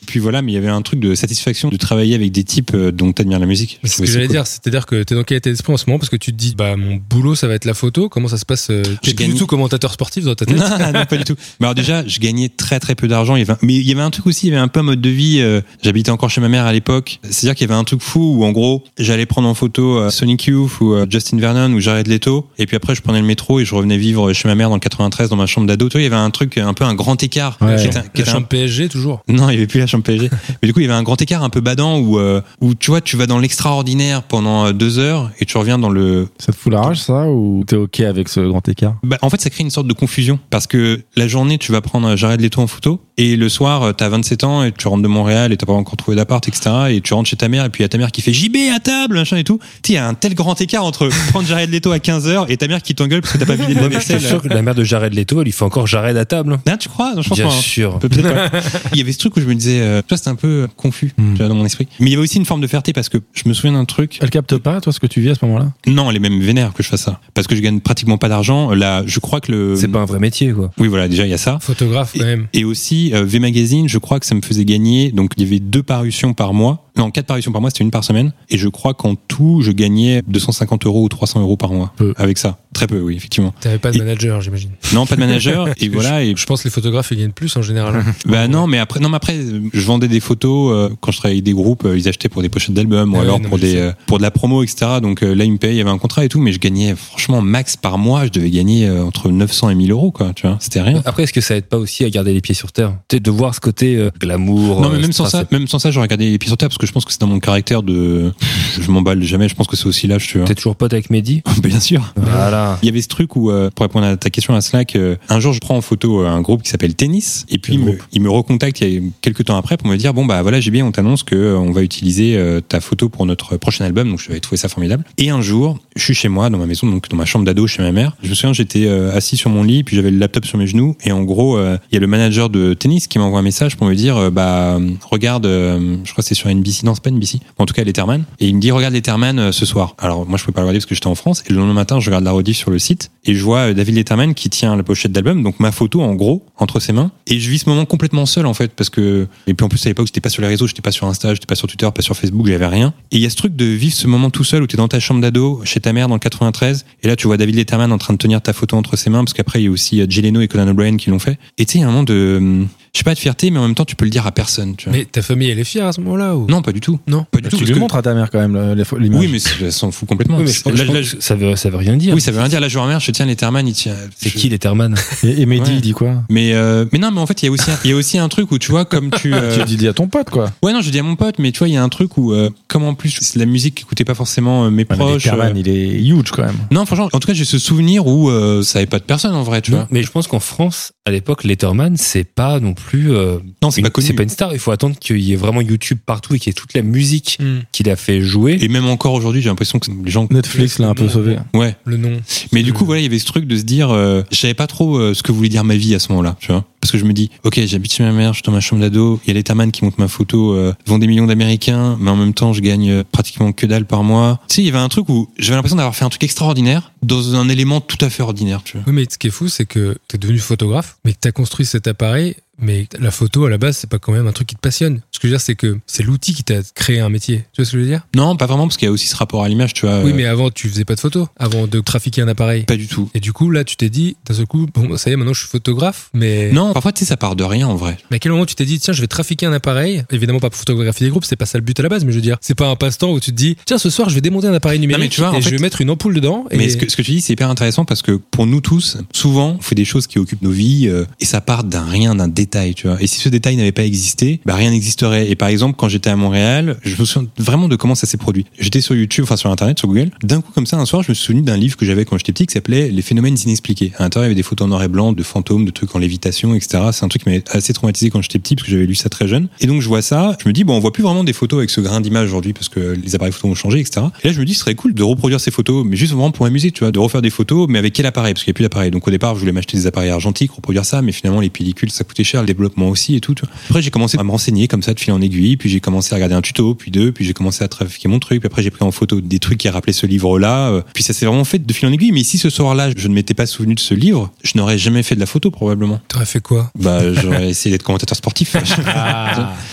Speaker 4: Puis voilà, mais il y avait un truc de satisfaction de travailler avec des types euh, dont t'admires la musique.
Speaker 5: C'est
Speaker 4: Je
Speaker 5: ce que
Speaker 4: trouvais ça
Speaker 5: j'allais
Speaker 4: cool.
Speaker 5: dire, c'est-à-dire que t'es dans quel état d'esprit en ce moment parce que tu te dis bah mon boulot ça va être la photo, comment ça se passe euh, T'es
Speaker 4: J'ai
Speaker 5: plus
Speaker 4: gagné.
Speaker 5: du tout commentateur sportif dans ta tête
Speaker 4: non, non, pas du tout. Mais alors déjà, je gagnais très très peu d'argent. Il y avait un- Mais il y avait un truc aussi, il y avait un peu un mode de vie. euh, J'habitais encore chez ma mère à l'époque. C'est-à-dire qu'il y avait un truc fou où en gros, j'allais prendre en photo euh, Sonic Youth ou euh, Justin Vernon ou Jared Leto. Et puis après, je prenais le métro et je revenais vivre chez ma mère dans le 93 dans ma chambre d'ado. Tu vois, il y avait un truc, un peu un grand écart.
Speaker 3: Ouais.
Speaker 4: qui était un- qui
Speaker 5: La
Speaker 4: était un
Speaker 5: chambre PSG toujours.
Speaker 4: Non, il n'y avait plus la chambre PSG. Mais du coup, il y avait un grand écart un peu badant où, euh, où tu vois, tu vas dans l'extraordinaire pendant euh, deux heures et tu reviens dans le.
Speaker 3: Ça te fout la rage, ça Ou t'es OK avec ce grand écart
Speaker 4: Bah, en fait, ça crée une sorte de confusion parce que la journée, tu vas prendre euh, Jared Leto en photo et le soir, euh, t'as 27 ans et tu rentres de Montréal et t'as pas encore trouvé d'appart, etc. Et tu rentres chez ta mère et puis il y a ta mère qui fait JB à table, machin et tout. Tu sais, il y a un tel grand écart entre prendre Jared Leto à 15 heures et ta mère qui t'engueule parce que t'as pas vidé le
Speaker 2: Je suis
Speaker 4: vaisselle.
Speaker 2: sûr que la mère de Jared Leto, elle lui fait encore Jared à table.
Speaker 4: Là, tu crois? Non, je pense
Speaker 2: Bien
Speaker 4: pas, hein.
Speaker 2: sûr.
Speaker 4: Peut- peut-être pas. il y avait ce truc où je me disais, euh, tu vois, c'était un peu euh, confus
Speaker 2: Hmm.
Speaker 4: tu vois, dans mon esprit. Mais il y avait aussi une forme de fierté parce que je me souviens d'un truc.
Speaker 3: Elle capte pas, toi, ce que tu vis à ce moment-là
Speaker 4: Non, elle est même vénère que je fasse ça parce que je gagne pratiquement pas d'argent. Là, je crois que le.
Speaker 2: C'est pas un vrai métier, quoi.
Speaker 4: Oui, voilà, déjà il y a ça.
Speaker 5: Photographe quand même.
Speaker 4: Et aussi euh, V Magazine, je crois que ça me faisait gagner. Donc il y avait deux parutions par mois. Non, quatre parutions par mois, c'était une par semaine. Et je crois qu'en tout, je gagnais 250 euros ou 300 euros par mois
Speaker 3: Peu.
Speaker 4: avec ça. Très peu, oui, effectivement.
Speaker 5: T'avais pas de
Speaker 4: Et-
Speaker 5: manager, j'imagine.
Speaker 4: Non, pas de manager. et voilà. Et
Speaker 5: Je pense que les photographes, ils gagnent plus en général.
Speaker 4: Bah non, mais après, non, mais après, euh, je vendais des photos euh, quand je travaillais avec des groupes, euh, ils achetaient pour des pochettes d'albums ou
Speaker 5: Ah
Speaker 4: alors
Speaker 5: ouais, non,
Speaker 4: pour
Speaker 5: mais je
Speaker 4: des
Speaker 5: sais.
Speaker 4: euh, pour de la promo, etc. Donc euh, là, ils me payaient, il y avait un contrat et tout, mais je gagnais franchement max par mois, je devais gagner euh, entre 900 et 1000 euros, quoi. Tu vois, c'était rien.
Speaker 2: Après, est-ce que ça aide pas aussi à garder les pieds sur terre Peut-être de voir ce côté euh, glamour.
Speaker 4: Non, mais
Speaker 2: euh,
Speaker 4: même sans ça,
Speaker 2: strass-
Speaker 4: même sans ça, j'aurais regardé les pieds sur terre parce que je pense que c'est dans mon caractère de, je m'emballe jamais. Je pense que c'est aussi l'âge, tu vois.
Speaker 2: T'es toujours pote avec Mehdi
Speaker 5: Ah,
Speaker 4: Bien sûr.
Speaker 3: Bah,
Speaker 2: Voilà.
Speaker 4: Il y avait ce truc où, euh, pour répondre à ta question à Slack, euh, un jour je prends en photo euh, un groupe qui s'appelle Tennis, et puis
Speaker 3: Quel
Speaker 4: il me,
Speaker 3: groupe
Speaker 4: il me recontacte il y a quelques temps après pour me dire bon bah voilà j'ai bien on t'annonce que euh, on va utiliser euh, ta photo pour notre prochain album, donc je vais trouver ça formidable. Et un jour, je suis chez moi dans ma maison, donc dans ma chambre d'ado chez ma mère. Je me souviens j'étais euh, assis sur mon lit, puis j'avais le laptop sur mes genoux, et en gros euh, il y a le manager de Tennis qui m'envoie un message pour me dire euh, bah euh, regarde, euh, je crois que c'est sur NBC, non c'est pas NBC, Bon, en tout cas Letterman, et il me dit regarde Letterman euh, ce soir. Alors moi je pouvais pas le regarder parce que j'étais en France, et le lendemain matin je regarde la rediff sur le site, et je vois euh, David Letterman qui tient la pochette d'album, donc ma photo en gros entre ses mains, et je vis ce moment complètement seul en fait, parce que et puis en plus à l'époque j'étais pas sur les réseaux, j'étais pas sur Insta, j'étais pas sur Twitter, pas sur Facebook, j'avais rien. Et il y a ce truc de vivre ce moment tout seul où t'es dans ta chambre d'ado chez ta mère dans le 93, et là tu vois David Letterman en train de tenir ta photo entre ses mains, parce qu'après il y a aussi euh, Jay Leno et Conan O'Brien qui l'ont fait. Et tu sais il y a un moment de hum, je sais pas de fierté, mais en même temps tu peux le dire à personne. Tu vois.
Speaker 5: Mais ta famille, elle est fière à ce moment-là ou
Speaker 4: Non, pas du tout.
Speaker 5: Non.
Speaker 4: Pas du tout.
Speaker 3: tu
Speaker 4: parce
Speaker 3: lui
Speaker 4: que-
Speaker 3: montres à ta mère quand même le- les fo- l'image.
Speaker 4: oui, mais c'est- elle s'en fout complètement.
Speaker 2: Oui, mais je pense-
Speaker 4: Là,
Speaker 2: je pense
Speaker 4: là,
Speaker 2: que ça veut, ça veut rien dire.
Speaker 4: oui, ça veut rien dire. Là, je remercie, je tiens Letterman, il tient.
Speaker 2: C'est
Speaker 4: je-
Speaker 2: qui Letterman
Speaker 3: Et, et Mehdi,
Speaker 4: Ouais.
Speaker 3: il dit quoi
Speaker 4: mais, euh, mais non, mais en fait, il y a aussi un, il y a aussi un truc où tu vois, comme tu. euh,
Speaker 3: Tu dis, dis à ton pote quoi.
Speaker 4: Ouais, non, je dis à mon pote, mais tu vois, il y a un truc où, euh, comme en plus, c'est la musique qu'écoutaient pas forcément euh, mes
Speaker 3: Ouais, mais
Speaker 4: proches.
Speaker 3: Letterman,
Speaker 4: euh,
Speaker 3: il est huge quand même.
Speaker 4: Non, franchement, en tout cas, j'ai ce souvenir où euh, ça avait pas de personne en vrai, tu vois.
Speaker 2: Mais je pense qu'en France, à l'époque, Letterman, c'est pas non plus. euh,
Speaker 4: Non, c'est
Speaker 2: une-
Speaker 4: pas connu.
Speaker 2: une star. Il faut attendre qu'il y ait vraiment YouTube partout et qu'il y ait toute la musique
Speaker 5: Hmm.
Speaker 2: qu'il a fait jouer.
Speaker 4: Et même encore aujourd'hui, j'ai l'impression que les gens.
Speaker 3: Netflix l'a un peu sauvé.
Speaker 4: Ouais.
Speaker 5: Le nom.
Speaker 4: Mais
Speaker 5: Mm.
Speaker 4: du coup, voilà, il y avait ce truc de se dire, euh, je savais pas trop euh, ce que voulait dire ma vie à ce moment-là, tu vois. Parce que je me dis, ok, j'habite chez ma mère, je suis dans ma chambre d'ado, il y a Letterman qui monte ma photo, euh, vend des millions d'Américains, mais en même temps, je gagne euh, pratiquement que dalle par mois. Tu sais, il y avait un truc où j'avais l'impression d'avoir fait un truc extraordinaire dans un élément tout à fait ordinaire, tu vois.
Speaker 5: Oui, mais ce qui est fou, c'est que t'es devenu photographe, mais que t'as construit cet appareil, mais la photo, à la base, c'est pas quand même un truc qui te passionne. Ce que je veux dire, c'est que c'est l'outil qui t'a créé un métier. Tu vois ce que je veux dire
Speaker 4: Non, pas vraiment, parce qu'il y a aussi ce rapport à l'image, tu vois.
Speaker 5: Oui,
Speaker 4: euh,
Speaker 5: mais avant, tu faisais pas de photos, avant de trafiquer un appareil.
Speaker 4: Pas du tout.
Speaker 5: Et du coup, là, tu t'es dit, d'un seul coup, bon, ça y est, maintenant, je suis photographe, mais.
Speaker 4: Non, parfois, tu sais, ça part de rien en vrai.
Speaker 5: Mais à quel moment tu t'es dit, tiens, je vais trafiquer un appareil Évidemment, pas pour photographier des groupes, c'est pas ça le but à la base, mais je veux dire, c'est pas un passe-temps où tu te dis, tiens, ce soir, je vais démonter un appareil numérique
Speaker 4: mais tu vois, en
Speaker 5: et je
Speaker 4: fait-
Speaker 5: vais mettre une ampoule dedans. Et...
Speaker 4: Mais ce que, ce que tu dis, c'est hyper intéressant parce que pour nous tous, souvent, on fait des choses qui occupent nos vies euh, et ça part d'un rien, d'un détail, tu vois. Et si ce détail n'avait pas existé, bah, rien n'existerait. Et par exemple, quand j'étais à Montréal, je me souviens vraiment de comment ça s'est produit. J'étais sur YouTube, enfin sur Internet, sur Google. D'un coup, comme ça, un soir, je me suis souvenu d'un livre que j'avais quand j'étais petit qui s'appelait Les phénomènes inexpliqués. À l'intérieur, il y avait des photos en noir et blanc, de fantômes, de trucs en lévitation, etc. C'est un truc qui m'avait assez traumatisé quand j'étais petit parce que j'avais lu ça très jeune. Et donc, je vois ça, je me dis, bon, on voit plus vraiment des photos avec ce grain d'image aujourd'hui parce que les appareils photos ont changé, etc. Et là, je me dis, ce serait cool de reproduire ces photos, mais juste vraiment pour amuser, tu vois, de refaire des photos, mais avec quel appareil Parce qu'il n'y a plus d'appareil. Donc, au départ, je voulais m'acheter des appareils argentiques, reproduire ça, mais finalement, les pellicules, ça coûtait cher, le développement aussi et tout. tu vois. Après, j'ai commencé à me renseigner comme ça, de fil en aiguille, puis j'ai commencé à regarder un tuto, puis deux, puis j'ai commencé à trafiquer mon truc, puis après, j'ai pris en photo des trucs qui rappelaient ce livre-là, euh, puis ça s'est vraiment fait de fil en aiguille. Mais si ce soir-là, je ne m'étais pas souvenu de ce livre, je n'aurais jamais fait de la photo, probablement.
Speaker 5: T'aurais fait quoi
Speaker 4: Bah, j'aurais essayé d'être commentateur sportif.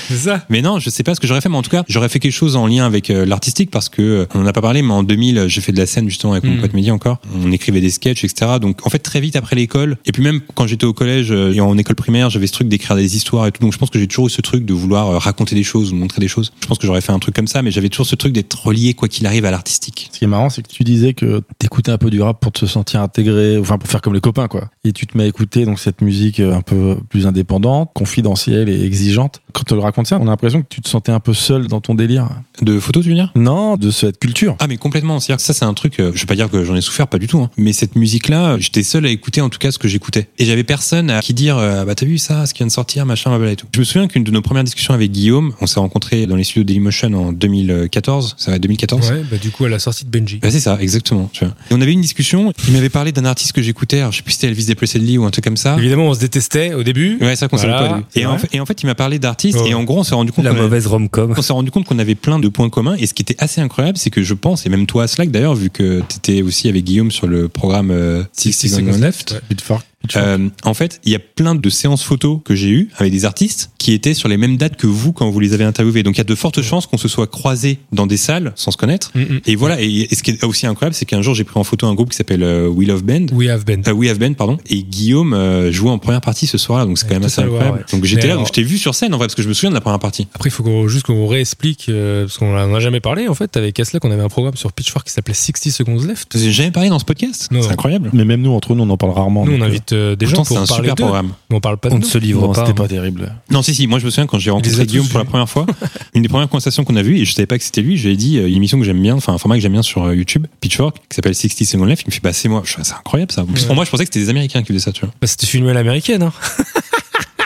Speaker 5: C'est ça
Speaker 4: Mais non, je sais pas ce que j'aurais fait, mais en tout cas, j'aurais fait quelque chose en lien avec euh, l'artistique parce que euh, on n'en a pas parlé, mais en 2000, euh, j'ai fait de la scène justement avec mon
Speaker 5: Mm.
Speaker 4: pote Mehdi encore. On écrivait des sketchs, etc. Donc, en fait, très vite après l'école, et puis même quand j'étais au collège euh, et en école primaire, j'avais ce truc d'écrire des histoires et tout. Donc, je pense que j'ai toujours eu ce truc de vouloir euh, raconter des choses ou montrer des choses. Je pense que j'aurais fait un truc comme ça, mais j'avais toujours ce truc d'être relié quoi qu'il arrive à l'artistique.
Speaker 3: Ce qui est marrant, c'est que tu disais que t'écoutais un peu du rap pour te sentir intégré, enfin pour faire comme les copains, quoi. Et tu te mets à écouter donc cette musique euh, un peu plus indépendante, confidentielle et exigeante. Quand tu le racontes ça, on a l'impression que tu te sentais un peu seul dans ton délire.
Speaker 4: De photos, tu veux dire
Speaker 3: Non, de cette culture.
Speaker 4: Ah mais complètement, c'est-à-dire que ça c'est un truc, euh, je vais pas dire que j'en ai souffert, pas du tout, hein. mais cette musique-là, euh, j'étais seul à écouter en tout cas ce que j'écoutais. Et j'avais personne à qui dire, euh, Ah bah t'as vu ça, ce qui vient de sortir, machin, blablabla et tout. Je me souviens qu'une de nos premières discussions avec Guillaume, on s'est rencontrés dans les studios Dailymotion en 2014, ça va être 2014
Speaker 5: Ouais, bah du coup, à la sortie de Benji.
Speaker 4: bah, c'est ça, exactement. Tu vois. Et on avait une discussion, il m'avait parlé d'un artiste que j'écoutais, alors je sais plus si c'était Elvis Presley ou un truc comme ça.
Speaker 5: Évidemment, on se détestait au début.
Speaker 4: Ouais, c'est vrai qu'on savait
Speaker 5: Voilà.
Speaker 4: pas. lui. Et en, fait, et en fait, il m'a parlé d'artistes,
Speaker 5: Ouais.
Speaker 4: et en gros, on s'est rendu compte
Speaker 2: La
Speaker 4: qu'on avait-
Speaker 2: mauvaise rom-com.
Speaker 4: on s'est rendu compte qu'on avait plein de points communs et ce qui était assez incroyable, c'est que je pense, et même toi Slack d'ailleurs, vu que t'étais aussi avec Guillaume sur le programme euh, 60 Seconds Left,
Speaker 5: Ouais.
Speaker 3: Bitfork. Tu vois.
Speaker 4: Euh, en fait, il y a plein de séances photos que j'ai eues avec des artistes qui étaient sur les mêmes dates que vous quand vous les avez interviewés. Donc il y a de fortes chances qu'on se soit croisés dans des salles sans se connaître.
Speaker 5: Mm, mm.
Speaker 4: Et voilà, et, et ce qui est aussi incroyable, c'est qu'un jour j'ai pris en photo un groupe qui s'appelle euh, We Love Band.
Speaker 5: We have been.
Speaker 4: Euh, We Have Band, pardon. Et Guillaume euh, jouait en première partie ce soir-là, donc c'est
Speaker 5: Ouais,
Speaker 4: quand même assez
Speaker 5: Total War,
Speaker 4: incroyable.
Speaker 5: ouais.
Speaker 4: Donc
Speaker 5: Mais
Speaker 4: j'étais là,
Speaker 5: alors-
Speaker 4: donc je t'ai vu sur scène en vrai, parce que je me souviens de la première partie.
Speaker 5: Après, il faut qu'on- juste qu'on réexplique, euh, parce qu'on n'en a jamais parlé en fait. Avec Aslak, on avait un programme sur Pitchfork qui s'appelait 60 Seconds Left.
Speaker 4: J'ai jamais parlé dans ce podcast.
Speaker 5: Non.
Speaker 4: C'est incroyable.
Speaker 3: Mais même nous, entre nous, on en parle rarement.
Speaker 5: Nous, on
Speaker 3: donc, euh,
Speaker 5: invite euh, des
Speaker 4: Oh, Pourtant,
Speaker 5: gens
Speaker 4: c'est
Speaker 5: pour
Speaker 4: un
Speaker 5: parler
Speaker 4: super
Speaker 5: d'eux,
Speaker 4: programme.
Speaker 5: mais on parle pas de
Speaker 2: On ne
Speaker 5: nous.
Speaker 2: se livre
Speaker 3: non,
Speaker 2: pas. hein.
Speaker 3: C'était pas terrible.
Speaker 4: Non, si, si, moi je me souviens quand j'ai
Speaker 5: les a
Speaker 4: rencontré
Speaker 5: tous
Speaker 4: Guillaume pour la
Speaker 5: vus.
Speaker 4: première fois, une des premières conversations qu'on a vues, et je savais pas que c'était lui, j'ai dit, euh, une émission que j'aime bien, enfin un format que j'aime bien sur euh, YouTube, Pitchfork, qui s'appelle 60 Seconds Left, il me fait, bah c'est moi, Je fais, c'est incroyable ça. En plus,
Speaker 5: Ouais.
Speaker 4: Pour moi, je pensais que c'était des Américains qui faisaient ça, tu vois.
Speaker 5: Bah, C'était filmé à l'américaine. Hein.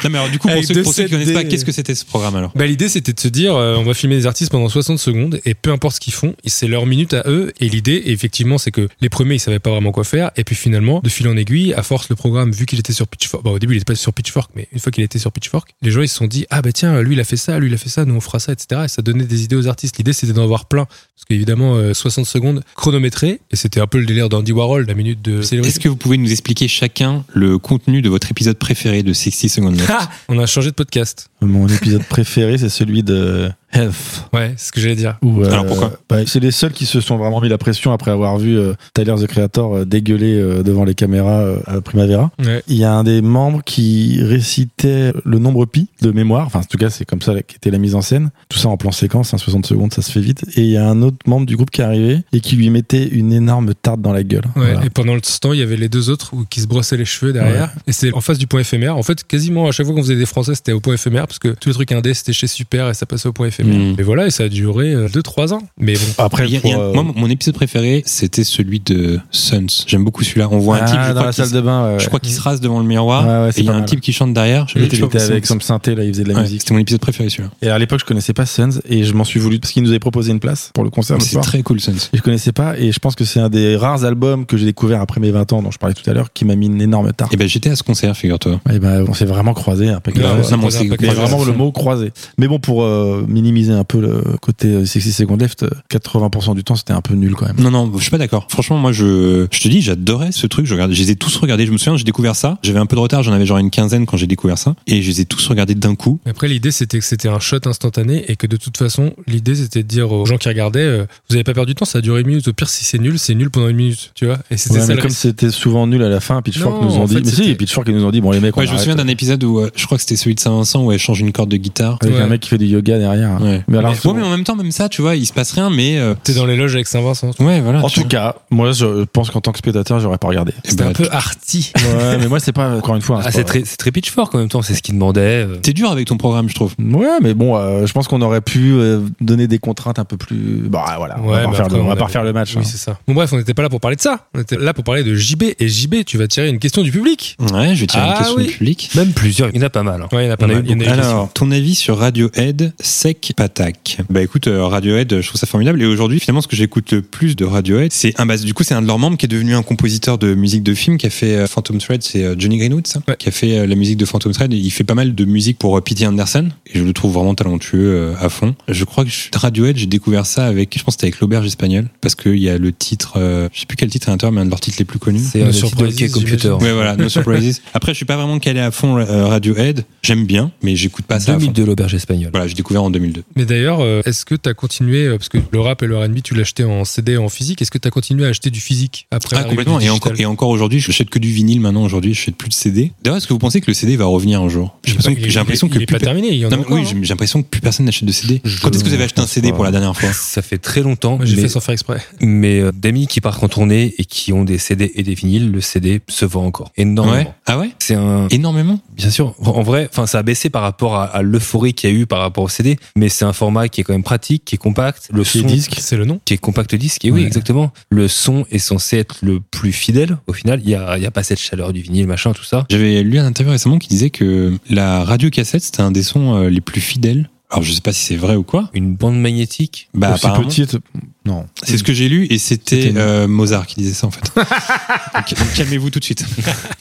Speaker 4: Non, mais alors du coup, pour
Speaker 5: Avec
Speaker 4: ceux,
Speaker 5: deux
Speaker 4: pour ceux qui
Speaker 5: 7D.
Speaker 4: connaissent pas, qu'est-ce que c'était ce programme alors
Speaker 5: Bah, L'idée, c'était de se dire, euh, on va filmer des artistes pendant 60 secondes et peu importe ce qu'ils font, c'est leur minute à eux. Et l'idée, effectivement, c'est que les premiers, ils savaient pas vraiment quoi faire. Et puis finalement, de fil en aiguille, à force, le programme, vu qu'il était sur Pitchfork, bah, au début, il était pas sur Pitchfork, mais une fois qu'il était sur Pitchfork, les gens, ils se sont dit, ah bah tiens, lui, il a fait ça, lui, il a fait ça, nous, on fera ça, etc. Et ça donnait des idées aux artistes. L'idée, c'était d'en avoir plein. Parce qu'évidemment, euh, 60 secondes chronométrées. Et c'était un peu le délire d'Andy Warhol, la minute de
Speaker 4: Est-ce que vous pouvez nous expliquer chacun le contenu de votre épisode préféré de 60 Seconds Left
Speaker 5: Ah on a changé de podcast.
Speaker 3: Mon épisode préféré, c'est celui de Health.
Speaker 5: Ouais, c'est ce que j'allais dire.
Speaker 3: Où,
Speaker 4: Alors, pourquoi
Speaker 3: bah, C'est les seuls qui se sont vraiment mis la pression après avoir vu euh, Tyler the Creator euh, dégueuler euh, devant les caméras euh, à Primavera.
Speaker 5: Ouais.
Speaker 3: Il y a un des membres qui récitait le nombre pi de mémoire. Enfin, en tout cas, c'est comme ça qu'était la mise en scène. Tout ça en plan séquence, hein, 60 secondes, ça se fait vite. Et il y a un autre membre du groupe qui est arrivé et qui lui mettait une énorme tarte dans la gueule.
Speaker 5: Ouais,
Speaker 3: Voilà.
Speaker 5: Et pendant ce temps, il y avait les deux autres où- qui se brossaient les cheveux derrière. Et c'est en face du point éphémère. En fait, quasiment à chaque fois qu'on faisait des Français, c'était au point éphémère parce que tous les trucs indés, c'était chez Super et ça passait au point éphémère.
Speaker 4: Mm.
Speaker 5: Et voilà, et ça a duré 2-3 ans. Mais bon.
Speaker 3: Après,
Speaker 4: Il y a-
Speaker 3: pour,
Speaker 4: il y a-
Speaker 3: euh,
Speaker 4: Moi, mon épisode préféré, c'était celui de Suns. J'aime beaucoup celui-là. On voit un
Speaker 3: ah,
Speaker 4: type, je
Speaker 3: dans
Speaker 4: crois,
Speaker 3: la
Speaker 4: qui,
Speaker 3: salle
Speaker 4: se-
Speaker 3: de bain. ouais,
Speaker 4: je
Speaker 3: ouais.
Speaker 4: crois qu'il se rase devant le miroir.
Speaker 3: Ouais, ouais, c'est
Speaker 4: et il y a
Speaker 3: pas
Speaker 4: un
Speaker 3: mal.
Speaker 4: type qui chante derrière.
Speaker 3: Il
Speaker 4: Je- je sais pas
Speaker 3: était
Speaker 4: pourquoi
Speaker 3: avec
Speaker 4: c'est-
Speaker 3: son synthé, là, il faisait de la
Speaker 4: Ouais,
Speaker 3: musique.
Speaker 4: C'était mon épisode préféré celui-là.
Speaker 3: Et à l'époque, je connaissais pas Suns et je m'en suis voulu parce qu'il nous avait proposé une place pour le concert le
Speaker 4: C'est
Speaker 3: soir.
Speaker 4: très cool, Suns.
Speaker 3: Et je connaissais pas et je pense que c'est un des rares albums que j'ai découvert après mes 20 ans dont je parlais tout à l'heure qui m'a mis une énorme tarte.
Speaker 4: Et ben j'étais à ce concert, figure-toi.
Speaker 3: Et ben on s'est vraiment croisés un peu.
Speaker 5: Non,
Speaker 4: Ouais,
Speaker 5: on s'est
Speaker 4: non, mais
Speaker 5: croisés
Speaker 4: c'est-
Speaker 5: un peu
Speaker 3: Mais
Speaker 5: comme ça.
Speaker 3: vraiment le mot croisé. Mais bon, pour euh, minimiser un peu le côté euh, sexy second left, euh, 80% du temps c'était un peu nul quand même.
Speaker 4: Non, non, je suis pas d'accord. Franchement, moi, je, je te dis, j'adorais ce truc. Je, regardais, je les ai tous regardés. Je me souviens, j'ai découvert ça. J'avais un peu de retard. J'en avais genre une quinzaine quand j'ai découvert ça. Et je les ai tous regardés d'un coup.
Speaker 5: Après, l'idée, c'était que c'était un shot instantané et que de toute façon, l'idée, c'était de dire aux gens qui regardaient, euh, vous avez pas perdu de temps, ça a duré une minute. Au pire, si c'est nul, c'est nul pendant une minute. Tu vois Et c'était
Speaker 3: Ouais,
Speaker 5: ça
Speaker 3: mais
Speaker 5: le
Speaker 3: comme c'était souvent nul à la fin, Pitchfork
Speaker 5: Non,
Speaker 3: nous ont
Speaker 5: en
Speaker 3: dit.
Speaker 5: fait,
Speaker 3: mais si,
Speaker 5: c'était-
Speaker 3: Pitchfork ils nous ont dit, bon les mecs, on
Speaker 4: Ouais, je me
Speaker 3: arrête.
Speaker 4: souviens d'un épisode où, euh, je crois que c'était celui de Saint-Vincent, où elle change une corde de guitare.
Speaker 3: Avec
Speaker 5: Ouais.
Speaker 3: un mec qui fait du yoga derrière.
Speaker 4: Ouais.
Speaker 3: Mais alors,
Speaker 4: Mais- ouais, mais en même temps, même ça, tu vois, il se passe rien, mais. euh,
Speaker 5: T'es dans les loges avec Saint-Vincent.
Speaker 4: Ouais, voilà.
Speaker 3: En
Speaker 4: tu
Speaker 3: tout cas, moi je pense qu'en tant que spectateur, j'aurais pas regardé.
Speaker 4: vois. Eh
Speaker 5: C'était
Speaker 4: ben,
Speaker 5: un peu arty.
Speaker 3: Ouais, mais moi c'est pas encore une fois. hein,
Speaker 2: Ah,
Speaker 3: c'est
Speaker 2: c'est
Speaker 3: pas-
Speaker 2: très, c'est très pitchfork en même temps, c'est ce qu'il demandait. euh.
Speaker 4: T'es dur avec ton programme, je trouve.
Speaker 3: Ouais, mais bon, euh, je pense qu'on aurait pu euh, donner des contraintes un peu plus. Bah voilà, on
Speaker 5: Ouais,
Speaker 3: va pas,
Speaker 5: mais
Speaker 3: refaire
Speaker 5: après,
Speaker 3: le, on va pas
Speaker 5: on avait-
Speaker 3: refaire le match.
Speaker 5: Oui,
Speaker 3: hein.
Speaker 5: c'est ça. Bon, bref, on n'était pas là pour parler de ça. On était là pour parler de JB. Et JB, tu vas tirer une question du public.
Speaker 4: Ouais, je vais tirer
Speaker 5: Ah
Speaker 4: une question
Speaker 5: oui.
Speaker 4: du public.
Speaker 2: Même plusieurs, il y en a pas mal. hein.
Speaker 5: Ouais, il y en a pas
Speaker 2: On a
Speaker 5: mal.
Speaker 2: eu
Speaker 5: Il y en a eu des questions.
Speaker 4: Alors, ton avis sur Radiohead, sec, patac Bah écoute, euh, Radiohead, euh, je trouve ça formidable. Et aujourd'hui, finalement, ce que j'écoute le plus de Radiohead, c'est un, bah, du coup, c'est un de leurs membres qui est devenu un compositeur de musique de film qui a fait euh, Phantom Thread, c'est euh, Johnny Greenwood, ça,
Speaker 5: Ouais.
Speaker 4: qui a fait euh, la musique de Phantom Thread. Il fait pas mal de musique pour euh, P.T. Anderson et je le trouve vraiment talentueux euh, à fond. Je crois que je- Radiohead, j'ai découvert ça avec, je pense, que c'était avec l'auberge espagnole parce qu'il y a le titre, euh, je sais plus quel titre est à l'intérieur, mais un de leurs titres les plus connus.
Speaker 2: C'est un
Speaker 5: Nos
Speaker 2: titre de
Speaker 5: surprises,
Speaker 2: hockey computer.
Speaker 4: Ouais, voilà, No Surprises. Après, je suis pas vraiment calé à fond euh, Radiohead. J'aime bien, mais j'écoute pas ça à fond.
Speaker 2: 2002, l'auberge espagnole.
Speaker 4: Voilà, j'ai découvert en 2002.
Speaker 5: Mais d'ailleurs, euh, est-ce que tu as continué, euh, parce que le rap et le RB, tu l'achetais en CD et en physique, est-ce que tu as continué à acheter du physique après
Speaker 4: Ah,
Speaker 5: l'arrivée
Speaker 4: complètement.
Speaker 5: du
Speaker 4: Et
Speaker 5: digital
Speaker 4: encore, et encore aujourd'hui, je n'achète que du vinyle maintenant. Aujourd'hui, je n'achète plus de CD. D'ailleurs, est-ce que vous pensez que le CD va revenir un jour J'ai l'impression
Speaker 5: Il est-
Speaker 4: que, j'ai l'impression
Speaker 5: il
Speaker 4: que
Speaker 5: est
Speaker 4: plus
Speaker 5: pas terminé, il y en a
Speaker 4: Non, mais
Speaker 5: encore,
Speaker 4: oui,
Speaker 5: hein.
Speaker 4: j'ai j'ai l'impression que plus personne n'achète de CD.
Speaker 3: Je-
Speaker 4: Quand est-ce que vous avez acheté un
Speaker 3: pense
Speaker 4: CD
Speaker 3: pas.
Speaker 4: pour la dernière fois
Speaker 2: Ça fait très longtemps.
Speaker 5: Moi, j'ai
Speaker 2: mais-
Speaker 5: fait sans faire exprès.
Speaker 2: Mais euh, d'amis qui partent en tournée et qui ont des CD et des vinyles, le CD se vend encore énormément.
Speaker 4: Ouais. Ah ouais
Speaker 2: C'est un,
Speaker 4: Énormément
Speaker 2: bien sûr, en vrai, enfin, ça a baissé par rapport à, à l'euphorie qu'il y a eu par rapport au CD, mais c'est un format qui est quand même pratique, qui est compact. Le
Speaker 3: Chez
Speaker 2: son,
Speaker 3: Disque.
Speaker 5: C'est le nom.
Speaker 2: qui est compact disque. Et oui,
Speaker 3: Ouais.
Speaker 2: exactement. Le son est censé être le plus fidèle. Au final, il y a, il y a pas cette chaleur du vinyle, machin, tout ça.
Speaker 4: J'avais lu un interview récemment qui disait que la radio cassette, c'était un des sons euh, les plus fidèles. Alors, je sais pas si c'est vrai ou quoi.
Speaker 2: Une bande magnétique.
Speaker 4: Bah,
Speaker 3: Aussi
Speaker 4: apparemment.
Speaker 3: petite, Non.
Speaker 4: C'est ce que j'ai lu et c'était
Speaker 3: C'était-
Speaker 4: euh, Mozart qui disait ça en fait. donc, donc calmez-vous tout de suite.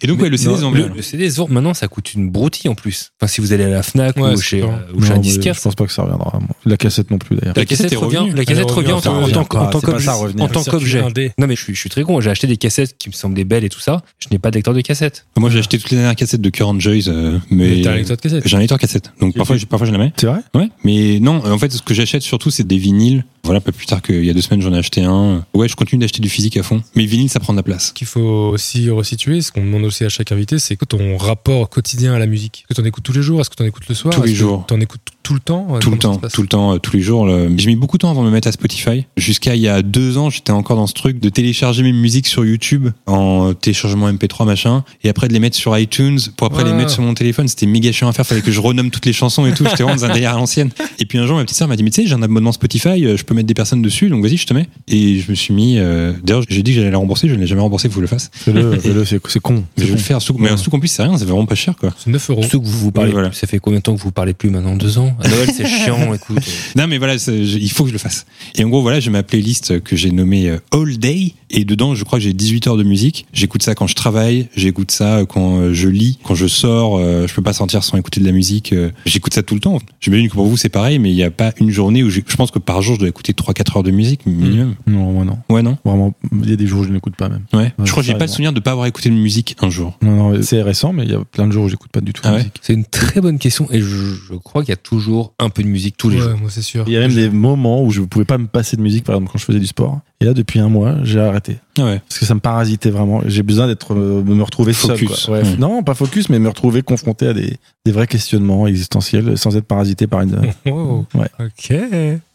Speaker 4: Et donc ouais, le CD
Speaker 2: Non,
Speaker 4: ils ont
Speaker 2: le,
Speaker 4: bien.
Speaker 2: le CD ils ont- maintenant ça coûte une broutille en plus. Enfin, si vous allez à la Fnac
Speaker 5: Ouais,
Speaker 2: ou
Speaker 5: c'est
Speaker 2: chez,
Speaker 5: clair.
Speaker 2: euh, ou chez un
Speaker 3: Non, mais
Speaker 2: disquaire,
Speaker 3: Je pense pas que ça reviendra. moi. La cassette non plus d'ailleurs.
Speaker 4: La
Speaker 2: la cassette
Speaker 4: cassette est
Speaker 2: revient,
Speaker 4: revenue.
Speaker 2: la cassette
Speaker 5: Elle est
Speaker 2: revient en
Speaker 5: revenue,
Speaker 2: tant- en
Speaker 5: ça
Speaker 2: tant
Speaker 3: revient.
Speaker 2: que- en
Speaker 3: Ah,
Speaker 2: tant
Speaker 3: c'est pas
Speaker 2: qu'objet.
Speaker 3: ça, revenir.
Speaker 2: En tant
Speaker 5: Ça
Speaker 2: qu'objet.
Speaker 5: fait un dé.
Speaker 2: Non mais je suis, je suis très con, j'ai acheté des cassettes qui me semblaient belles et tout ça. Je n'ai pas de lecteur de cassette.
Speaker 4: Moi j'ai acheté toutes les dernières cassettes de Current Joys, euh,
Speaker 5: Mais
Speaker 4: mais
Speaker 5: t'as un lecteur de cassette.
Speaker 4: j'ai un lecteur cassette. Donc parfois, j'ai- parfois je la mets.
Speaker 3: C'est vrai
Speaker 4: Ouais, mais non, euh, en fait, ce que j'achète surtout, c'est des vinyles. Voilà, pas plus tard qu'il y a deux semaines, j'en ai acheté un. Ouais, je continue d'acheter du physique à fond. Mais vinyle, ça prend de la place.
Speaker 5: Ce qu'il faut aussi resituer, ce qu'on demande aussi à chaque invité, c'est que ton rapport quotidien à la musique. Est-ce que t'en écoutes tous les jours Est-ce que t'en écoutes le soir
Speaker 4: Tous les
Speaker 5: Est-ce que
Speaker 4: jours.
Speaker 5: T'en écoutes tout le temps
Speaker 4: Tout le temps, tout le temps, euh, tous les jours. là. J'ai mis beaucoup de temps avant de me mettre à Spotify. Jusqu'à il y a deux ans, j'étais encore dans ce truc de télécharger mes musiques sur YouTube en euh, téléchargement MP3 machin, et après de les mettre sur iTunes pour après les
Speaker 5: Ouais.
Speaker 4: mettre sur mon téléphone. C'était méga chiant à faire. Fallait que je renomme toutes les chansons et tout. J'étais vraiment dans un délire à l'ancienne. Et puis un jour, ma petite sœur m'a dit mais tu sais, j'ai un abonnement Spotify, euh, je peux mettre des personnes dessus, donc vas-y, je te mets. Et je me suis mis. euh, D'ailleurs, j'ai dit que j'allais la rembourser. Je ne l'ai jamais remboursé. Faut que je le fasse.
Speaker 3: Fais-le, fais-le, c'est c'est con.
Speaker 4: Mais
Speaker 3: C'est
Speaker 4: je vais
Speaker 3: con.
Speaker 4: le faire. sous- Mais un sous complice, c'est rien. C'est vraiment pas cher quoi.
Speaker 5: C'est 9 euros.
Speaker 2: Ceux que vous vous parlez,
Speaker 4: Oui, voilà.
Speaker 2: plus, ça fait combien de temps que vous parlez plus maintenant Deux ans. À Noël c'est chiant, écoute.
Speaker 4: Non, mais voilà, c'est- je- il faut que je le fasse. Et en gros, voilà, j'ai ma playlist que j'ai nommée euh, All Day. Et dedans, je crois que j'ai 18 heures de musique. J'écoute ça quand je travaille. J'écoute ça quand euh, je lis. Quand je sors, euh, je peux pas sortir sans écouter de la musique. euh, J'écoute ça tout le temps. J'imagine que pour vous, c'est pareil, mais il n'y a pas une journée où je, je pense que par jour, je dois écouter 3-4 heures de musique minimum.
Speaker 3: Non, moi non.
Speaker 4: Ouais, non?
Speaker 3: Vraiment, il y a des jours où je n'écoute pas même.
Speaker 4: Ouais. je crois que
Speaker 3: c'est
Speaker 4: j'ai pas le
Speaker 3: vrai.
Speaker 4: souvenir de pas avoir écouté de musique un jour.
Speaker 3: Non, non, mais c'est récent, mais il y a plein de jours où j'écoute pas du tout.
Speaker 4: Ah
Speaker 3: la
Speaker 4: ouais
Speaker 3: musique.
Speaker 2: C'est une très bonne question et je, je crois qu'il y a toujours un peu de musique tous les
Speaker 5: Ouais,
Speaker 2: jours.
Speaker 5: moi c'est sûr.
Speaker 3: Il y a même des moments où je pouvais pas me passer de musique, par exemple quand je faisais du sport. Et là, depuis un mois, j'ai arrêté
Speaker 4: Ah ouais.
Speaker 3: parce que ça me parasitait vraiment. J'ai besoin d'être, euh, de me retrouver seul.
Speaker 4: Focus.
Speaker 3: quoi. Ouais.
Speaker 4: Ouais.
Speaker 3: Non, pas focus, mais me retrouver confronté à des, des vrais questionnements existentiels sans être parasité par une.
Speaker 5: Oh,
Speaker 3: Ouais.
Speaker 5: ok.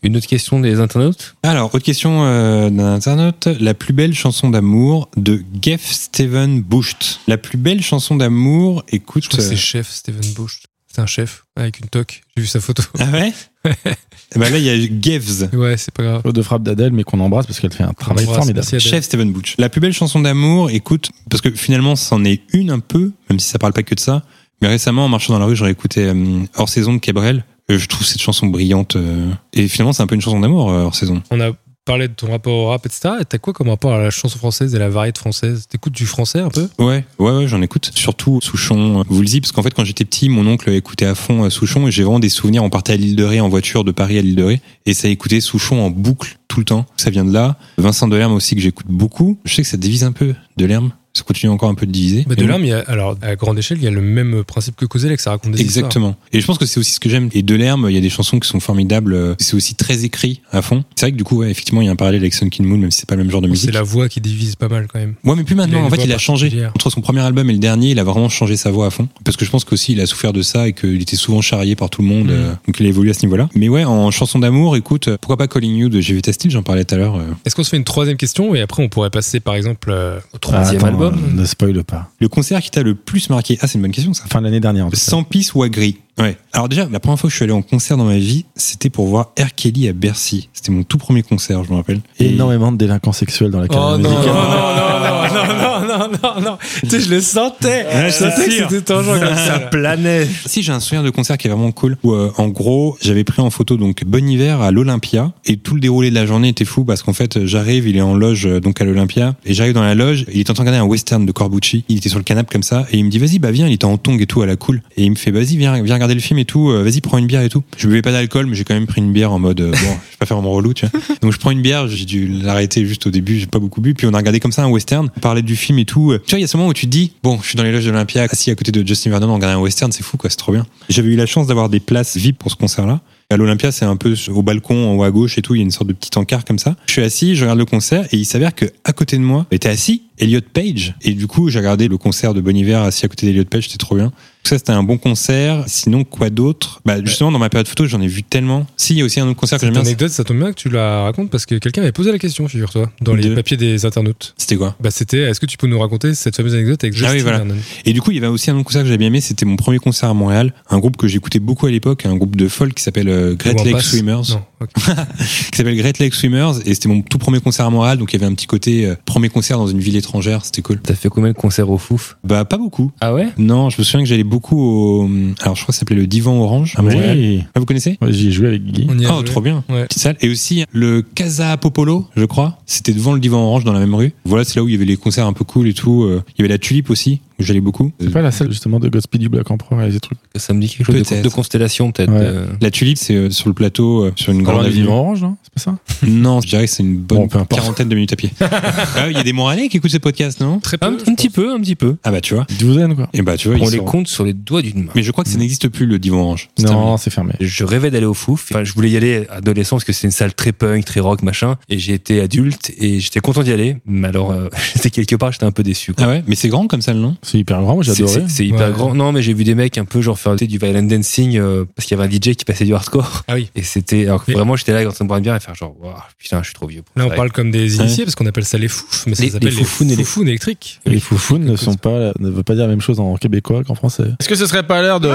Speaker 2: Une autre question des internautes
Speaker 4: Alors, autre question euh, d'un internaute. La plus belle chanson d'amour de Geff Steven Bucht. La plus belle chanson d'amour, écoute.
Speaker 5: Je crois que
Speaker 4: euh,
Speaker 5: c'est chef, Steven Bush. C'est un chef avec une toque. J'ai vu sa photo.
Speaker 4: Ah ouais Bah là, il y a Geves.
Speaker 5: Ouais, c'est pas grave.
Speaker 3: de frappe d'Adèle, mais qu'on embrasse parce qu'elle fait un
Speaker 4: Ah,
Speaker 3: travail
Speaker 5: Embrasse,
Speaker 3: formidable.
Speaker 5: merci, Adèle.
Speaker 4: Chef Steven Butch. La plus belle chanson d'amour, écoute, parce que finalement, c'en est une un peu, même si ça parle pas que de ça. Mais récemment, en marchant dans la rue, j'aurais écouté euh, Hors saison de Cabrel. Euh, je trouve cette chanson brillante. euh, et finalement, c'est un peu une chanson d'amour, euh, Hors saison.
Speaker 5: On a parlé de ton rapport au rap, etc. Et t'as quoi comme rapport à la chanson française et la variété française T'écoutes du français un peu
Speaker 4: Ouais, ouais, ouais, j'en écoute. Surtout Souchon, euh, vous le dites, parce qu'en fait, quand j'étais petit, mon oncle écoutait à fond euh, Souchon et j'ai vraiment des souvenirs. On partait à l'île de Ré en voiture de Paris à l'île de Ré et ça écoutait Souchon en boucle tout le temps. Ça vient de là. Vincent Delerme aussi que j'écoute beaucoup. Je sais que ça divise un peu, Delerme. Ça continue encore un peu de diviser.
Speaker 5: bah,
Speaker 4: Et
Speaker 5: De
Speaker 4: bon,
Speaker 5: l'âme, il y a, alors à grande échelle, il y a le même principe que Causelec, ça raconte des histoires.
Speaker 4: Exactement. Et je pense que c'est aussi ce que j'aime. Et Delerme, il y a des chansons qui sont formidables. euh, C'est aussi très écrit à fond. C'est vrai que du coup, ouais, effectivement, il y a un parallèle avec Sun King Moon, même si c'est pas le même genre de musique.
Speaker 5: C'est la voix qui divise pas mal quand même.
Speaker 4: Ouais, mais plus
Speaker 5: Il a
Speaker 4: maintenant.
Speaker 5: une
Speaker 4: En fait,
Speaker 5: voix
Speaker 4: il a changé.
Speaker 5: particulière.
Speaker 4: Entre son premier album et le dernier, il a vraiment changé sa voix à fond. Parce que je pense qu'aussi, il a souffert de ça et qu'il était souvent charrié par tout le monde.
Speaker 5: Mhm.
Speaker 4: euh, donc, il a évolué à ce niveau-là. Mais ouais, en chanson d'amour, écoute, euh, pourquoi pas Calling You de GVT Style, j'en parlais tout à l'heure. euh.
Speaker 5: Est-ce qu'on se fait une troisième question et après on pourrait passer par exemple euh, au
Speaker 3: Ah,
Speaker 5: troisième
Speaker 3: attends,
Speaker 5: album
Speaker 3: euh, Ne spoil pas.
Speaker 4: Le concert qui t'a le plus marqué. Ah, c'est une bonne question, ça.
Speaker 3: Fin de l'année dernière. En tout cas.
Speaker 4: Sans pisse ou agri. Ouais. Alors déjà, la première fois que je suis allé en concert dans ma vie, c'était pour voir R. Kelly à Bercy. C'était mon tout premier concert, je me rappelle.
Speaker 3: Énormément de délinquants sexuels dans la carrière
Speaker 5: Oh non, non, non,
Speaker 3: musicale.
Speaker 5: non, non, non, non, non, non. Tu sais, je le sentais. je sentais que c'était un genre comme ça. là.
Speaker 2: planait.
Speaker 4: Si j'ai un souvenir de concert qui est vraiment cool, où euh, en gros j'avais pris en photo donc Bon Hiver à l'Olympia et tout le déroulé de la journée était fou parce qu'en fait j'arrive, il est en loge euh, donc à l'Olympia et j'arrive dans la loge, il est en train de regarder un western de Corbucci, il était sur le canapé comme ça et il me dit vas-y bah viens, il était en tongs et tout à la cool et il me fait vas-y viens, viens regarder le film et tout, euh, vas-y prends une bière et tout. Je buvais pas d'alcool mais j'ai quand même pris une bière en mode euh, bon je vais pas faire mon relou tu vois. Donc je prends une bière, j'ai dû l'arrêter juste au début, j'ai pas beaucoup bu, puis on a regardé comme ça un western, on parlait du film et tout. Tu vois, il y a ce moment où tu te dis, bon, je suis dans les loges de l'Olympia, assis à côté de Justin Vernon, on regarde un western, c'est fou quoi, c'est trop bien. J'avais eu la chance d'avoir des places VIP pour ce concert-là. À l'Olympia, c'est un peu au balcon, en haut à gauche et tout, il y a une sorte de petit encart comme ça. Je suis assis, je regarde le concert et il s'avère que à côté de moi était assis Elliot Page et du coup, j'ai regardé le concert de Bon Hiver assis à côté d'Elliot Page, c'était trop bien. Donc ça, c'était un bon concert. Sinon, quoi d'autre Bah justement, dans ma période photo, j'en ai vu tellement. Si, il y a aussi un autre concert que j'aime
Speaker 5: Cette
Speaker 4: bien. c'est-
Speaker 5: anecdote, ça tombe bien que tu la racontes parce que quelqu'un avait posé la question, figure-toi, dans les
Speaker 4: De-
Speaker 5: papiers des internautes.
Speaker 4: C'était quoi
Speaker 5: Bah, c'était, est-ce que tu peux nous raconter cette fameuse anecdote avec Justin
Speaker 4: Ah oui, voilà.
Speaker 5: Vernon
Speaker 4: Et du coup, il y avait aussi un autre concert que j'avais bien aimé, c'était mon premier concert à Montréal, un groupe que j'écoutais beaucoup à l'époque, un groupe de folk qui s'appelle euh, Great
Speaker 5: Ou en
Speaker 4: Lake
Speaker 5: basse
Speaker 4: Swimmers,
Speaker 5: Non, ok.
Speaker 4: qui s'appelle Great Lake Swimmers, et c'était mon tout premier concert à Montréal, donc il y avait un petit côté euh, premier concert dans une ville étrangère, c'était cool.
Speaker 2: T'as fait combien de concerts au fouf
Speaker 4: Bah pas beaucoup.
Speaker 2: Ah ouais
Speaker 4: Non, je me souviens que j'allais beaucoup au. euh, Alors, je crois que ça s'appelait le Divan Orange à Montréal.
Speaker 3: Oui.
Speaker 4: Ah, vous connaissez
Speaker 3: Ouais, J'y ai joué avec Guy.
Speaker 5: On y a
Speaker 4: Oh,
Speaker 5: joué.
Speaker 4: trop bien.
Speaker 5: Ouais.
Speaker 4: Petite salle. Et aussi le Casa Popolo, je crois. C'était devant le Divan Orange dans la même rue. Voilà, c'est là où il y avait les concerts un peu cool et tout. Euh, Il y avait la Tulipe aussi, où j'allais beaucoup.
Speaker 3: C'est pas la salle justement de Godspeed du Black Emperor et ces trucs.
Speaker 2: Ça me dit quelque chose de,
Speaker 4: Peut-être.
Speaker 2: de constellation, peut-être.
Speaker 3: Ouais.
Speaker 2: euh,
Speaker 4: La Tulipe, c'est euh, sur le plateau, euh, sur une grande
Speaker 3: Alors,
Speaker 4: avenue.
Speaker 3: Vivant Orange, non C'est pas ça
Speaker 4: Non, je dirais que c'est une bonne
Speaker 3: Bon, peu importe.
Speaker 4: quarantaine de minutes à pied. Ah oui, Il y a des Montréalais qui écoutent ce podcast, non
Speaker 5: Très peu.
Speaker 2: un, un petit peu, un petit peu.
Speaker 4: Ah bah tu vois.
Speaker 3: Douzaine, quoi.
Speaker 4: Et bah tu vois,
Speaker 2: On
Speaker 4: ils
Speaker 2: les
Speaker 4: sont-
Speaker 2: compte sur les doigts d'une main.
Speaker 4: Mais je crois que ça n'existe plus le Divan Orange. C'est terminé.
Speaker 3: Non, c'est fermé.
Speaker 2: Je rêvais d'aller au Fouf. Enfin, je voulais y aller adolescent parce que c'est une salle très punk, très rock, machin. Et j'ai été adulte et j'étais content d'y aller. Mais alors, euh, j'étais quelque part, j'étais un peu déçu. quoi.
Speaker 4: Ah ouais, mais c'est grand comme salle, non
Speaker 3: C'est hyper grand, moi
Speaker 2: C'est-
Speaker 3: j'adorais.
Speaker 2: C'est c'est hyper
Speaker 5: Ouais.
Speaker 2: grand. Non, mais j'ai vu des mecs un peu genre faire tu sais, du violent dancing euh, parce qu'il y avait un DJ qui passait du hardcore.
Speaker 5: Ah oui.
Speaker 2: Et c'était. Alors que
Speaker 5: Mais-
Speaker 2: vraiment, j'étais là en train de boire une bière et faire genre, Waouh, putain, je suis trop vieux. pour
Speaker 5: Là, on
Speaker 2: ça.
Speaker 5: parle comme des initiés
Speaker 4: Ouais.
Speaker 5: parce qu'on appelle ça les fouf, mais ça
Speaker 2: Les-
Speaker 5: s'appelle
Speaker 2: les foufounes et les-
Speaker 5: foufounes électriques.
Speaker 3: Les foufounes ne sont pas, ne veut pas dire la même chose en québécois qu'en français.
Speaker 5: Est-ce que ce serait pas l'heure de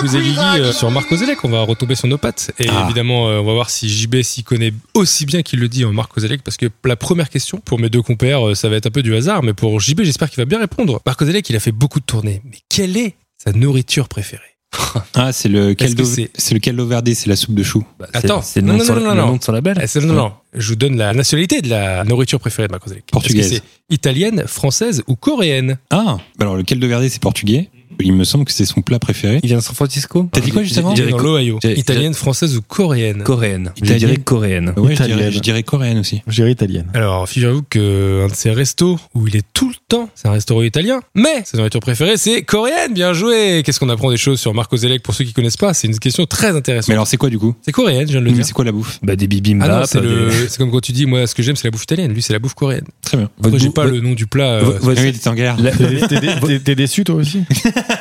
Speaker 5: vous et Guigui euh, sur Marco Zelec On va retomber sur nos pattes. Et
Speaker 4: Ah.
Speaker 5: évidemment, euh, on va voir si JB s'y connaît aussi bien qu'il le dit en Marco Zelec. Parce que la première question, pour mes deux compères, euh, ça va être un peu du hasard. Mais pour JB, j'espère qu'il va bien répondre. Marco Zelec, il a fait beaucoup de tournées. Mais quelle est sa nourriture préférée
Speaker 4: Ah, c'est le
Speaker 5: Est-ce que
Speaker 4: caldo,
Speaker 5: c'est-
Speaker 4: c'est le caldo verde, c'est la soupe de choux.
Speaker 2: Bah, c'est-
Speaker 5: Attends.
Speaker 2: c'est le
Speaker 5: Non,
Speaker 2: nom de
Speaker 5: non,
Speaker 2: son-
Speaker 5: non, non,
Speaker 2: le
Speaker 5: non.
Speaker 2: nom de son label.
Speaker 5: Eh, c'est- Non, non, non. Je vous donne la nationalité de la nourriture préférée de Marco Zelec. Est-ce que
Speaker 4: Portugaise.
Speaker 5: c'est italienne, française ou coréenne
Speaker 4: Ah, bah alors le caldo verde, c'est portugais. Il me semble que c'est son plat préféré.
Speaker 2: Il vient de San Francisco
Speaker 4: T'as dit quoi, juste avant
Speaker 2: Je dirais
Speaker 5: Dans l'Ohio.
Speaker 2: j'ai-
Speaker 5: Italienne, française ou coréenne
Speaker 2: coréenne. Je
Speaker 4: Italienne.
Speaker 2: dirais coréenne.
Speaker 4: Bah Ouais, je
Speaker 3: Italienne.
Speaker 4: dirais, je dirais coréenne aussi.
Speaker 3: J'irai italienne.
Speaker 5: Alors, figurez-vous qu'un de ces restos où il est tout le temps, c'est un restaurant italien, mais sa nourriture préférée, c'est coréenne. Bien joué Qu'est-ce qu'on apprend des choses sur Marco Zelec pour ceux qui connaissent pas C'est une question très
Speaker 4: Mais
Speaker 5: intéressante.
Speaker 4: alors, c'est quoi du coup
Speaker 5: C'est coréenne, je viens de le
Speaker 4: Mais
Speaker 5: dire.
Speaker 4: c'est quoi la bouffe
Speaker 2: Bah, des bibimbap.
Speaker 5: Ah non, c'est
Speaker 2: des-
Speaker 5: le- c'est comme quand tu dis, moi, ce que j'aime, c'est la bouffe italienne. Lui, c'est la bouffe coréenne.
Speaker 4: Très bien.
Speaker 2: Votre
Speaker 5: Après, j'ai
Speaker 2: goût-
Speaker 5: pas
Speaker 2: votre-
Speaker 5: le nom du plat. euh,
Speaker 2: votre- votre-
Speaker 4: Ah oui, t'es en galère.
Speaker 2: la-
Speaker 3: T'es- t'es- T'es t'es déçu toi aussi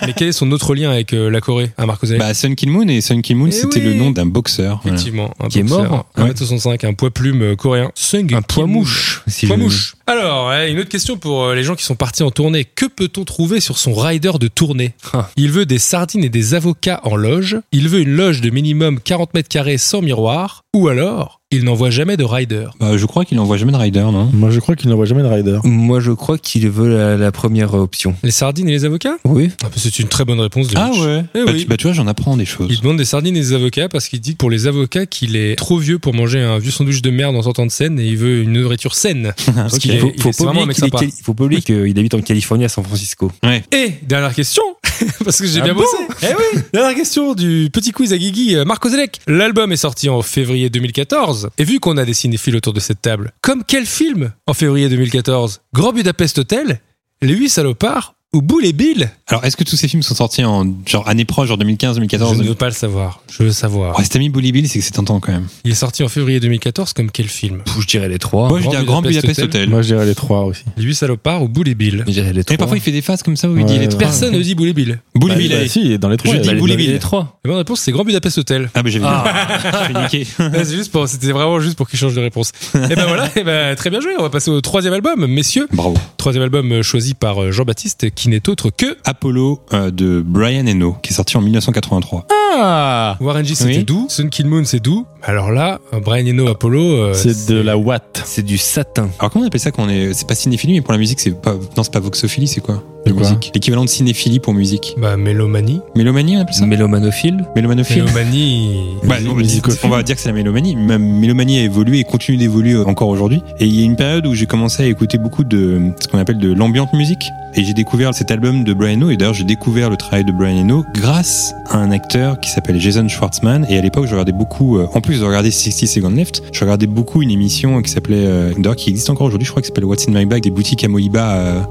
Speaker 5: mais quel est son autre lien avec euh, la Corée à Marco Zelec
Speaker 4: Bah, Sun Kin Moon et Sun Kin Moon,
Speaker 5: Eh
Speaker 4: c'était
Speaker 5: oui.
Speaker 4: le nom d'un boxeur. Voilà.
Speaker 5: Effectivement. un
Speaker 2: Qui est
Speaker 5: boxeur,
Speaker 2: mort. hein.
Speaker 5: 1m65, un poids plume euh, coréen. Sung
Speaker 2: un
Speaker 5: Kim
Speaker 2: poids
Speaker 5: Moon.
Speaker 2: mouche. Si
Speaker 5: Poids
Speaker 2: je-
Speaker 5: mouche. Alors, hein, une autre question pour euh, les gens qui sont partis en tournée. Que peut-on trouver sur son rider de tournée
Speaker 2: Ah.
Speaker 5: Il veut des sardines et des avocats en loge. Il veut une loge de minimum 40 mètres carrés sans miroir. Ou alors, il n'envoie jamais de rider.
Speaker 4: Bah, je crois qu'il n'envoie jamais de rider, non
Speaker 3: Moi je crois qu'il n'envoie jamais de rider.
Speaker 2: Moi, je crois qu'il veut la, la première option.
Speaker 5: Les sardines et les avocats
Speaker 2: Oui.
Speaker 5: Ah, bah, C'est une très bonne réponse de
Speaker 4: Ah
Speaker 5: Mitch.
Speaker 4: ouais
Speaker 5: Eh
Speaker 4: bah,
Speaker 5: oui.
Speaker 4: tu, bah, tu vois, j'en apprends des choses.
Speaker 5: Il demande des sardines et des avocats parce qu'il dit que pour les avocats qu'il est trop vieux pour manger un vieux sandwich de merde en sortant de scène et il veut une nourriture saine. Parce qu'il
Speaker 2: Il
Speaker 5: est-
Speaker 2: faut,
Speaker 5: il
Speaker 2: faut
Speaker 5: est- c'est
Speaker 2: pas
Speaker 5: vraiment un
Speaker 2: oublier
Speaker 5: mec
Speaker 2: qu'il est
Speaker 5: sympa.
Speaker 2: cali- faut pas oublier qu'il habite en Californie à San Francisco.
Speaker 5: Et dernière question, parce que j'ai
Speaker 4: Ah
Speaker 5: bien bossé. Eh oui, dernière question du petit quiz à Guigui, euh, Marco Zelec. L'album est sorti en février 2014. Et vu qu'on a des cinéphiles autour de cette table, comme quel film en février 2014 Grand Budapest Hotel, Les Huit Salopards ou Boule et Bill
Speaker 4: Alors, est-ce que tous ces films sont sortis en genre année proche, genre 2015,
Speaker 5: Je
Speaker 4: 2014
Speaker 5: ne veux pas le savoir. Je veux savoir.
Speaker 4: Ouais, si t'as mis Bully Bill, c'est que c'est tentant quand même.
Speaker 5: Il est sorti en février 2014 comme quel film
Speaker 2: Pff, Je dirais les trois.
Speaker 4: Moi, je
Speaker 5: Grand
Speaker 4: dis un Grand
Speaker 5: Budapest
Speaker 4: Budapest Hotel.
Speaker 3: Moi je dirais les trois aussi.
Speaker 5: Les Huit Salopards ou Boule et Bill
Speaker 2: Je dirais les trois.
Speaker 4: Mais parfois, il fait des phases comme ça où il dit
Speaker 3: Ouais,
Speaker 4: les
Speaker 3: ouais.
Speaker 4: trois.
Speaker 5: Personne ne dit Boule et Bill.
Speaker 4: Bully Bill,
Speaker 3: Bah,
Speaker 4: allez.
Speaker 3: si, il est dans les trois. il
Speaker 4: Je
Speaker 3: y a
Speaker 4: dis
Speaker 3: les-
Speaker 4: Bully
Speaker 2: Il y a
Speaker 4: Bill.
Speaker 2: les trois.
Speaker 5: La bonne réponse, c'est Grand Budapest Hotel.
Speaker 4: Ah, bah, j'avais dit. Je suis niqué.
Speaker 5: Ouais, c'est juste pour, c'était vraiment juste pour qu'il change de réponse. et ben voilà, et ben très bien joué. On va passer au troisième album, messieurs.
Speaker 4: Bravo.
Speaker 5: Troisième album euh, choisi par Jean-Baptiste, qui n'est autre que
Speaker 4: Apollo euh, de Brian Eno, qui est sorti en 1983.
Speaker 5: ah Warren G. C'était
Speaker 4: Oui.
Speaker 5: doux, Sun Kill Moon c'est doux. Alors là, euh, Brian Eno Apollo, euh,
Speaker 3: C'est de la Watt.
Speaker 2: C'est du satin.
Speaker 4: Alors comment on appelle ça quand on est c'est pas cinéphilie mais pour la musique c'est pas non c'est pas voxophilie c'est quoi
Speaker 3: C'est
Speaker 4: La
Speaker 3: quoi
Speaker 4: musique l'équivalent de cinéphilie pour musique
Speaker 5: bah mélomanie.
Speaker 4: mélomanie on appelle ça
Speaker 2: Mélomanophile.
Speaker 4: mélomanophilie
Speaker 5: Mélomanie.
Speaker 4: Bah, on, va dire,
Speaker 3: Musicophile.
Speaker 4: on va dire que c'est la mélomanie. Ma mélomanie a évolué et continue d'évoluer encore aujourd'hui. Et il y a une période où j'ai commencé à écouter beaucoup de ce qu'on appelle de l'ambiante musique. Et j'ai découvert cet album de Brian Eno. Et d'ailleurs, j'ai découvert le travail de Brian Eno grâce à un acteur qui s'appelle Jason Schwartzman. Et à l'époque, je regardais beaucoup, euh, en plus de regarder 60 Seconds Left, je regardais beaucoup une émission qui s'appelait, euh, d'ailleurs, qui existe encore aujourd'hui, je crois, qui s'appelle What's in My Bag des boutiques à Mohiba. euh.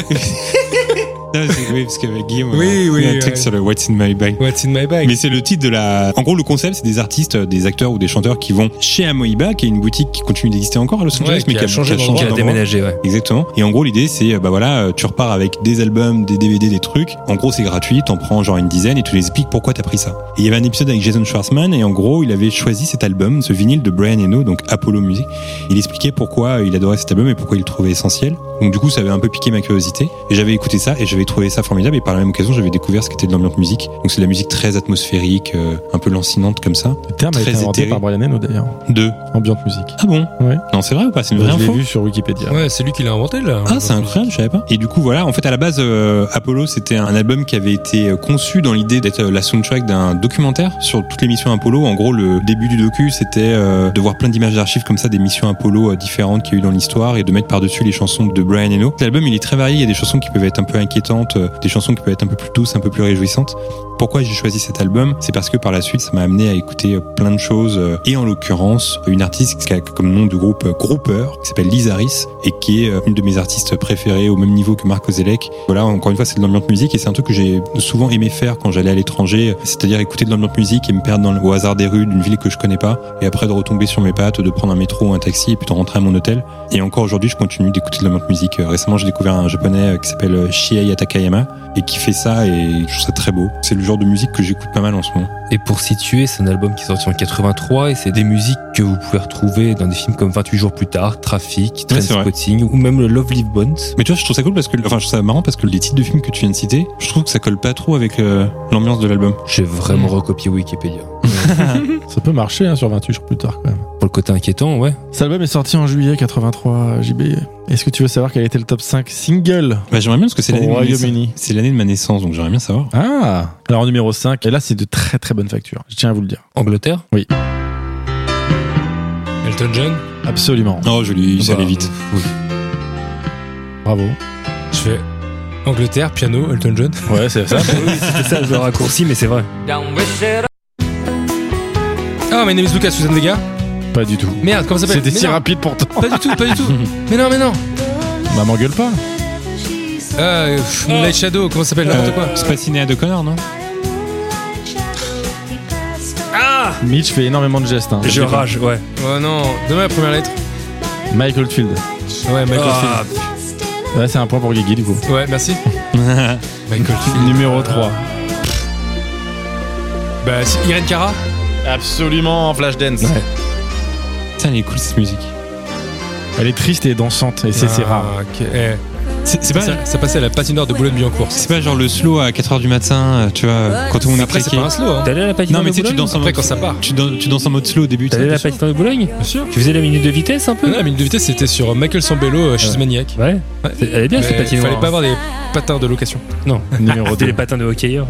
Speaker 4: Non, c'est- oui, parce qu'avec Guillaume, on a-
Speaker 5: Oui,
Speaker 4: on a
Speaker 5: oui,
Speaker 4: un truc
Speaker 5: ouais.
Speaker 4: sur le What's in My Bag.
Speaker 5: What's in my bag
Speaker 4: Mais c'est le titre de la. En gros, le concept, c'est des artistes, euh, des acteurs ou des chanteurs qui vont chez Amoeba, qui est une boutique qui continue d'exister encore à Los Angeles,
Speaker 5: Ouais,
Speaker 4: mais
Speaker 5: qui
Speaker 4: qui
Speaker 5: a changé
Speaker 4: qui a
Speaker 5: d'endroit.
Speaker 2: Qui a
Speaker 5: Vraiment.
Speaker 2: déménagé, ouais.
Speaker 4: Exactement. Et en gros, l'idée, c'est, euh, bah voilà, euh, tu repars avec des albums, des DVD, des trucs. En gros, c'est gratuit, t'en prends genre une dizaine et tu les expliques pourquoi t'as pris ça. Et il y avait un épisode avec Jason Schwartzman et en gros, il avait choisi cet album, ce vinyle de Brian Eno, donc Apollo Music. Il expliquait pourquoi il adorait cet album et pourquoi il le trouvait essentiel. Donc du coup, ça avait un peu piqué ma curiosité. Et j'avais écouté ça et j'avais trouvé ça formidable. Et par la même occasion, j'avais découvert ce qu'était de l'ambiance musique. Donc c'est de la musique très atmosphérique, euh, un peu lancinante comme ça.
Speaker 3: Le terme a
Speaker 4: Très
Speaker 3: été inventé
Speaker 4: éthéré.
Speaker 3: par Brian Eno d'ailleurs.
Speaker 4: De
Speaker 3: Ambiante musique.
Speaker 4: ah bon
Speaker 3: Ouais. Bah,
Speaker 4: Non, c'est vrai ou pas C'est une vraie
Speaker 3: je l'ai
Speaker 4: info
Speaker 3: vu sur Wikipédia.
Speaker 5: Ouais, c'est lui qui l'a inventé là.
Speaker 4: Ah, c'est incroyable, je savais pas. Et du coup, voilà, en fait, à la base, euh, Apollo, c'était un album qui avait été euh, conçu dans l'idée d'être euh, la soundtrack d'un documentaire sur toutes les missions Apollo. En gros, le début du docu, c'était euh, de voir plein d'images d'archives comme ça des missions Apollo euh, différentes qu'il y a eu dans l'histoire et de mettre par-dessus les chansons de Brian Eno. L'album, il est très varié. Il y a des chansons qui peuvent être un peu inquiétantes, euh, des chansons qui peuvent être un peu plus douces, un peu plus réjouissantes. Pourquoi j'ai choisi cet album C'est parce que par la suite, ça m'a amené à écouter euh, plein de choses, euh, et en l'occurrence, une artiste qui a comme nom de groupe euh, Grouper, qui s'appelle Liz Harris, et qui est euh, une de mes artistes préférées au même niveau que Marc Ozelek. Voilà, encore une fois, c'est de l'ambiance musique, et c'est un truc que j'ai souvent aimé faire quand j'allais à l'étranger, c'est-à-dire écouter de l'ambiance musique et me perdre dans le, au hasard des rues d'une ville que je connais pas, et après de retomber sur mes pattes, de prendre un métro ou un taxi, et puis de rentrer à mon hôtel. Et encore aujourd'hui, je continue d'écouter de l'ambiance musique. Euh, Récemment, j'ai découvert un japonais euh, qui s'appelle euh, Shiei Takayama, et qui fait ça et je trouve ça très beau. C'est le genre de musique que j'écoute pas mal en ce moment.
Speaker 2: Et pour situer, c'est un album qui est sorti en 83 et c'est des musiques que vous pouvez retrouver dans des films comme 28 jours plus tard, Traffic,
Speaker 4: Ouais, c'est vrai.
Speaker 2: Trainspotting ou même le Love Live Bones.
Speaker 4: Mais tu vois, je trouve ça cool parce que, enfin, je trouve ça marrant parce que les titres de films que tu viens de citer, je trouve que ça colle pas trop avec euh, l'ambiance de l'album.
Speaker 2: J'ai vraiment recopié Wikipédia.
Speaker 3: Ça peut marcher hein, sur 28 jours plus tard quand même.
Speaker 2: Pour le côté inquiétant, ouais.
Speaker 3: Cet album est sorti en juillet 83, JB. Est-ce que tu veux savoir quel était le top 5 single
Speaker 4: Bah, j'aimerais bien parce que c'est
Speaker 3: au
Speaker 4: l'année de, ma naissance-
Speaker 3: Royaume-Uni
Speaker 4: c'est l'année de ma naissance, donc j'aimerais bien savoir.
Speaker 3: Ah Alors en numéro 5, et là c'est de très très bonne facture, je tiens à vous le dire.
Speaker 2: Angleterre
Speaker 5: Elton John.
Speaker 3: Absolument.
Speaker 4: Oh, joli, ça
Speaker 2: Bah,
Speaker 4: allait vite.
Speaker 2: oui.
Speaker 3: Bravo.
Speaker 5: Je fais Angleterre, piano, Elton John.
Speaker 3: Ouais, c'est ça.
Speaker 2: oui, c'était ça le raccourci, mais c'est vrai.
Speaker 6: Don't wish it
Speaker 5: Ah, my name is Lucas, Suzanne Vega.
Speaker 3: pas du tout.
Speaker 5: Merde, comment ça s'appelle
Speaker 3: C'était
Speaker 5: Mais
Speaker 3: si
Speaker 5: non,
Speaker 3: rapide pourtant.
Speaker 5: Pas du tout, pas du tout. mais non, mais non.
Speaker 3: Bah m'engueule pas.
Speaker 5: Euh, pff, Moonlight Shadow, comment ça s'appelle N'importe quoi.
Speaker 4: Euh, c'est pas Cinéa de Connor, non
Speaker 3: Mitch fait énormément de gestes. hein.
Speaker 2: Je rage, ouais.
Speaker 5: Oh non, demain la première lettre.
Speaker 3: Mike Oldfield.
Speaker 5: Ouais, Michael
Speaker 2: Ah,
Speaker 3: Ouais, c'est un point pour Guigui du coup.
Speaker 5: Field. Ouais, merci. Michael Field.
Speaker 3: Numéro 3.
Speaker 5: Bah, si, Irene Cara.
Speaker 3: Absolument, Flashdance.
Speaker 2: Ouais.
Speaker 4: Putain, elle est cool cette musique.
Speaker 3: Elle est triste et dansante, et c'est c'est
Speaker 5: Ah,
Speaker 3: rare.
Speaker 5: ok. Eh,
Speaker 4: C'est c'est pas,
Speaker 5: ça, ça passait à la patinoire de Boulogne-Billancourt.
Speaker 4: c'est pas genre le slow à 4h du matin, euh, tu vois, quand tout le monde est
Speaker 5: Après, c'est
Speaker 4: préqué.
Speaker 5: pas un slow. Hein.
Speaker 2: T'es allé à la patinoire
Speaker 4: Non, mais
Speaker 2: de
Speaker 4: tu sais, tu
Speaker 2: Boulogne
Speaker 4: danses en
Speaker 5: Après,
Speaker 4: mode.
Speaker 5: quand ça part.
Speaker 4: Tu, dan- tu danses en mode slow au début.
Speaker 2: T'es allé à la
Speaker 4: ça-
Speaker 2: patinoire de Boulogne Bien sûr. Tu faisais la minute de vitesse un peu
Speaker 5: Non, la minute de vitesse, c'était sur Michael Sambello, euh, chez Maniac.
Speaker 2: Ouais.
Speaker 5: Ouais.
Speaker 2: C'est- Elle est bien
Speaker 5: Mais
Speaker 2: cette patinoire.
Speaker 5: Fallait pas avoir des patins de location.
Speaker 2: Non.
Speaker 3: Numéro
Speaker 2: C'était
Speaker 3: 2.
Speaker 2: les patins de hockeyeur.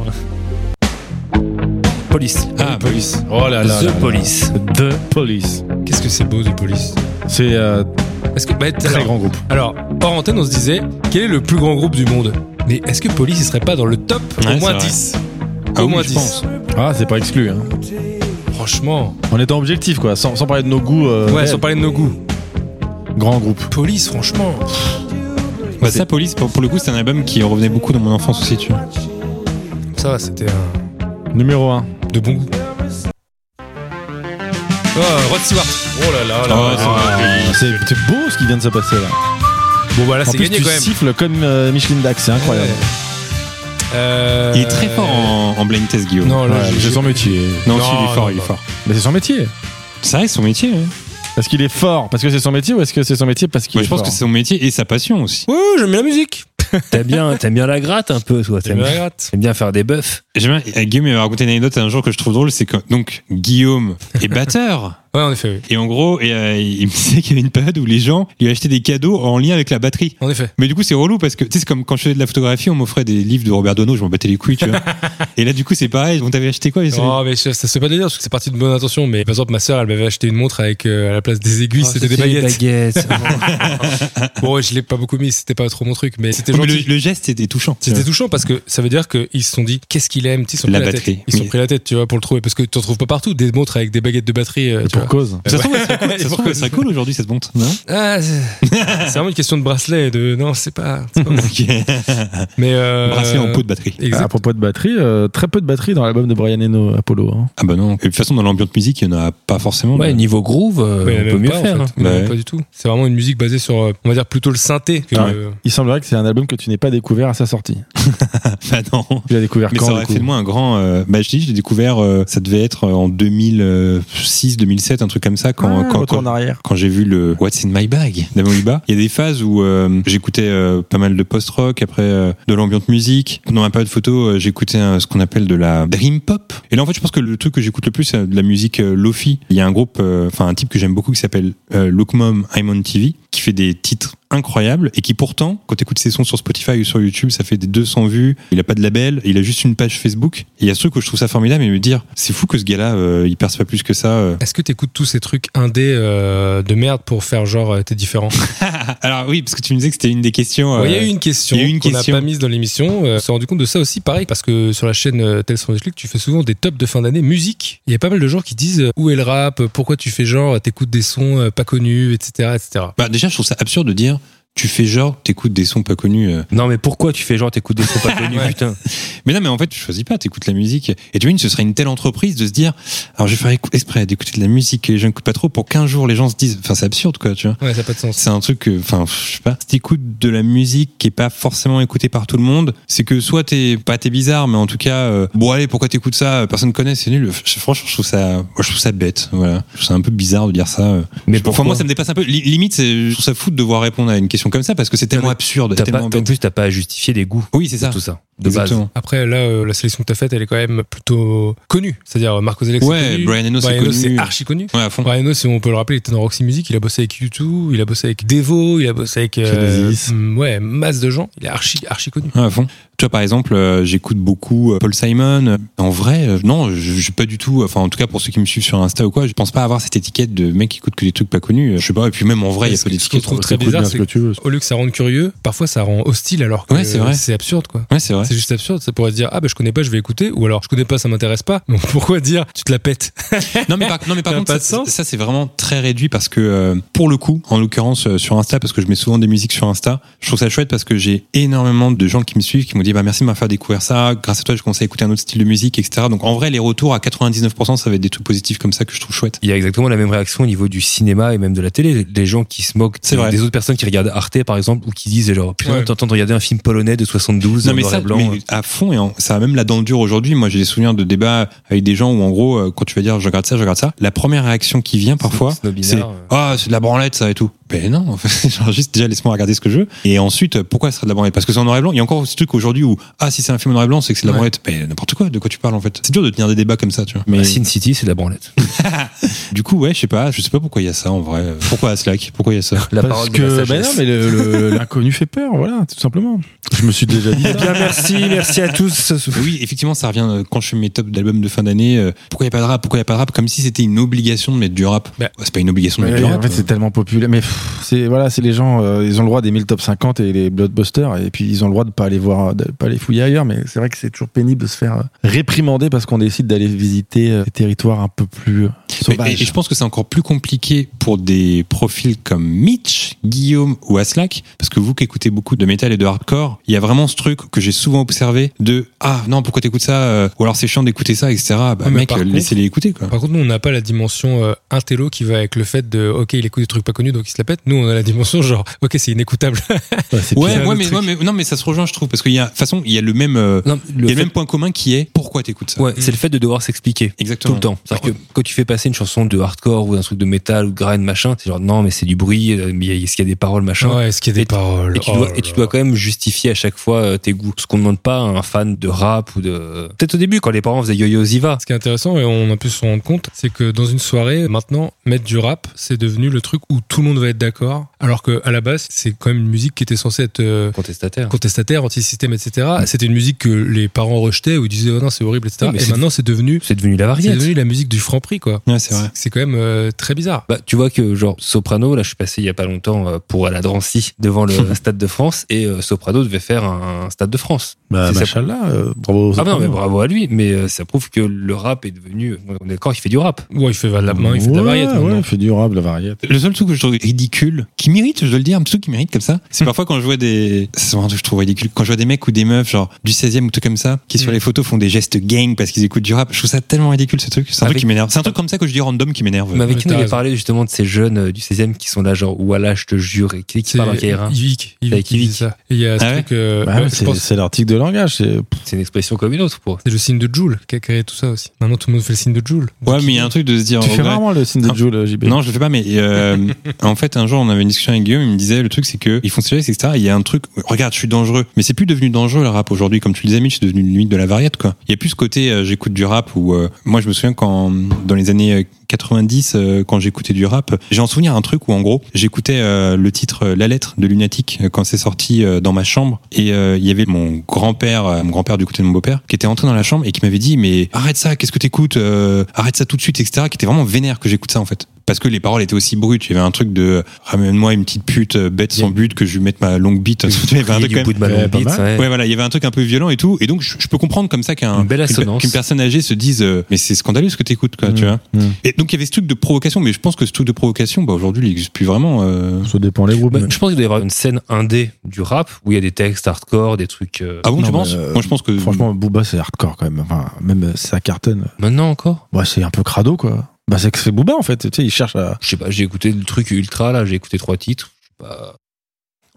Speaker 2: Police.
Speaker 4: Ah, police.
Speaker 3: Oh là là.
Speaker 2: The
Speaker 3: là là.
Speaker 2: Police. The
Speaker 3: Police.
Speaker 5: Qu'est-ce que c'est beau de police.
Speaker 3: C'est euh,
Speaker 5: Est-ce que bah,
Speaker 3: très
Speaker 5: alors,
Speaker 3: grand groupe.
Speaker 5: Alors, hors antenne, on se disait, quel est le plus grand groupe du monde Mais est-ce que Police, il serait pas dans le top
Speaker 4: Ouais,
Speaker 5: au moins
Speaker 4: c'est vrai.
Speaker 5: 10
Speaker 4: Ah
Speaker 5: Au
Speaker 4: oui,
Speaker 5: moins
Speaker 4: je
Speaker 5: 10.
Speaker 4: pense.
Speaker 3: Ah, c'est pas exclu. Hein.
Speaker 5: Franchement,
Speaker 3: En étant objectif, quoi, sans, sans parler de nos goûts. euh,
Speaker 5: ouais,
Speaker 3: réels.
Speaker 5: sans parler de nos goûts.
Speaker 3: Grand groupe.
Speaker 5: Police, franchement.
Speaker 4: Bah, ça, Police, pour, pour le coup, c'est un album qui revenait beaucoup dans mon enfance aussi, tu vois.
Speaker 5: Ça, va, c'était un.
Speaker 3: Numéro 1.
Speaker 5: de bon goût. Oh, Rod Stewart. Oh là là
Speaker 4: là.
Speaker 3: c'est c'est beau ce qui vient de se passer là.
Speaker 5: Bon, voilà,
Speaker 3: en
Speaker 5: c'est
Speaker 3: plus,
Speaker 5: gagné
Speaker 3: tu
Speaker 5: quand même.
Speaker 3: siffles comme euh, Micheline Dac, c'est incroyable.
Speaker 5: Euh,
Speaker 4: Il est très fort en, en blind test, Guillaume.
Speaker 5: Non, Oh là,
Speaker 3: Ouais,
Speaker 5: j'ai-
Speaker 3: c'est son métier.
Speaker 4: Non,
Speaker 5: Non,
Speaker 4: si, il est
Speaker 5: non,
Speaker 4: fort, il est
Speaker 5: non.
Speaker 4: fort.
Speaker 3: Mais c'est son métier.
Speaker 4: Ça reste son métier. hein.
Speaker 3: Est-ce qu'il est fort parce que c'est son métier ou est-ce que c'est son métier parce qu'il
Speaker 4: Moi,
Speaker 3: est
Speaker 4: je pense
Speaker 3: fort
Speaker 4: que c'est son métier et sa passion aussi.
Speaker 5: Oh, j'aime bien la musique.
Speaker 2: T'aimes bien, t'aimes bien la gratte un peu, toi. T'aimes
Speaker 5: J'aime bien la
Speaker 2: t'aimes
Speaker 5: gratte.
Speaker 2: bien faire des buffs.
Speaker 4: J'aime bien- euh, Guillaume il m'a raconté une anecdote un jour que je trouve drôle, c'est que donc Guillaume est batteur
Speaker 5: Ouais, en effet, oui.
Speaker 4: et en gros et, euh, il me disait qu'il y avait une période où les gens lui achetaient des cadeaux en lien avec la batterie.
Speaker 5: En effet.
Speaker 4: Mais du coup c'est relou parce que tu sais c'est comme quand je faisais de la photographie on m'offrait des livres de Robert Dono je m'en battais les couilles tu vois et là du coup c'est pareil on t'avait acheté quoi les
Speaker 5: Oh, mais ça, ça se fait pas délire parce que c'est parti de bonne intention. Mais par exemple, ma sœur, elle m'avait acheté une montre avec euh, à la place des
Speaker 4: Ah,
Speaker 5: aiguilles,
Speaker 2: Oh,
Speaker 5: c'était des baguettes.
Speaker 2: baguettes.
Speaker 5: Bon, ouais, je l'ai pas beaucoup mis, c'était pas trop mon truc, mais c'était
Speaker 4: Mais le,
Speaker 5: gentil.
Speaker 4: le geste était touchant
Speaker 5: C'était touchant parce que ça veut dire qu'ils se sont dit qu'est-ce qu'il aime, tu sais, ils se sont
Speaker 4: La
Speaker 5: pris la
Speaker 4: batterie.
Speaker 5: tête. Ils se sont
Speaker 4: Mais-
Speaker 5: pris la tête, tu vois, pour le trouver parce que tu en trouves pas partout des montres avec des baguettes de batterie. euh,
Speaker 3: Et
Speaker 5: tu
Speaker 3: pour
Speaker 5: vois.
Speaker 3: cause.
Speaker 4: ça se trouve, elle serait cool, ça se trouve, elle serait cool aujourd'hui cette montre non
Speaker 5: Ah, c'est c'est vraiment une question de bracelet. De... Non, c'est pas. c'est pas-
Speaker 4: Ok.
Speaker 5: Mais euh...
Speaker 4: bracelet en peau de batterie
Speaker 5: Exact.
Speaker 3: Bah, À propos de batterie, euh, très peu de batterie dans l'album de Brian Eno, Apollo. hein.
Speaker 4: ah bah non et de toute façon dans l'ambiance musique il y en a pas forcément
Speaker 2: ouais,
Speaker 4: mais-
Speaker 2: niveau groove,
Speaker 4: Ah,
Speaker 2: euh,
Speaker 5: ben. Ouais,
Speaker 2: on peut
Speaker 5: même
Speaker 2: mieux
Speaker 5: pas, en
Speaker 2: faire.
Speaker 5: fait. Non,
Speaker 4: hein. Ouais.
Speaker 5: Pas du tout. C'est vraiment une musique basée sur, euh, on va dire plutôt le synthé. Que
Speaker 3: Ah ouais.
Speaker 5: le-
Speaker 3: Il semblerait que c'est un album que tu n'aies pas découvert à sa sortie.
Speaker 4: Bah non.
Speaker 3: Tu l'as découvert
Speaker 4: Mais
Speaker 3: quand
Speaker 4: ça
Speaker 3: du
Speaker 4: aurait
Speaker 3: coup
Speaker 4: fait de moi un grand. euh, bah, je dis, j'ai découvert, euh, ça devait être en 2006, 2007, un truc comme ça, quand,
Speaker 3: Ah,
Speaker 4: quand,
Speaker 3: retour en
Speaker 4: quand,
Speaker 3: arrière.
Speaker 4: quand j'ai vu le What's in My Bag d'Amoeba. Il y a des phases où euh, j'écoutais euh, pas mal de post-rock, après euh, de l'ambiance musique. Pendant ma période photo, euh, j'écoutais euh, ce qu'on appelle de la dream pop. Et là, en fait, je pense que le truc que j'écoute le plus, c'est de la musique euh, lofi. Il y a un groupe, euh, enfin un type que j'aime beaucoup qui s'appelle euh, Look Mom, I'm on TV, qui fait des titres incroyables et qui pourtant, quand tu écoutes ses sons sur Spotify ou sur YouTube, ça fait des 200 vues. Il a pas de label, il a juste une page Facebook. Et il y a ce truc où je trouve ça formidable et me dire, c'est fou que ce gars-là, euh, il perce pas plus que ça. euh,
Speaker 5: Est-ce que t'écoutes tous ces trucs indés euh, de merde pour faire genre euh, t'es différent
Speaker 4: Alors oui, parce que tu me disais que c'était une des questions.
Speaker 5: Ouais, Il y
Speaker 4: euh,
Speaker 5: a eu une question
Speaker 4: il y a eu une
Speaker 5: qu'on n'a
Speaker 4: question.
Speaker 5: pas mise dans l'émission. Euh, on s'est rendu compte de ça aussi, pareil, parce que sur la chaîne euh, Tales from the Click, tu fais souvent des tops de fin d'année musique. Il y a pas mal de gens qui disent euh, où est le rap, euh, pourquoi tu fais genre, euh, t'écoutes des sons euh, pas connus, etc., etc.
Speaker 4: Bah, déjà, je trouve ça absurde de dire tu fais genre, t'écoutes des sons pas connus. euh.
Speaker 2: Non, mais pourquoi tu fais genre t'écoutes des sons pas connus, putain
Speaker 4: Mais non, mais en fait, tu choisis pas, t'écoutes la musique. Et tu vois, ce serait une telle entreprise de se dire alors je vais faire écou- exprès d'écouter de la musique que les gens n'écoutent pas trop pour qu'un jour les gens se disent. Enfin, c'est absurde, quoi, tu vois.
Speaker 5: Ouais, ça n'a pas de sens.
Speaker 4: C'est un truc que, enfin, je sais pas. Si t'écoutes de la musique qui est pas forcément écoutée par tout le monde, c'est que soit t'es pas t'es bizarre, mais en tout cas, euh, bon allez, pourquoi t'écoutes ça Personne connaît, c'est nul. F- Franchement, je trouve ça, moi, je trouve ça bête. Voilà, je trouve ça un peu bizarre de dire ça. euh.
Speaker 2: Mais
Speaker 4: Je- enfin,
Speaker 2: pourquoi
Speaker 4: moi, ça me dépasse un peu. Li- Limite, c'est- je trouve ça fou de devoir répondre à une question comme ça parce que c'est tellement
Speaker 2: mais
Speaker 4: absurde,
Speaker 2: T'as pas-
Speaker 4: tellement
Speaker 2: En
Speaker 4: bête.
Speaker 2: plus, t'as pas à justifier les goûts
Speaker 4: Oui, c'est
Speaker 2: de
Speaker 4: ça.
Speaker 2: tout ça. De base.
Speaker 4: Exactement.
Speaker 5: Après, là, euh, la sélection que t'as faite, elle est quand même plutôt connue. C'est-à-dire, euh, Marcos Alex.
Speaker 4: Ouais,
Speaker 5: c'est connu.
Speaker 4: Brian Eno, c'est
Speaker 5: Brian Eno,
Speaker 4: connu.
Speaker 5: c'est archi connu.
Speaker 4: Ouais, à fond.
Speaker 5: Brian Eno, si on peut le rappeler, il était dans Roxy Music, il a bossé avec U2, il a bossé avec Devo, il a bossé avec.
Speaker 3: Genesis.
Speaker 5: mm, ouais, masse de gens. Il est archi, archi connu.
Speaker 4: Ouais, Ah, à fond. Tu vois, par exemple, euh, j'écoute beaucoup euh, Paul Simon. En vrai, euh, non, je je suis pas du tout. Enfin, en tout cas, pour ceux qui me suivent sur Insta ou quoi, je pense pas avoir cette étiquette de mec qui écoute que des trucs pas connus. Euh, Je sais pas. Et puis même en vrai, il y a
Speaker 5: Ce
Speaker 4: pas
Speaker 5: que- ce qu'on
Speaker 4: d'étiquette.
Speaker 5: trouve très
Speaker 3: Écoute
Speaker 5: bizarre,
Speaker 3: bien ce
Speaker 5: c'est
Speaker 3: que tu veux.
Speaker 5: au lieu que ça rende curieux, parfois ça rend hostile alors que
Speaker 4: Ouais, c'est vrai.
Speaker 5: c'est absurde quoi.
Speaker 4: Ouais, c'est vrai.
Speaker 5: C'est juste absurde, ça pourrait se dire ah ben je connais pas, je vais écouter ou alors je connais pas, ça m'intéresse pas. Donc pourquoi dire tu te la pètes
Speaker 4: Non mais par, non, mais par
Speaker 5: Ça a
Speaker 4: contre,
Speaker 5: pas de
Speaker 4: ça,
Speaker 5: sens.
Speaker 4: ça, c'est vraiment très réduit parce que euh, pour le coup, en l'occurrence euh, sur Insta, parce que je mets souvent des musiques sur Insta, je trouve ça chouette parce que j'ai énormément de gens qui me suivent qui m'ont dit bah merci de m'avoir fait découvrir ça, grâce à toi je commence à écouter un autre style de musique, etc. Donc en vrai les retours à 99% ça va être des trucs positifs comme ça que je trouve chouette.
Speaker 2: Il y a exactement la même réaction au niveau du cinéma et même de la télé. Les gens qui se moquent
Speaker 4: C'est vrai.
Speaker 2: des autres personnes qui regardent Arte, par exemple, ou qui disent genre, putain,
Speaker 5: Ouais.
Speaker 2: t'entends de regarder un film polonais de 72
Speaker 4: Non
Speaker 2: en
Speaker 4: mais
Speaker 2: noir
Speaker 4: ça,
Speaker 2: et blanc. euh,
Speaker 4: mais à fond et en- ça a même la dent dure aujourd'hui. Moi j'ai des souvenirs de débats avec des gens où en gros euh, quand tu vas dire je regarde ça, je regarde ça, la première réaction qui vient parfois
Speaker 2: Snobinard,
Speaker 4: c'est
Speaker 2: euh.
Speaker 4: ah c'est de la branlette ça et tout. Ben non, en fait, genre juste déjà laisse-moi regarder ce que je veux. Et ensuite euh, pourquoi ça serait de la branlette Parce que c'est en noir et blanc. Il y a encore ce truc aujourd'hui où ah si c'est un film en noir et blanc c'est que c'est de la
Speaker 5: Ouais.
Speaker 4: branlette. Ben n'importe quoi. De quoi tu parles en fait C'est dur de tenir des débats comme ça tu vois. Mais
Speaker 2: Bah, Sin City, c'est de la branlette.
Speaker 4: du coup ouais je sais pas, je sais pas pourquoi il y a ça en vrai. Pourquoi à Slack Pourquoi il y a ça
Speaker 2: La
Speaker 3: Parce
Speaker 2: parole de la
Speaker 3: que, bah
Speaker 2: sagesse.
Speaker 3: non, mais le- le- l'inconnu fait peur, voilà, tout simplement. Je me suis déjà dit.
Speaker 2: Eh bien, merci, merci à tous.
Speaker 4: Oui, effectivement, ça revient euh, quand je fais mes tops d'albums de fin d'année. euh, pourquoi il n'y a pas de rap Pourquoi il n'y a pas de rap Comme si c'était une obligation de mettre du rap.
Speaker 5: Bah.
Speaker 4: Ouais, c'est pas une obligation de
Speaker 3: Ouais,
Speaker 4: mettre du
Speaker 3: en
Speaker 4: rap.
Speaker 3: fait, c'est tellement populaire. Mais pff, c'est voilà, c'est les gens, euh, ils ont le droit d'aimer le top 50 et les blockbusters, et puis ils ont le droit de pas aller voir, de pas aller fouiller ailleurs. Mais c'est vrai que c'est toujours pénible de se faire euh, réprimander parce qu'on décide d'aller visiter euh, des territoires un peu plus euh,
Speaker 4: Mais- et- et,
Speaker 3: sauvages.
Speaker 4: je pense que c'est encore plus compliqué pour des profils comme Mitch, Guillaume ou Aslak, parce que vous qui écoutez beaucoup de métal et de hardcore, il y a vraiment ce truc que j'ai souvent observé de ah non pourquoi t'écoutes ça euh, ou alors c'est chiant d'écouter ça etc. Bah
Speaker 5: mais
Speaker 4: mec
Speaker 5: par
Speaker 4: euh,
Speaker 5: contre-
Speaker 4: laissez-les écouter quoi.
Speaker 5: Par contre nous on n'a pas la dimension euh, intello qui va avec le fait de ok il écoute des trucs pas connus donc il se la pète. Nous on a la dimension genre ok c'est inécoutable.
Speaker 3: Ouais, c'est
Speaker 4: Ouais
Speaker 3: pire.
Speaker 4: ouais
Speaker 5: le
Speaker 4: mais,
Speaker 5: truc.
Speaker 4: ouais, mais- non mais ça se rejoint je trouve parce qu'il y a de toute façon il y a le même euh,
Speaker 2: Non,
Speaker 4: il
Speaker 2: le
Speaker 4: y a le
Speaker 2: fait-
Speaker 4: même point commun qui est pourquoi t'écoutes ça.
Speaker 2: Ouais,
Speaker 5: Mm.
Speaker 2: c'est le fait de devoir s'expliquer. Tout
Speaker 4: Exactement.
Speaker 2: le temps. C'est-à-dire que quand tu fais passer une chanson de hardcore ou d'un truc de métal ou de grind, machin, c'est genre non, mais c'est du bruit, euh, mais est-ce qu'il y a des paroles, machin
Speaker 5: ouais est-ce qu'il y a des
Speaker 2: Et tu-
Speaker 5: paroles
Speaker 2: Et tu,
Speaker 5: Oh
Speaker 2: dois,
Speaker 5: là
Speaker 2: et tu
Speaker 5: là.
Speaker 2: dois quand même justifier à chaque fois euh, tes goûts. Ce qu'on demande pas à un fan de rap ou de... Peut-être au début, quand les parents faisaient Yo-Yo Ziva.
Speaker 5: Ce qui est intéressant, et on a pu se rendre compte, c'est que dans une soirée, maintenant, mettre du rap, c'est devenu le truc où tout le monde va être d'accord. Alors que à la base, c'est quand même une musique qui était censée être euh,
Speaker 2: Contestataire.
Speaker 5: contestataire, anti-système, etc. C'était une musique que les parents rejetaient ou ils disaient oh non c'est horrible, etc.
Speaker 2: Oui, mais
Speaker 5: et
Speaker 2: c'est-
Speaker 5: maintenant c'est devenu,
Speaker 2: C'est devenu la
Speaker 5: c'est
Speaker 2: variété.
Speaker 5: devenu la musique du franc prix quoi.
Speaker 4: Ouais c'est vrai.
Speaker 5: C'est quand même euh, très bizarre.
Speaker 2: Bah, tu vois que genre Soprano, là je suis passé il y a pas longtemps euh, pour aller à la Drancy devant le Stade de France et euh, Soprano devait faire un Stade de France.
Speaker 3: Bah,
Speaker 2: C'est ça.
Speaker 3: machallah, euh, bravo. aux
Speaker 2: Ah non, mais
Speaker 3: Sopranos.
Speaker 2: bravo à lui, mais euh, ça prouve que le rap est devenu. On est d'accord qu'il fait du rap.
Speaker 5: Ouais, il fait de la main, il fait de la
Speaker 3: Ouais,
Speaker 5: variété.
Speaker 3: ouais,
Speaker 5: maintenant.
Speaker 3: il fait durable la variété.
Speaker 4: Le seul truc que je trouve ridicule, qui mérite, je dois le dire, un petit truc qui mérite comme ça, c'est parfois quand je vois des. C'est vraiment un truc que je trouve ridicule. Quand je vois des mecs ou des meufs, genre du 16 e ou tout comme ça, qui sur les photos font des gestes gang parce qu'ils écoutent du rap, je trouve ça tellement ridicule ce truc. C'est un
Speaker 2: Avec-
Speaker 4: truc qui m'énerve. C'est un truc comme ça que je dis random qui m'énerve.
Speaker 2: mais avec
Speaker 5: ouais,
Speaker 2: qui on
Speaker 5: t'as
Speaker 2: avait
Speaker 5: raison.
Speaker 2: parlé justement de ces jeunes euh, du 16 e qui sont là, genre, voilà, je te jure, et qui, qui
Speaker 5: C'est
Speaker 2: parle en KR1.
Speaker 5: Yvick, Yvick
Speaker 2: Avec
Speaker 5: qui dit
Speaker 2: Yvick.
Speaker 5: ça. Et il y a ce
Speaker 4: Ah ouais
Speaker 5: truc, euh,
Speaker 3: Bah
Speaker 5: ouais,
Speaker 3: ouais,
Speaker 5: je
Speaker 3: c'est
Speaker 5: pense-
Speaker 3: c'est l'article de langage. c'est- pff,
Speaker 2: C'est une expression comme une autre pour.
Speaker 5: C'est le signe de Joule qui a créé tout ça aussi. Maintenant, tout le monde fait le signe de Joule.
Speaker 4: Ouais, mais il y a un truc de se dire.
Speaker 3: Tu
Speaker 4: en
Speaker 3: fais
Speaker 4: vrai,
Speaker 3: rarement le signe de
Speaker 4: Ah.
Speaker 3: Joule, JB.
Speaker 4: Non, je le fais pas, mais euh, en fait, un jour, on avait une discussion avec Guillaume, il me disait, le truc, c'est que ils font ces gestes, etc. Il y a un truc, regarde, je suis dangereux. Mais c'est plus devenu dangereux, le rap, aujourd'hui. Comme tu le disais, Mitch, c'est devenu une limite de la variette, quoi. Il y a plus ce côté, euh, j'écoute du rap, ou euh, moi, je me souviens quand, dans les années euh, 90, euh, quand j'écoutais du rap, j'ai en souvenir un truc où, en gros, j'écoutais euh, le titre euh, La lettre de Lunatic euh, quand c'est sorti euh, dans ma chambre, et euh, il y avait mon grand-père, euh, mon grand-père du côté de mon beau-père, qui était entré dans la chambre et qui m'avait dit, mais arrête ça, qu'est-ce que t'écoutes, Euh, arrête ça tout de suite, etc., qui était vraiment vénère que j'écoute ça, en fait parce que les paroles étaient aussi brutes. Il y avait un truc de euh, ramène-moi une petite pute euh, bête sans but que je lui mette ma longue bite. Il y avait un
Speaker 2: Crier
Speaker 4: truc
Speaker 2: du
Speaker 4: quand même-
Speaker 2: bout de ma
Speaker 3: Ouais,
Speaker 2: longue
Speaker 3: pas
Speaker 2: bite,
Speaker 3: mal.
Speaker 2: ouais.
Speaker 4: Ouais, voilà, il y avait un truc un peu violent et tout, et donc je, je peux comprendre comme ça qu'un
Speaker 2: Une belle
Speaker 4: qu'une-
Speaker 2: assonance.
Speaker 4: qu'une personne âgée se dise euh, mais c'est scandaleux ce que t'écoutes quoi, tu vois.
Speaker 3: Mmh.
Speaker 4: Et donc il y avait ce truc de provocation, mais je pense que ce truc de provocation, bah aujourd'hui il n'existe plus vraiment. euh.
Speaker 3: Ça dépend les groupes.
Speaker 2: Bah,
Speaker 3: mais-
Speaker 2: je pense qu'il doit y avoir une scène indé du rap où il y a des textes hardcore, des trucs. euh,
Speaker 4: Ah bon,
Speaker 3: Non,
Speaker 4: tu
Speaker 3: mais,
Speaker 4: penses
Speaker 3: euh,
Speaker 4: Moi je pense que
Speaker 3: Franchement, Booba, c'est hardcore quand même. Enfin, même euh, ça cartonne.
Speaker 2: Maintenant encore
Speaker 3: Bah, c'est un peu crado, quoi. Bah, c'est que c'est Booba, en fait. Tu sais, il cherche à.
Speaker 2: Je sais pas, j'ai écouté le truc ultra là, j'ai écouté trois titres. je sais pas.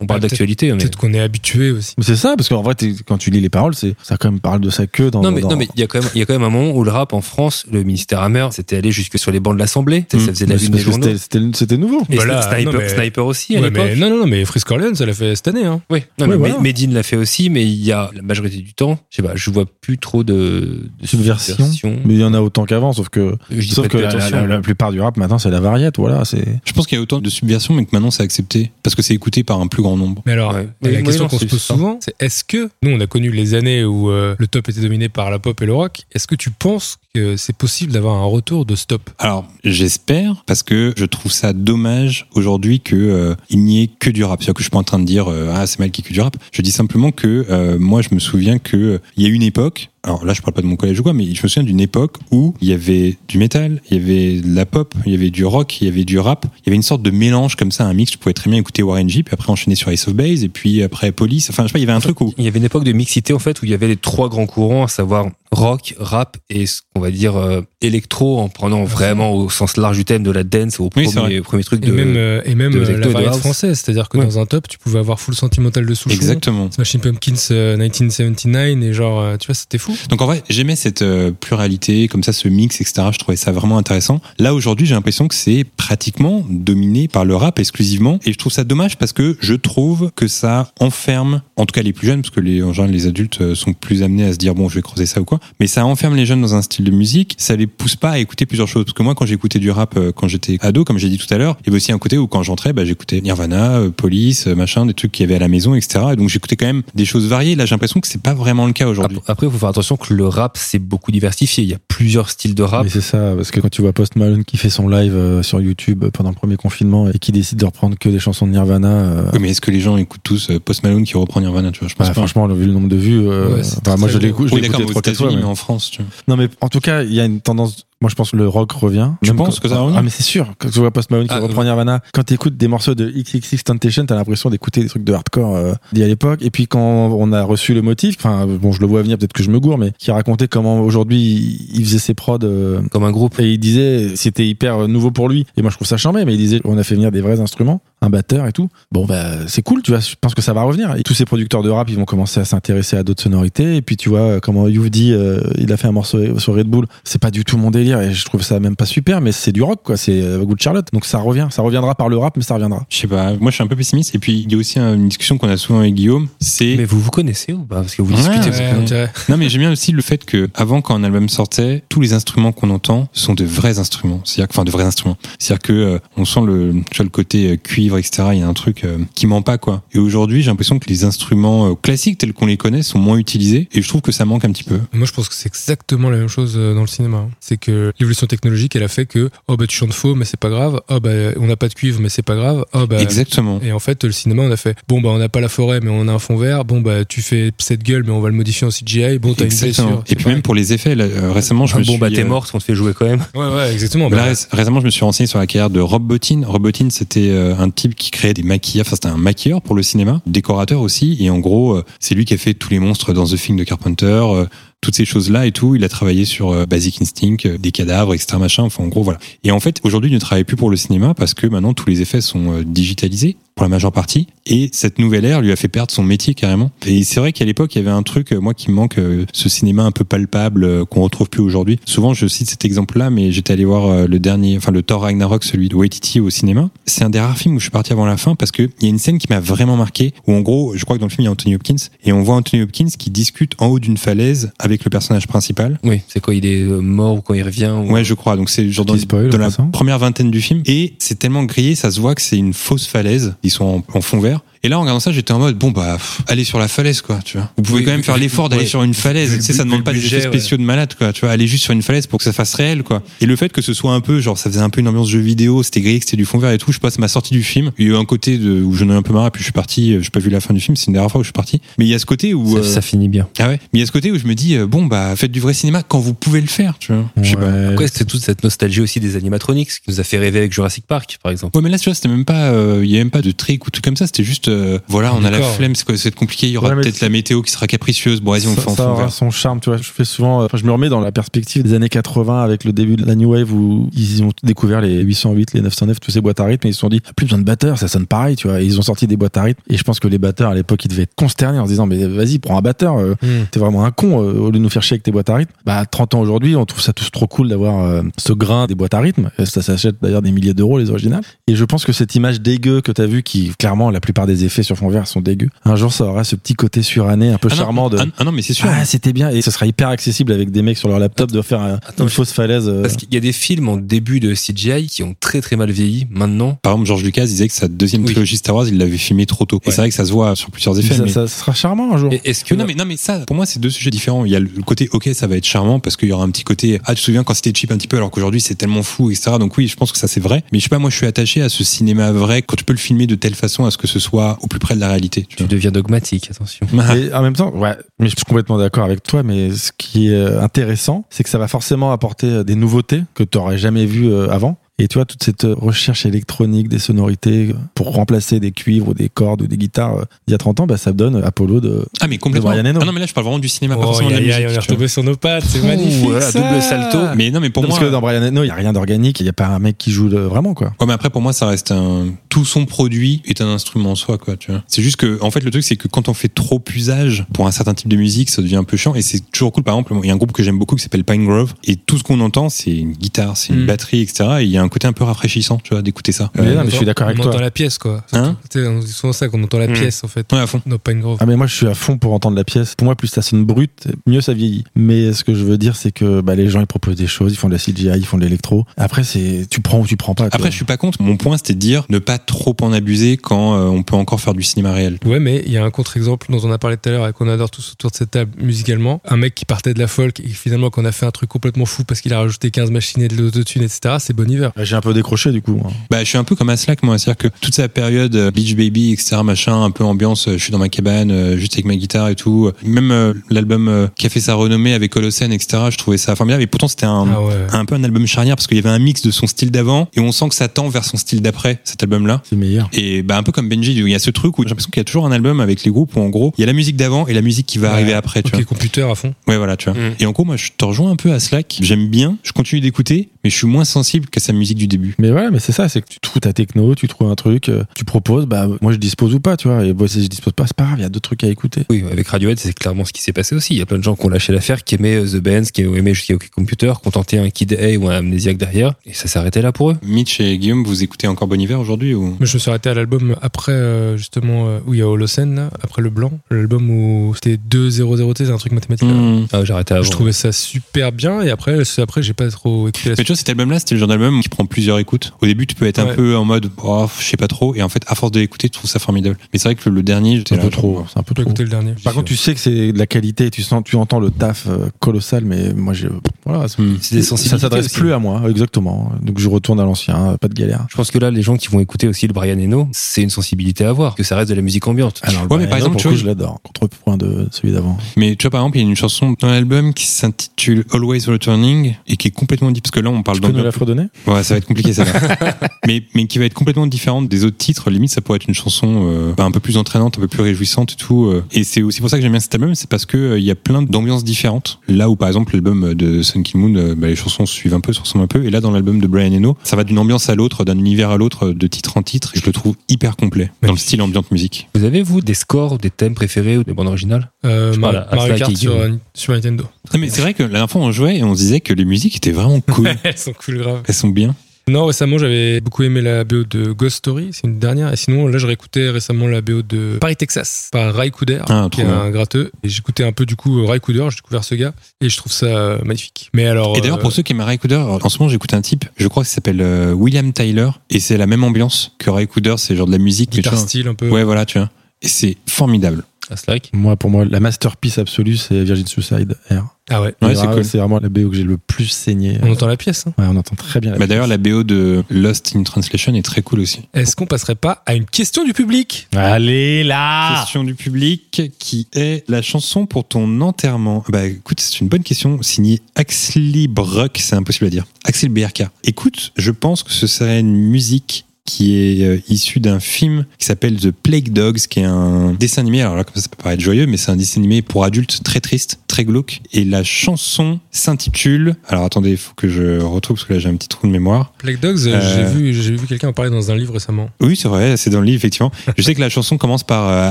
Speaker 2: On parle
Speaker 5: Ah, peut-être-
Speaker 2: d'actualité, hein, mais.
Speaker 5: Peut-être qu'on est habitué aussi.
Speaker 3: Mais C'est ça, parce qu'en vrai, t'es- quand tu lis les paroles, c'est ça quand même parle de sa queue dans.
Speaker 2: Non mais,
Speaker 3: dans-
Speaker 2: non, mais il y a quand même il y a quand même un moment où le rap en France, le ministère Hammer, c'était allé jusque sur les bancs de l'Assemblée, Tu sais, ça faisait de la
Speaker 3: Mais c'est
Speaker 2: vie des
Speaker 3: parce que
Speaker 2: journaux.
Speaker 3: c'était- c'était c'était nouveau.
Speaker 2: Et
Speaker 5: Bah là,
Speaker 2: Sniper,
Speaker 5: non, mais-
Speaker 2: Sniper aussi à
Speaker 5: Ouais,
Speaker 2: l'époque.
Speaker 5: mais non, non, non, mais Frisk Orleans, ça l'a fait cette année. Hein.
Speaker 2: Oui, non,
Speaker 3: Ouais,
Speaker 2: mais
Speaker 3: voilà.
Speaker 2: Me- Medine l'a fait aussi, mais il y a la majorité du temps, je sais pas, je vois plus trop de, de
Speaker 3: Subversion. Mais il y en a autant qu'avant, sauf que
Speaker 2: Je dis
Speaker 3: sauf
Speaker 2: pas
Speaker 3: que
Speaker 2: de hein.
Speaker 3: la, la-
Speaker 2: attention.
Speaker 3: la plupart du rap maintenant, c'est la variette. Voilà, c'est.
Speaker 4: je pense qu'il y a autant de subversion, mais que maintenant c'est accepté parce que c'est écouté par un plus grand nombre.
Speaker 5: Mais alors,
Speaker 2: Ouais.
Speaker 5: la
Speaker 2: Oui, oui,
Speaker 5: question
Speaker 2: non,
Speaker 5: qu'on se
Speaker 2: c'est
Speaker 5: pose
Speaker 2: ça.
Speaker 5: souvent, c'est est-ce que nous, on a connu les années où euh, le top était dominé par la pop et le rock. Est-ce que tu penses que c'est possible d'avoir un retour de stop
Speaker 4: Alors j'espère parce que je trouve ça dommage aujourd'hui que euh, il n'y ait que du rap. C'est-à-dire que je suis pas en train de dire euh, ah c'est mal qu'il y ait que du rap. Je dis simplement que euh, moi je me souviens que euh, il y a une époque. Alors là je parle pas de mon collège ou quoi, mais je me souviens d'une époque où il y avait du métal, il y avait de la pop, il y avait du rock, il y avait du rap. Il y avait une sorte de mélange comme ça, un mix. Je pouvais très bien écouter Warren G, puis après enchaîner sur Ace of Base, et puis après Police. Enfin je sais pas, il y avait un truc où
Speaker 2: Il y avait une époque de mixité en fait où il y avait les trois grands courants, à savoir rock, rap et ce qu'on va dire euh, électro, en prenant vraiment au sens large du thème de la dance au
Speaker 4: Oui, c'est
Speaker 2: premier, premier truc
Speaker 5: Et
Speaker 2: de.
Speaker 5: même, euh, et même
Speaker 2: de
Speaker 5: euh,
Speaker 2: Zecto
Speaker 5: la
Speaker 2: et de
Speaker 5: variété
Speaker 2: House.
Speaker 5: française, c'est-à-dire que
Speaker 2: Ouais.
Speaker 5: dans un top, tu pouvais avoir full sentimental de Souchon,
Speaker 4: exactement.
Speaker 5: Smashing Pumpkins euh, 1979 et genre, euh, tu vois, c'était fou.
Speaker 4: Donc en vrai, j'aimais cette euh, pluralité, comme ça, ce mix, etc. Je trouvais ça vraiment intéressant. Là, aujourd'hui, j'ai l'impression que c'est pratiquement dominé par le rap exclusivement. Et je trouve ça dommage parce que je trouve que ça enferme, en tout cas les plus jeunes, parce que les, en général, les adultes euh, sont plus amenés à se dire, bon, je vais creuser ça ou quoi. Mais ça enferme les jeunes dans un style de musique. Ça les pousse pas à écouter plusieurs choses. Parce que moi, quand j'écoutais du rap, euh, quand j'étais ado, comme j'ai dit tout à l'heure, il y avait aussi un côté où quand j'entrais, bah, j'écoutais Nirvana, euh, Police, euh, machin, des trucs qu'il y avait à la maison, etc. Et donc j'écoutais quand même des choses variées. Là, j'ai l'impression que c'est pas vraiment le cas aujourd'hui.
Speaker 2: Ap- Après, il faut faire attention que le rap c'est beaucoup diversifié. Il y a plusieurs styles de rap.
Speaker 3: Mais c'est ça, parce que quand tu vois Post Malone qui fait son live euh, sur YouTube pendant le premier confinement et qui décide de reprendre que des chansons de Nirvana. euh,
Speaker 4: Oui, mais est-ce que les gens écoutent tous euh, Post Malone qui reprend Nirvana, tu vois Je pense
Speaker 3: bah,
Speaker 4: pas.
Speaker 3: franchement, vu le nombre de vues, euh,
Speaker 5: Ouais, c'est
Speaker 3: bah, moi
Speaker 5: très
Speaker 3: je
Speaker 5: bien.
Speaker 3: l'écoute, je
Speaker 4: oui,
Speaker 3: l'écoute
Speaker 4: d'accord, mais aux
Speaker 3: trois, quatre fois,
Speaker 4: États-Unis,
Speaker 3: mais-
Speaker 4: mais en France, tu vois.
Speaker 3: Non, mais en tout cas, il y a une tendance. Moi, je pense que le rock revient.
Speaker 4: Tu penses
Speaker 3: quand-
Speaker 4: que ça euh, va revenir
Speaker 3: Ah, mais c'est sûr. Quand tu vois Post Malone qui
Speaker 2: Ah,
Speaker 3: reprend Nirvana, quand tu écoutes des morceaux de XXX Temptation, t'as l'impression d'écouter des trucs de hardcore euh, d'il y a à l'époque. Et puis, quand on a reçu le motif, enfin, bon, je le vois venir, peut-être que je me gourre, mais qui racontait comment aujourd'hui il faisait ses prods. euh,
Speaker 2: Comme un groupe.
Speaker 3: et il disait, c'était hyper nouveau pour lui. Et moi, je trouve ça charmé, mais il disait, on a fait venir des vrais instruments, un batteur et tout. Bon, bah, c'est cool, tu vois, je pense que ça va revenir. Et tous ces producteurs de rap, ils vont commencer à s'intéresser à d'autres sonorités. Et puis, tu vois, comment You've dit, euh, il a fait un morceau sur Red Bull. C'est pas du tout mon délire et je trouve ça même pas super, mais c'est du rock, quoi. C'est euh, goût de Charlotte. Donc, ça revient. Ça reviendra par le rap, mais ça reviendra.
Speaker 4: Je sais pas, moi je suis un peu pessimiste. Et puis il y a aussi euh, une discussion qu'on a souvent avec Guillaume, c'est.
Speaker 2: Mais vous vous connaissez ou pas Parce que vous
Speaker 4: Ouais,
Speaker 2: discutez.
Speaker 4: ouais.
Speaker 2: vous-
Speaker 4: que-
Speaker 5: on dirait.
Speaker 4: Non, mais j'aime bien aussi le fait que, avant, quand un album sortait, tous les instruments qu'on entend sont de vrais instruments. C'est-à-dire que, enfin, de vrais instruments. C'est-à-dire que, euh, on sent le, tu vois, le côté euh, cuivre, etc. Il y a un truc euh, qui ment pas, quoi. Et aujourd'hui, j'ai l'impression que les instruments euh, classiques tels qu'on les connaît sont moins utilisés. Et je trouve que ça manque un petit peu.
Speaker 5: Moi, je pense que c'est exactement la même chose euh, dans le cinéma. hein. C'est que l'évolution technologique, elle a fait que, oh bah tu chantes faux, mais c'est pas grave. Oh bah on n'a pas de cuivre, mais c'est pas grave. Oh bah.
Speaker 4: Exactement.
Speaker 5: Et en fait, le cinéma, on a fait bon, bah, on n'a pas la forêt, mais on a un fond vert. Bon, bah, tu fais cette gueule, mais on va le modifier en CGI. Bon, t'as une blessure.
Speaker 4: Exactement. Et
Speaker 5: C'est
Speaker 4: puis
Speaker 5: pareil.
Speaker 4: même pour les effets, là, euh, récemment, je me
Speaker 2: bon
Speaker 4: suis.
Speaker 2: bah t'es
Speaker 4: euh,
Speaker 2: morte, on te fait jouer quand même.
Speaker 5: Ouais, ouais, exactement.
Speaker 4: Là,
Speaker 5: Bah,
Speaker 4: réc- récemment, je me suis renseigné sur la carrière de Rob Bottin. Rob Bottin, c'était euh, un type qui créait des maquillages, enfin, c'était un maquilleur pour le cinéma, décorateur aussi, et en gros, euh, c'est lui qui a fait tous les monstres dans The Thing de Carpenter, euh, toutes ces choses-là et tout. Il a travaillé sur euh, Basic Instinct, euh, des cadavres, etc., machin, enfin, en gros, voilà. Et en fait, aujourd'hui, il ne travaille plus pour le cinéma parce que maintenant, tous les effets sont euh, digitalisés. pour la majeure partie. Et cette nouvelle ère lui a fait perdre son métier carrément. Et c'est vrai qu'à l'époque, il y avait un truc, euh, moi, qui me manque, euh, ce cinéma un peu palpable euh, qu'on retrouve plus aujourd'hui. Souvent, je cite cet exemple-là, mais j'étais allé voir euh, le dernier, enfin le Thor Ragnarok, celui de Waititi au cinéma. C'est un des rares films où je suis parti avant la fin parce que il y a une scène qui m'a vraiment marqué. Où en gros, je crois que dans le film il y a Anthony Hopkins et on voit Anthony Hopkins qui discute en haut d'une falaise avec le personnage principal.
Speaker 2: Oui, c'est quand il est euh, mort ou quand il revient. ou-
Speaker 4: Ouais, je crois. Donc c'est genre dans,
Speaker 3: Petit spoil,
Speaker 4: dans la
Speaker 3: passant.
Speaker 4: première vingtaine du film. Et c'est tellement grillé, ça se voit que c'est une fausse falaise. Ils sont en, en fond vert. Et là, en regardant ça, j'étais en mode, bon, bah, pff, allez sur la falaise, quoi, tu vois. Vous pouvez
Speaker 2: Oui,
Speaker 4: quand même
Speaker 2: vu-
Speaker 4: faire l'effort d'aller
Speaker 2: ouais.
Speaker 4: sur une falaise.
Speaker 2: Vu
Speaker 4: Tu sais,
Speaker 2: le
Speaker 4: ça
Speaker 2: bu-
Speaker 4: demande pas
Speaker 2: vu
Speaker 4: des
Speaker 2: le
Speaker 4: effets
Speaker 2: budget, ouais.
Speaker 4: spéciaux de malade, quoi, tu vois. Aller juste sur une falaise pour que ça fasse réel, quoi. Et le fait que ce soit un peu, genre, ça faisait un peu une ambiance jeu vidéo, c'était grillé, que c'était du fond vert et tout. Je passe ma sortie du film. Il y a eu un côté de, où j'en ai un peu marre, puis je suis parti, euh, j'ai pas vu la fin du film, c'est une dernière fois où je suis parti. Mais il y a ce côté où,
Speaker 2: Ça,
Speaker 4: euh,
Speaker 2: ça finit bien.
Speaker 4: ah ouais. Mais il y a ce côté où je me dis, euh, bon, bah, faites du vrai cinéma quand vous pouvez le faire, tu vois. Je sais pas.
Speaker 3: Ouais.
Speaker 2: Après, c'est toute cette nostalgie aussi des animatronics qui nous a fait rêver avec Jurassic Park, par exemple.
Speaker 4: Ouais, mais là, tu vois, c'était même pas, euh, il y avait même pas de trick ou tout comme ça. C'était juste, euh, voilà, on a la
Speaker 5: D'accord.
Speaker 4: flemme, c'est quoi, c'est compliqué. Il y aura
Speaker 3: Ouais, mais
Speaker 4: peut-être
Speaker 3: c'est-
Speaker 4: la météo qui sera capricieuse. Bon, vas-y, on le
Speaker 3: ça,
Speaker 4: fait en
Speaker 3: ça
Speaker 4: fond
Speaker 3: aura
Speaker 4: vert.
Speaker 3: son charme, tu vois. Je fais souvent, euh, enfin, je me remets dans la perspective des années 80 avec le début de la New Wave où ils ont découvert les 808, les 909, tous ces boîtes à rythme et ils se sont dit, plus besoin de batteurs, ça sonne pareil, tu vois. Et ils ont sorti des boîtes à rythme et je pense que les batteurs à l'époque ils devaient être consternés en se disant, mais vas-y, prends un batteur, euh,
Speaker 5: Hmm.
Speaker 3: t'es vraiment un con euh, au lieu de nous faire chier avec tes boîtes à rythme. Bah, 30 ans aujourd'hui, on trouve ça tous trop cool d'avoir euh, ce grain des boîtes à rythme. Euh, Ça s'achète d'ailleurs des milliers d'euros les originales. Et je pense que cette image dégueu que t'as vue, qui clairement la plupart des effets sur fond vert sont dégueux, un jour ça aura ce petit côté suranné, un peu
Speaker 4: Ah non,
Speaker 3: charmant de.
Speaker 4: ah, ah non, mais c'est sûr.
Speaker 3: Ah, c'était bien. Et ce sera hyper accessible avec des mecs sur leur laptop de faire un-
Speaker 2: Attends,
Speaker 3: une
Speaker 2: je-
Speaker 3: fausse falaise. euh.
Speaker 2: Parce qu'il y a des films en début de CGI qui ont très très mal vieilli maintenant.
Speaker 4: Par exemple, George Lucas disait que sa deuxième
Speaker 2: Oui.
Speaker 4: trilogie Star Wars, il l'avait filmé trop tôt. Et
Speaker 2: Ouais.
Speaker 4: c'est vrai que ça se voit sur plusieurs effets.
Speaker 3: ça,
Speaker 4: mais-
Speaker 3: ça sera charmant un jour.
Speaker 2: Et Est-ce que
Speaker 4: Mais non, mais, non, mais ça, pour moi, c'est deux sujets différents. Il y a le côté, ok, ça va être charmant parce qu'il y aura un petit côté, ah, tu te souviens quand c'était cheap un petit peu, alors qu'aujourd'hui c'est tellement fou, etc. Donc oui, je pense que ça c'est vrai. Mais je sais pas, moi je suis attaché à ce cinéma vrai quand tu peux le filmer de telle façon à ce que ce soit au plus près de la réalité. tu
Speaker 2: tu deviens dogmatique Attention.
Speaker 4: vois.
Speaker 3: Et en même temps, ouais, mais je suis complètement d'accord avec toi. Mais ce qui est euh, intéressant, c'est que ça va forcément apporter euh, des nouveautés que tu n'aurais jamais vues euh, avant. Et tu vois, toute cette euh, recherche électronique des sonorités euh, pour remplacer des cuivres ou des cordes ou des guitares euh, d'il y a 30 ans, bah, ça donne Apollo de.
Speaker 4: Ah mais complètement.
Speaker 3: De Brian Eno.
Speaker 4: Ah non mais là je parle vraiment du cinéma, pas
Speaker 5: Oh,
Speaker 4: forcément de la
Speaker 5: y a- y
Speaker 4: musique.
Speaker 5: a- on est
Speaker 4: tu vois.
Speaker 5: retombé sur nos pattes, c'est magnifique.
Speaker 2: voilà,
Speaker 5: ça.
Speaker 2: double salto.
Speaker 4: Mais non mais pour
Speaker 3: Non,
Speaker 4: moi.
Speaker 3: parce que dans Brian Eno, il n'y a rien d'organique, il n'y a pas un mec qui joue le- vraiment, quoi.
Speaker 4: Ouais, mais après, pour moi, ça reste un. Tout son produit est un instrument en soi, quoi, tu vois. C'est juste que, en fait, le truc, c'est que quand on fait trop usage pour un certain type de musique, ça devient un peu chiant. Et c'est toujours cool. Par exemple, il y a un groupe que j'aime beaucoup qui s'appelle Pine Grove. Et tout ce qu'on entend, c'est une guitare, c'est
Speaker 3: Hmm.
Speaker 4: une
Speaker 5: Mm.
Speaker 4: batterie, etc. Et il y a un côté un peu rafraîchissant, tu vois, d'écouter ça.
Speaker 3: Mais non, mais je suis d'accord avec
Speaker 5: On
Speaker 3: toi.
Speaker 5: entend la pièce, quoi.
Speaker 4: Hein
Speaker 5: Tu sais, on dit souvent ça, qu'on entend la
Speaker 2: Hmm.
Speaker 5: pièce, en fait.
Speaker 4: Ouais, à fond.
Speaker 5: No Pain Grove.
Speaker 3: Ah mais moi je suis à fond pour entendre la pièce. Pour moi plus ça sonne brut, mieux ça vieillit. Mais ce que je veux dire c'est que bah, les gens ils proposent des choses, ils font de la CGI, ils font de l'électro. Après c'est tu prends ou tu prends pas. tu
Speaker 4: Après, je
Speaker 3: vois.
Speaker 4: suis pas contre. Mon point, c'était de dire ne pas trop en abuser quand euh, on peut encore faire du cinéma réel.
Speaker 5: Ouais, mais il y a un contre-exemple dont on a parlé tout à l'heure et qu'on adore tous autour de cette table musicalement. Un mec qui partait de la folk et finalement qu'on a fait un truc complètement fou parce qu'il a rajouté 15 machines et de l'autotune, etc. C'est bon hiver.
Speaker 3: J'ai un peu décroché du coup. hein. moi.
Speaker 4: Bah, je suis un peu comme Aslak, moi. C'est-à-dire que toute sa période euh, Beach Baby, etc., machin, un peu ambiance, euh, je suis dans ma cabane, euh, juste avec ma guitare et tout. Même euh, l'album euh, qui a fait sa renommée avec Holocene, etc., je trouvais ça formidable. Et pourtant, c'était un,
Speaker 5: Ah ouais.
Speaker 4: un peu un album charnière parce qu'il y avait un mix de son style d'avant et on sent que ça tend vers son style d'après, cet album-là.
Speaker 3: C'est meilleur.
Speaker 4: Et bah, un peu comme Benji, il y a ce truc où j'ai l'impression qu'il y a toujours un album avec les groupes où, en gros, il y a la musique d'avant et la musique qui va
Speaker 5: Ouais.
Speaker 4: arriver après, tu vois.
Speaker 5: Ok, computer à fond.
Speaker 4: Ouais, voilà, tu vois.
Speaker 2: Mm.
Speaker 4: Et en gros, moi, je te rejoins un peu à Slack. J'aime bien, je continue d'écouter, mais je suis moins sensible qu'à sa musique du début.
Speaker 3: Mais voilà, mais c'est ça, c'est que tu trouves ta techno, tu trouves un truc, euh, tu proposes, bah moi je dispose ou pas, tu vois. Et bah, si je dispose pas, c'est pas grave, il y a d'autres trucs à écouter.
Speaker 2: Oui, avec Radiohead, c'est clairement ce qui s'est passé aussi. Il y a plein de gens qui ont lâché l'affaire, qui aimaient euh, The Bands, qui aimaient jusqu'à OK Computer, qui ont tenté un Kid A ou un Amnesiac derrière, et ça s'arrêtait là pour eux.
Speaker 4: Mitch et Guillaume, vous écoutez encore Bon Hiver aujourd'hui ou
Speaker 5: Mais je me suis arrêté à l'album après, euh, justement, euh, où il y a Holocene, là, après le blanc. L'album où c'était 2-0-0T, c'est un truc mathématique. là.
Speaker 3: Hmm.
Speaker 4: Mm.
Speaker 2: Ah, j'arrêtais avant.
Speaker 5: Je trouvais ça super bien et après, c'est- après j'ai pas trop écouté la
Speaker 4: Mais tu vois, cet album-là, c'était le genre d'album qui prend plusieurs écoutes. Au début, tu peux être un
Speaker 5: Ouais.
Speaker 4: peu en mode, oh, je sais pas trop. Et en fait, à force de l'écouter, tu trouves ça formidable. Mais c'est vrai que le dernier, j'étais
Speaker 3: C'est un peu
Speaker 4: là,
Speaker 3: trop.
Speaker 4: genre,
Speaker 3: C'est un peu
Speaker 5: J'ai
Speaker 3: trop.
Speaker 5: pas écouté le dernier.
Speaker 3: Par contre, tu sais que c'est de la qualité, tu sens, tu entends le taf euh, colossal, mais moi j'ai voilà, c'est-
Speaker 4: Hmm.
Speaker 2: C'est des
Speaker 3: ça
Speaker 2: sensibilités
Speaker 3: s'adresse
Speaker 2: aussi.
Speaker 3: plus à moi, exactement. Donc je retourne à l'ancien, euh, pas de galère.
Speaker 2: Je pense que là, les gens qui vont écouter aussi le Brian Eno, c'est une sensibilité à avoir, que ça reste de la musique ambiante.
Speaker 3: Alors, le
Speaker 4: Ouais, mais
Speaker 3: Brian
Speaker 4: par
Speaker 3: Eno,
Speaker 4: exemple,
Speaker 3: pour
Speaker 4: tu
Speaker 3: le
Speaker 4: vois,
Speaker 3: coup, je l'adore. Contrepoint de celui d'avant.
Speaker 4: Mais tu vois, par exemple, il y a une chanson dans l'album qui s'intitule Always Returning et qui est complètement dit, parce que là, on parle
Speaker 3: Tu peux nous
Speaker 4: d'ambiance.
Speaker 3: la fredonner
Speaker 4: Ouais, ça va être compliqué, ça. là. mais, mais qui va être complètement différente des autres titres. Limite, ça pourrait être une chanson euh, bah, un peu plus entraînante, un peu plus réjouissante et tout. euh. Et c'est aussi pour ça que j'aime bien cet album, c'est parce que euh, il y a plein d'ambiances différentes. Là où, par exemple, l'album de Sun Funky Moon, euh, bah, les chansons se suivent un peu, se ressemblent un peu. Et là, dans l'album de Brian Eno, ça va d'une ambiance à l'autre, d'un univers à l'autre, euh, de titre en titre. Et je le trouve hyper complet dans le style ambiante musique.
Speaker 2: Vous avez, vous, des scores, des thèmes préférés ou des bandes originales
Speaker 5: Euh,
Speaker 2: Je
Speaker 5: Mar-
Speaker 2: parle à
Speaker 5: Mario
Speaker 2: Sly
Speaker 5: Kart
Speaker 2: qui
Speaker 5: sur,
Speaker 2: gueule.
Speaker 5: euh, sur Nintendo.
Speaker 4: Non, mais c'est vrai que la dernière fois, on jouait et on se disait que les musiques étaient vraiment cool.
Speaker 5: Elles sont cool grave.
Speaker 4: Elles sont bien.
Speaker 5: Non, récemment, j'avais beaucoup aimé la BO de Ghost Story, c'est une dernière. Et sinon, là, je réécoutais récemment la BO de Paris, Texas, par Raikouder,
Speaker 4: Ah, trop
Speaker 5: qui est
Speaker 4: bien.
Speaker 5: un gratteux. Et j'écoutais un peu, du coup, Raikouder, j'ai découvert ce gars, et je trouve ça euh, magnifique. Mais alors.
Speaker 4: Et d'ailleurs,
Speaker 5: euh,
Speaker 4: pour ceux qui aiment Ray Cooder, en ce moment, j'écoute un type, je crois qu'il s'appelle euh, William Tyler, et c'est la même ambiance que Ray Cooder, c'est genre de la musique. mais
Speaker 5: guitare
Speaker 4: tu vois,
Speaker 5: style un peu.
Speaker 4: Ouais, voilà, tu vois. Et c'est formidable.
Speaker 2: À Slack
Speaker 3: Moi, pour moi, la masterpiece absolue, c'est Virgin Suicide R.
Speaker 5: Ah ouais.
Speaker 4: Ouais,
Speaker 3: R,
Speaker 4: c'est cool.
Speaker 3: C'est vraiment la BO que j'ai le plus saigné.
Speaker 5: On entend la pièce. hein.
Speaker 3: Ouais, on entend très bien la
Speaker 4: Bah, D'ailleurs, la BO de Lost in Translation est très cool aussi.
Speaker 5: Est-ce qu'on passerait pas à une question du public
Speaker 3: Allez là
Speaker 4: Question du public qui est la chanson pour ton enterrement. Bah écoute, c'est une bonne question signée Axel Bruck, c'est impossible à dire. Axel BRK. Écoute, je pense que ce serait une musique qui est euh, issue d'un film qui s'appelle The Plague Dogs, qui est un dessin animé. Alors là, comme ça, ça peut paraître joyeux, mais c'est un dessin animé pour adultes très triste, très glauque. Et la chanson s'intitule. Alors attendez, il faut que je retrouve parce que là j'ai un petit trou de mémoire.
Speaker 5: Plague Dogs,
Speaker 4: Euh,
Speaker 5: j'ai vu, j'ai vu quelqu'un en parler dans un livre récemment.
Speaker 4: Oui, c'est vrai, c'est dans le livre, effectivement. Je sais que la chanson commence par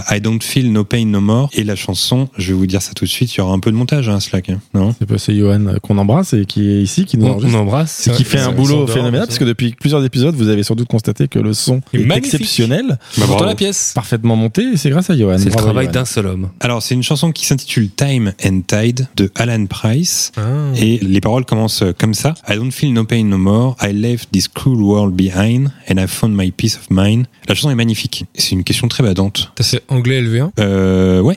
Speaker 4: euh, I don't feel no pain no more. Et la chanson, je vais vous dire ça tout de suite, il y aura un peu de montage, hein, Slack. hein, non
Speaker 3: C'est passé Johan euh, qu'on embrasse et qui est ici, qui nous
Speaker 2: On,
Speaker 3: enregistre.
Speaker 2: on embrasse.
Speaker 3: C'est qui fait
Speaker 5: Ils
Speaker 3: un
Speaker 5: sont- ils
Speaker 3: boulot
Speaker 5: sont dehors,
Speaker 3: phénoménal
Speaker 5: ils
Speaker 3: parce
Speaker 5: sont-
Speaker 3: que depuis plusieurs épisodes, vous avez sans doute constaté que le son
Speaker 5: Et
Speaker 3: est
Speaker 5: magnifique.
Speaker 3: exceptionnel,
Speaker 4: Bah,
Speaker 5: On entend
Speaker 4: bravo.
Speaker 5: la pièce.
Speaker 3: parfaitement monté et c'est grâce à Johan.
Speaker 2: C'est le
Speaker 3: Bravo,
Speaker 2: travail
Speaker 3: Johan.
Speaker 2: d'un seul homme.
Speaker 4: Alors, c'est une chanson qui s'intitule Time and Tide de Alan Price.
Speaker 5: Ah.
Speaker 4: Et les paroles commencent euh, comme ça. I don't feel no pain no more. I left this cruel world behind and I found my peace of mind. La chanson est magnifique. C'est une question très badante.
Speaker 5: T'as fait anglais LV1.
Speaker 4: Euh, ouais.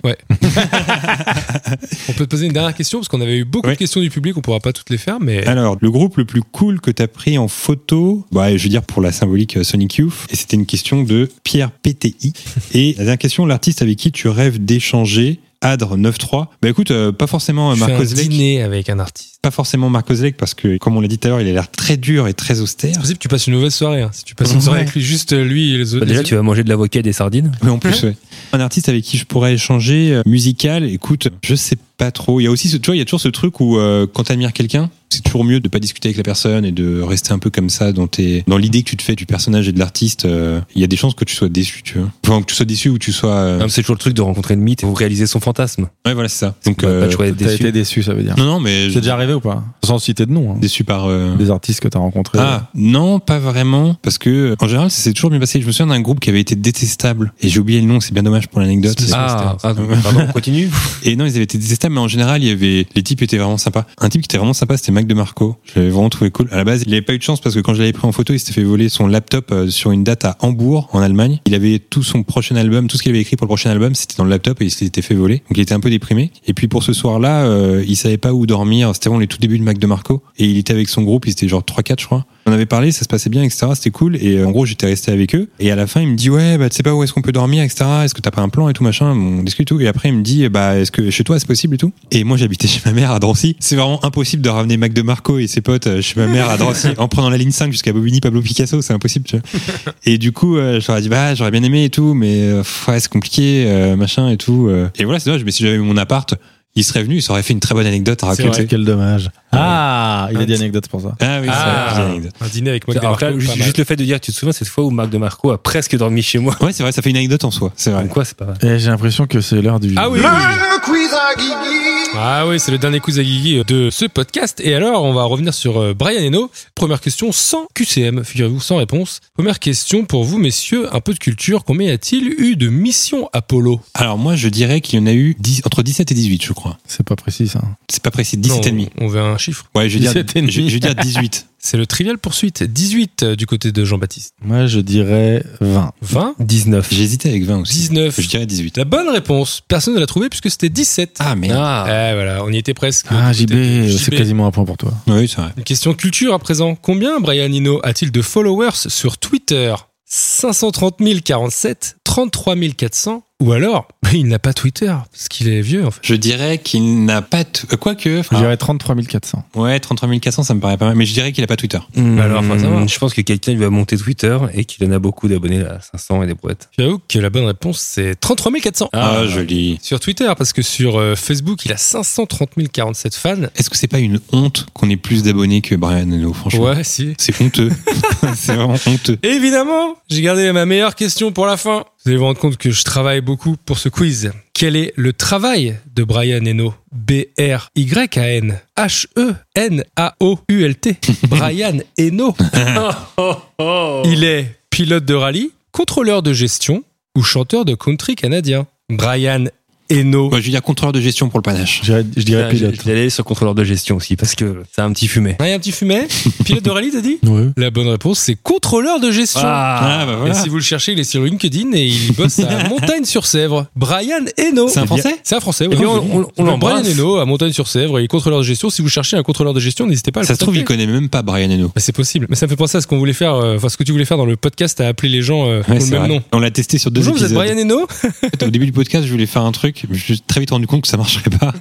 Speaker 5: On peut te poser une dernière question parce qu'on avait eu beaucoup
Speaker 4: Ouais.
Speaker 5: de questions du public, on pourra pas toutes les faire, mais
Speaker 4: Alors, le groupe le plus cool que t'as pris en photo, bah, je veux dire pour la symbolique euh, Sonic Youth, et c'était une question de Pierre PTI. Et la dernière question, l'artiste avec qui tu rêves d'échanger Adre 93. Bah écoute, euh, pas forcément euh,
Speaker 5: je fais
Speaker 4: Marc
Speaker 5: un
Speaker 4: Ozlek.
Speaker 5: dîner avec un artiste.
Speaker 4: Pas forcément Marc Ozlek parce que, comme on l'a dit tout à l'heure, il a l'air très dur et très austère.
Speaker 5: C'est possible que tu passes une mauvaise soirée. hein. Si tu passes une soirée
Speaker 4: Ouais.
Speaker 5: avec lui, juste euh, lui et les autres.
Speaker 2: Bah, déjà,
Speaker 5: les-
Speaker 2: tu vas manger de l'avocat et des sardines.
Speaker 4: Mais en plus, ouais. un artiste avec qui je pourrais échanger euh, musical, écoute, je sais pas trop. Il y a aussi, ce, tu vois, il y a toujours ce truc où euh, quand t'admires quelqu'un, c'est toujours mieux de pas discuter avec la personne et de rester un peu comme ça dans tes, dans l'idée que tu te fais du personnage et de l'artiste. euh, Il y a des chances que tu sois déçu, tu vois. Enfin, que tu sois déçu ou que tu sois. euh,
Speaker 2: Ah, mais C'est toujours le truc de rencontrer une mythe et vous réaliser son fantasme.
Speaker 4: Ouais, voilà, c'est ça. Donc,
Speaker 2: Bah,
Speaker 4: euh,
Speaker 2: pas de choix d'être
Speaker 3: T'as
Speaker 2: déçu.
Speaker 3: été déçu, ça veut dire.
Speaker 4: non, non, mais
Speaker 3: C'est déjà arrivé ou pas Sans citer de nom. hein.
Speaker 4: déçu par. euh,
Speaker 3: Des artistes que t'as rencontrés.
Speaker 4: Ah non, pas vraiment, parce que euh, en général, c'est toujours bien passé. Je me souviens d'un groupe qui avait été détestable et j'ai oublié le nom. C'est bien dommage pour l'anecdote.
Speaker 2: Ah, ah, pardon, on continue.
Speaker 4: Et non, ils avaient été détestables, mais en général, il y avait les types étaient vraiment sympas. Un type qui était vraiment sympa, c'était Mac DeMarco. Je l'avais vraiment trouvé cool. À la base, il avait pas eu de chance parce que quand je l'avais pris en photo, il s'était fait voler son laptop euh, sur une date à Hambourg, en Allemagne. Il avait tout son prochain album, tout ce qu'il avait écrit pour le prochain album, c'était dans le laptop et il s'était fait voler. Donc il était un peu déprimé. Et puis pour ce soir-là, euh, il savait pas où dormir. C'était vraiment les tout débuts de Mac DeMarco et il était avec son groupe. Ils étaient genre 3-4 je crois. On avait parlé, ça se passait bien, etc. C'était cool. Et euh, en gros, j'étais resté avec eux. Et à la fin, il me dit, ouais, bah, tu sais pas où est-ce qu'on peut dormir, etc. Est-ce que t'as pas un plan et tout, machin? On discute et tout. Et après, il me dit, bah, est-ce que chez toi, c'est possible et tout? Et moi, j'habitais chez ma mère à Drancy. C'est vraiment impossible de ramener Mac de Marco et ses potes euh, chez ma mère à Drancy en prenant la ligne 5 jusqu'à Bobigny, Pablo Picasso. C'est impossible, tu vois. Et du coup, euh, je leur ai dit, bah, j'aurais bien aimé et tout, mais euh, pff, ouais, c'est compliqué, euh, machin et tout. euh. Et voilà, c'est dommage. Mais si j'avais eu mon appart, il serait venu, il aurait fait une très bonne anecdote à
Speaker 5: C'est
Speaker 4: raconter.
Speaker 5: vrai.
Speaker 3: Quel dommage. Ah, il a des
Speaker 5: Un petit-
Speaker 3: anecdotes pour ça.
Speaker 4: Ah oui, c'est
Speaker 5: Ah.
Speaker 4: vrai, j'ai une anecdote.
Speaker 5: Un dîner avec Mac
Speaker 2: Alors,
Speaker 5: DeMarco,
Speaker 2: là,
Speaker 5: pas
Speaker 2: juste,
Speaker 5: mal.
Speaker 2: juste le fait de dire, tu te souviens cette fois où Marc de Marco a presque dormi chez moi
Speaker 4: Ouais, c'est vrai, ça fait une anecdote en soi. C'est vrai.
Speaker 2: Comme quoi, c'est pas mal.
Speaker 3: Et Eh, j'ai l'impression que c'est l'heure du.
Speaker 5: Ah oui.
Speaker 1: Le quiz à Guigui.
Speaker 5: Ah oui, c'est le dernier quiz à Guigui de ce podcast. Et alors, on va revenir sur euh, Brian Eno. Première question sans QCM, figurez-vous, sans réponse. Première question pour vous, messieurs, un peu de culture. Combien y a-t-il eu de missions Apollo
Speaker 4: Alors moi, je dirais qu'il y en a eu 10 entre 17 et 18, je crois.
Speaker 3: C'est pas précis ça.
Speaker 4: C'est pas précis, 17 et
Speaker 5: Non,
Speaker 4: demi.
Speaker 5: On veut un chiffre.
Speaker 4: Ouais, je vais dire,
Speaker 3: 17 et demi.
Speaker 4: je, je vais dire 18.
Speaker 5: C'est le trivial poursuite. 18 euh, du côté de Jean-Baptiste.
Speaker 3: Moi, je dirais 20.
Speaker 5: 20
Speaker 2: 19.
Speaker 4: J'hésitais avec 20 aussi.
Speaker 5: 19.
Speaker 4: Je dirais 18.
Speaker 5: La bonne réponse. Personne ne l'a trouvée puisque c'était 17.
Speaker 4: Ah merde.
Speaker 2: Ah,
Speaker 5: Eh, voilà, on y était presque.
Speaker 3: Ah,
Speaker 5: Du
Speaker 3: JB,
Speaker 5: côté de
Speaker 3: c'est
Speaker 5: JB.
Speaker 3: quasiment un point pour toi.
Speaker 4: Oui, c'est vrai.
Speaker 5: Une question culture à présent. Combien Brian Eno a-t-il de followers sur Twitter 530 047, 33 400, Ou alors, il n'a pas Twitter, parce qu'il est vieux en fait.
Speaker 4: Je dirais qu'il n'a pas. t- euh, Quoique.
Speaker 3: Je
Speaker 4: ah,
Speaker 3: dirais 33 400.
Speaker 4: Ouais, 33 400, ça me paraît pas mal. Mais je dirais qu'il a pas Twitter.
Speaker 2: Bah alors,
Speaker 5: Mmh.
Speaker 2: faut savoir. je pense que quelqu'un lui a monté Twitter et qu'il en a beaucoup d'abonnés là, 500 et des brouettes.
Speaker 5: J'avoue que la bonne réponse, c'est 33 400.
Speaker 4: Ah, joli.
Speaker 5: Sur Twitter, parce que sur euh, Facebook, il a 530 047 fans.
Speaker 4: Est-ce que c'est pas une honte qu'on ait plus d'abonnés que Brian Eno, franchement
Speaker 5: Ouais, si.
Speaker 4: C'est honteux. c'est vraiment honteux.
Speaker 5: Évidemment, j'ai gardé ma meilleure question pour la fin. Vous allez vous rendre compte que je travaille beaucoup pour ce quiz. Quel est le travail de Brian Eno B-R-Y-A-N E H-E-N-A-O-U-L-T Brian Eno Il est pilote de rallye, contrôleur de gestion ou chanteur de country canadien. Brian Eno.
Speaker 4: Moi, je vais dire contrôleur de gestion pour le panache.
Speaker 3: Je dirais, je dirais
Speaker 2: Ah,
Speaker 3: pilote.
Speaker 2: Je je vais aller sur contrôleur de gestion aussi parce que c'est un petit fumé.
Speaker 5: Il y a un petit fumet Pilote de rallye, t'as dit
Speaker 3: Ouais.
Speaker 5: La bonne réponse, c'est contrôleur de gestion.
Speaker 4: Ah, bah voilà.
Speaker 5: Et si vous le cherchez, il est sur LinkedIn et il bosse à Montagne-sur-Sèvre. Brian Eno.
Speaker 4: C'est un Français
Speaker 5: C'est un Français, oui.
Speaker 2: Eh bien, on- on- on l'embrasse.
Speaker 5: Brian Eno à Montagne-sur-Sèvre, il est contrôleur de gestion. Si vous cherchez un contrôleur de gestion, n'hésitez pas à le
Speaker 4: Ça se trouve, il
Speaker 5: contacter.
Speaker 4: connaît même pas Brian Eno.
Speaker 5: Bah, c'est possible. Mais ça me fait penser à ce qu'on voulait faire, euh, enfin, ce que tu voulais faire dans le podcast à appeler les gens euh, qui ont
Speaker 4: Ouais,
Speaker 5: le
Speaker 4: c'est
Speaker 5: même
Speaker 4: vrai.
Speaker 5: nom.
Speaker 4: On l'a testé sur deux
Speaker 5: Bonjour, vous êtes
Speaker 4: épisodes.
Speaker 5: Brian Eno
Speaker 4: Au début du podcast, je voulais faire un truc, mais je me suis très vite rendu compte que ça marcherait pas.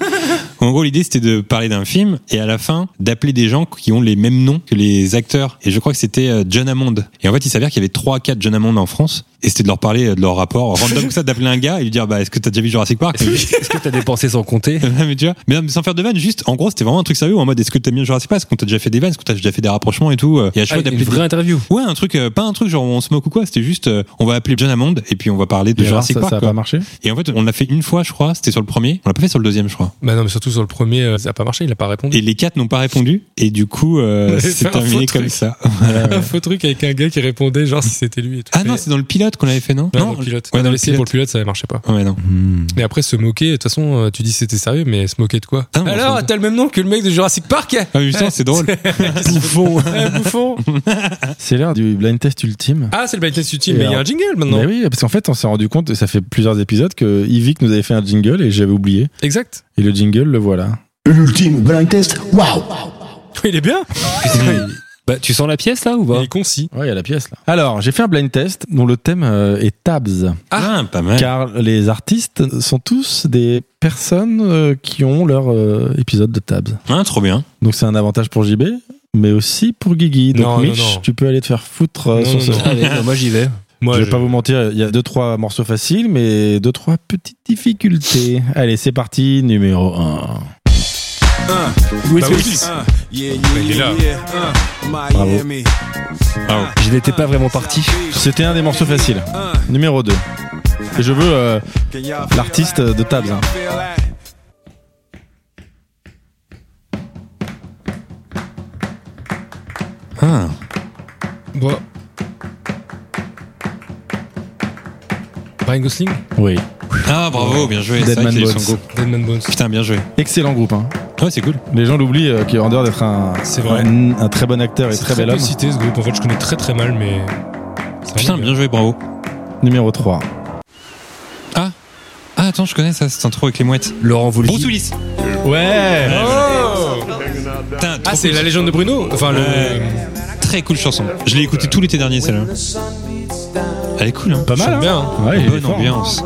Speaker 4: En gros, l'idée c'était de parler d'un film et à la fin d'appeler des gens qui ont les mêmes noms que les acteurs. Et je crois que c'était euh, John Hammond. Et en fait, il s'avère qu'il y avait trois, quatre John Hammond en France. Et c'était de leur parler euh, de leur rapport random comme ça, d'appeler un gars et lui dire bah est-ce que t'as déjà vu Jurassic Park
Speaker 2: Est-ce que t'as dépensé sans
Speaker 5: Ah,
Speaker 2: compter
Speaker 4: mais tu vois, mais, non, mais sans faire de vannes, juste en gros c'était vraiment un truc sérieux en mode est-ce que t'as bien Jurassic Park Est-ce qu'on t'a déjà fait des vannes Est-ce qu'on t'a déjà fait des rapprochements et tout euh? Et à chaque
Speaker 2: ah,
Speaker 4: fois
Speaker 2: Une
Speaker 4: d'appeler des-
Speaker 2: vraie interview.
Speaker 4: Ouais, un truc, euh, pas un truc genre on se moque ou quoi, c'était juste euh, on va appeler John Hammond et puis on va parler de
Speaker 3: Et alors,
Speaker 4: Jurassic
Speaker 3: ça,
Speaker 4: Park.
Speaker 3: ça a
Speaker 4: quoi.
Speaker 3: pas marché
Speaker 4: Et en fait, on l'a fait une fois, je crois. C'était sur le premier. On l'a pas fait sur le deuxième, je crois.
Speaker 5: Bah non, mais surtout sur le premier, euh, ça n'a pas marché, il n'a pas répondu.
Speaker 4: Et les quatre n'ont pas répondu. Et du coup, euh,
Speaker 5: Mais c'est
Speaker 4: c'est
Speaker 5: un
Speaker 4: terminé
Speaker 5: faux
Speaker 4: comme
Speaker 5: truc.
Speaker 4: ça.
Speaker 5: Un faux truc avec un gars qui répondait, genre si c'était lui et tout.
Speaker 4: Ah non, c'est dans le pilote qu'on avait fait, non
Speaker 5: non, dans le pilote.
Speaker 4: Ouais,
Speaker 5: On
Speaker 4: dans
Speaker 5: a
Speaker 4: le
Speaker 5: essayé pour
Speaker 4: pilote.
Speaker 5: le pilote, ça ne marchait pas.
Speaker 4: Ouais, non.
Speaker 5: Mais après, se moquer, de toute façon, euh, tu dis c'était sérieux, mais se moquer de quoi
Speaker 4: Ah non, on
Speaker 5: Alors,
Speaker 4: s'en-
Speaker 5: t'as le même nom que le mec de Jurassic Park
Speaker 4: Ah, mais justement, c'est drôle.
Speaker 5: Bouffon Bouffon
Speaker 3: C'est l'heure du blind test ultime.
Speaker 5: Ah, c'est le Blind Test Ultime,
Speaker 3: Et
Speaker 5: mais il y a
Speaker 3: alors-
Speaker 5: un jingle maintenant.
Speaker 3: Mais oui, parce qu'en fait, on s'est rendu compte, et ça fait plusieurs épisodes, que Yvick nous avait fait un jingle et j'avais oublié.
Speaker 5: Exact.
Speaker 3: Et le jingle, le voilà.
Speaker 1: L'ultime blind test. Waouh.
Speaker 5: Il est bien.
Speaker 2: Bah, tu sens la pièce là ou pas
Speaker 5: Il est concis.
Speaker 3: Ouais, il y a la pièce là. Alors, j'ai fait un blind test dont le thème euh, est tabs.
Speaker 4: Ah, pas mal.
Speaker 3: Car les artistes sont tous des personnes euh, qui ont leur euh, épisode de tabs.
Speaker 4: Ah, trop bien.
Speaker 5: Bah
Speaker 3: Donc c'est un avantage pour JB, mais aussi pour Guigui. Donc
Speaker 5: Non, non,
Speaker 3: Mich,
Speaker 5: non.
Speaker 3: tu peux aller te faire foutre euh,
Speaker 5: Non,
Speaker 3: sur
Speaker 5: non,
Speaker 3: ce.
Speaker 5: non.
Speaker 2: Allez, non, Moi j'y vais.
Speaker 5: Moi,
Speaker 3: je vais pas vous mentir, il y a deux trois morceaux faciles, mais deux trois petites difficultés. Allez, c'est parti, numéro 1.
Speaker 5: Bah oui. il est là.
Speaker 1: Miami.
Speaker 4: Ah,
Speaker 2: Je n'étais pas vraiment parti.
Speaker 3: C'était un des morceaux faciles. Numéro 2. Et je veux euh, l'artiste de Tabs. hein.
Speaker 4: ah.
Speaker 5: Bon. Brian Gosling,
Speaker 3: Oui.
Speaker 4: Ah, bravo, bien joué. C'est vrai
Speaker 3: Deadman
Speaker 4: qu'il a eu
Speaker 3: Bones.
Speaker 4: son groupe.
Speaker 5: Deadman Bones.
Speaker 4: Putain, bien joué.
Speaker 3: Excellent groupe. hein.
Speaker 4: Ouais, c'est cool.
Speaker 3: Les gens l'oublient, euh, qui en dehors d'être un,
Speaker 5: C'est vrai.
Speaker 3: un, un très bon acteur et
Speaker 5: C'est
Speaker 3: très bel homme.
Speaker 5: peu cité ce groupe. En fait, je connais très très mal, mais. c'est
Speaker 4: Putain,
Speaker 5: un
Speaker 4: bien joué, bravo.
Speaker 3: Numéro 3.
Speaker 4: Ah, attends, je connais ça. C'est un trou avec les mouettes.
Speaker 2: Laurent Voulzy.
Speaker 4: Bruce Willis.
Speaker 3: Ouais
Speaker 4: Putain, trop
Speaker 5: Ah, c'est
Speaker 4: cool.
Speaker 5: la légende de Bruno. Enfin, le.
Speaker 4: Ouais. Très cool chanson. Je l'ai écoutée tout l'été dernier, celle-là. Elle est cool, hein.
Speaker 3: Pas mal,
Speaker 5: J'aime
Speaker 3: hein
Speaker 5: bien. hein.
Speaker 3: Ouais, il est
Speaker 4: Bonne
Speaker 3: fort. hein.
Speaker 4: ambiance.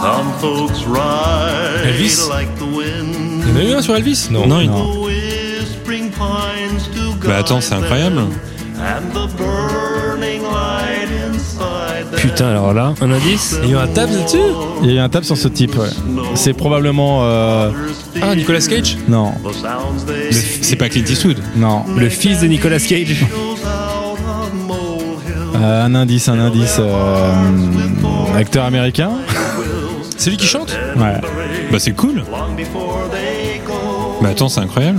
Speaker 8: Some folks ride
Speaker 5: Elvis.
Speaker 8: like the wind.
Speaker 5: Il y en a eu un sur Elvis Non.
Speaker 4: Non, il-
Speaker 3: Non.
Speaker 8: Whispering pines to
Speaker 4: Bah attends, c'est
Speaker 8: guide
Speaker 4: incroyable.
Speaker 8: them, And the burning light inside them.
Speaker 2: Putain, alors là, un indice
Speaker 5: Il y a eu un tab là-dessus
Speaker 3: Il y a eu un tab sur ce type, ouais. C'est probablement. euh,
Speaker 5: Ah, Nicolas Cage
Speaker 3: Non,
Speaker 8: The sounds they
Speaker 4: Mais C'est pas Clint Eastwood.
Speaker 3: non.
Speaker 2: Le fils de Nicolas Cage.
Speaker 8: echoes out of molehill.
Speaker 3: Euh, un indice, un indice. euh, acteur américain
Speaker 5: C'est lui qui chante
Speaker 3: Ouais.
Speaker 4: Bah c'est cool.
Speaker 8: Long before they go.
Speaker 4: Bah attends, c'est incroyable.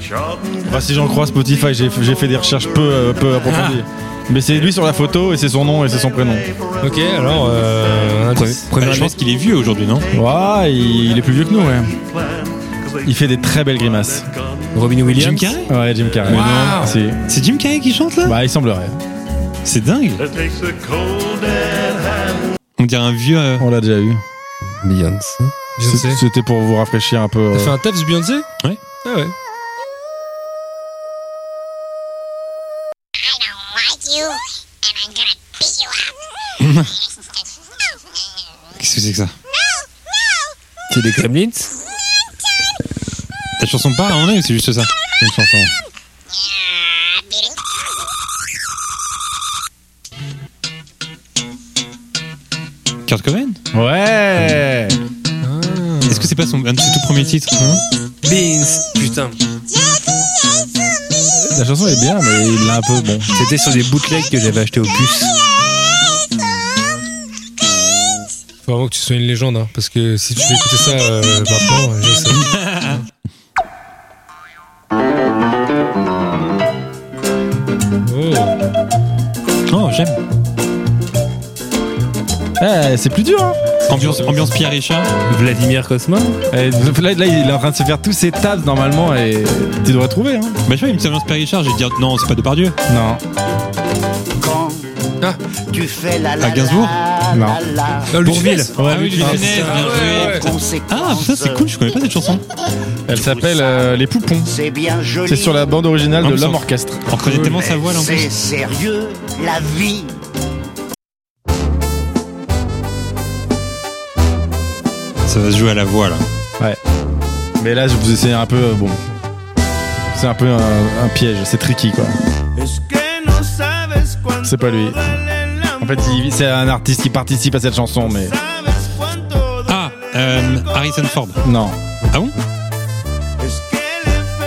Speaker 8: Shot and
Speaker 3: Bah, si j'en crois Spotify, j'ai j'ai fait des recherches peu, euh,
Speaker 5: Ah.
Speaker 3: peu approfondies. Mais c'est lui sur la photo et c'est son nom et c'est son prénom.
Speaker 5: Ok, alors. Euh, un indice.
Speaker 2: Ah,
Speaker 4: Bah, je pense qu'il est vieux aujourd'hui, non
Speaker 3: Ouais, il, il est plus vieux que nous, ouais.
Speaker 8: plan. 'Cause they
Speaker 3: Il fait des très belles grimaces.
Speaker 2: Robin Williams.
Speaker 3: Ouais, Jim Carrey.
Speaker 4: Mais
Speaker 5: non.
Speaker 3: Si.
Speaker 4: C'est Jim Carrey qui chante là
Speaker 3: Bah, il semblerait.
Speaker 4: C'est dingue.
Speaker 8: That takes a cold dead hand.
Speaker 4: On dirait un vieux. euh,
Speaker 3: On l'a déjà eu.
Speaker 2: Beyoncé.
Speaker 5: Beyoncé.
Speaker 3: C'était pour vous rafraîchir un peu.
Speaker 5: T'as fait
Speaker 3: euh,
Speaker 5: un tab Beyoncé
Speaker 4: Ouais.
Speaker 5: Ah ouais.
Speaker 4: Qu'est-ce que c'est que ça
Speaker 2: C'est des Gremlins
Speaker 4: Ta chanson part à un moment donné ou c'est juste ça
Speaker 3: Une chanson.
Speaker 4: Kurt Cobain Ah.
Speaker 2: Ouais
Speaker 4: Est-ce que c'est pas son, un de ses tout premiers titres hein
Speaker 2: Beans Putain
Speaker 3: La chanson est bien, mais il l'a un peu bon.
Speaker 2: C'était sur des bootlegs que j'avais acheté au puce.
Speaker 5: Faut vraiment que tu sois une légende, hein, parce que si tu veux écouter ça euh, maintenant, je sais. Oh,
Speaker 4: Oh, j'aime.
Speaker 3: Eh, c'est plus dur, hein
Speaker 4: Ambiance, ambiance Pierre Richard. Bah,
Speaker 2: Vladimir Cosma
Speaker 3: Eh, là, là, il est en train de se faire tous ses tables normalement et tu devrais trouver, hein
Speaker 4: Bah, je sais pas, une petite ambiance Pierre Richard, je vais dire non, c'est pas Depardieu.
Speaker 3: Non.
Speaker 9: Quand
Speaker 5: Ah.
Speaker 9: tu fais la la
Speaker 4: À Gainsbourg
Speaker 9: la, la, la
Speaker 5: Ah, Bourvil.
Speaker 4: Ah oui,
Speaker 5: Ah,
Speaker 4: Lucas Nève,
Speaker 5: ça,
Speaker 4: bien
Speaker 5: ouais,
Speaker 4: joué.
Speaker 5: ouais.
Speaker 9: conséquence.
Speaker 4: Ah, putain, c'est cool, je connais pas cette chanson.
Speaker 3: Elle s'appelle euh, Les Poupons.
Speaker 9: C'est bien joli.
Speaker 3: C'est sur la bande originale
Speaker 4: Ah,
Speaker 3: de
Speaker 4: mais
Speaker 3: L'Homme
Speaker 4: ça-
Speaker 3: Orchestre.
Speaker 4: On reconnaît tellement
Speaker 9: Mais
Speaker 4: sa voix là en plus.
Speaker 9: C'est sérieux, la vie.
Speaker 4: Ça va se jouer à la voix là.
Speaker 3: Mais là, je vous essayer un peu. euh, bon. C'est un peu un, un piège, c'est tricky quoi. C'est pas lui. En fait, il- c'est un artiste qui participe à cette chanson, mais
Speaker 4: Ah, euh, Harrison Ford.
Speaker 3: non.
Speaker 4: Ah bon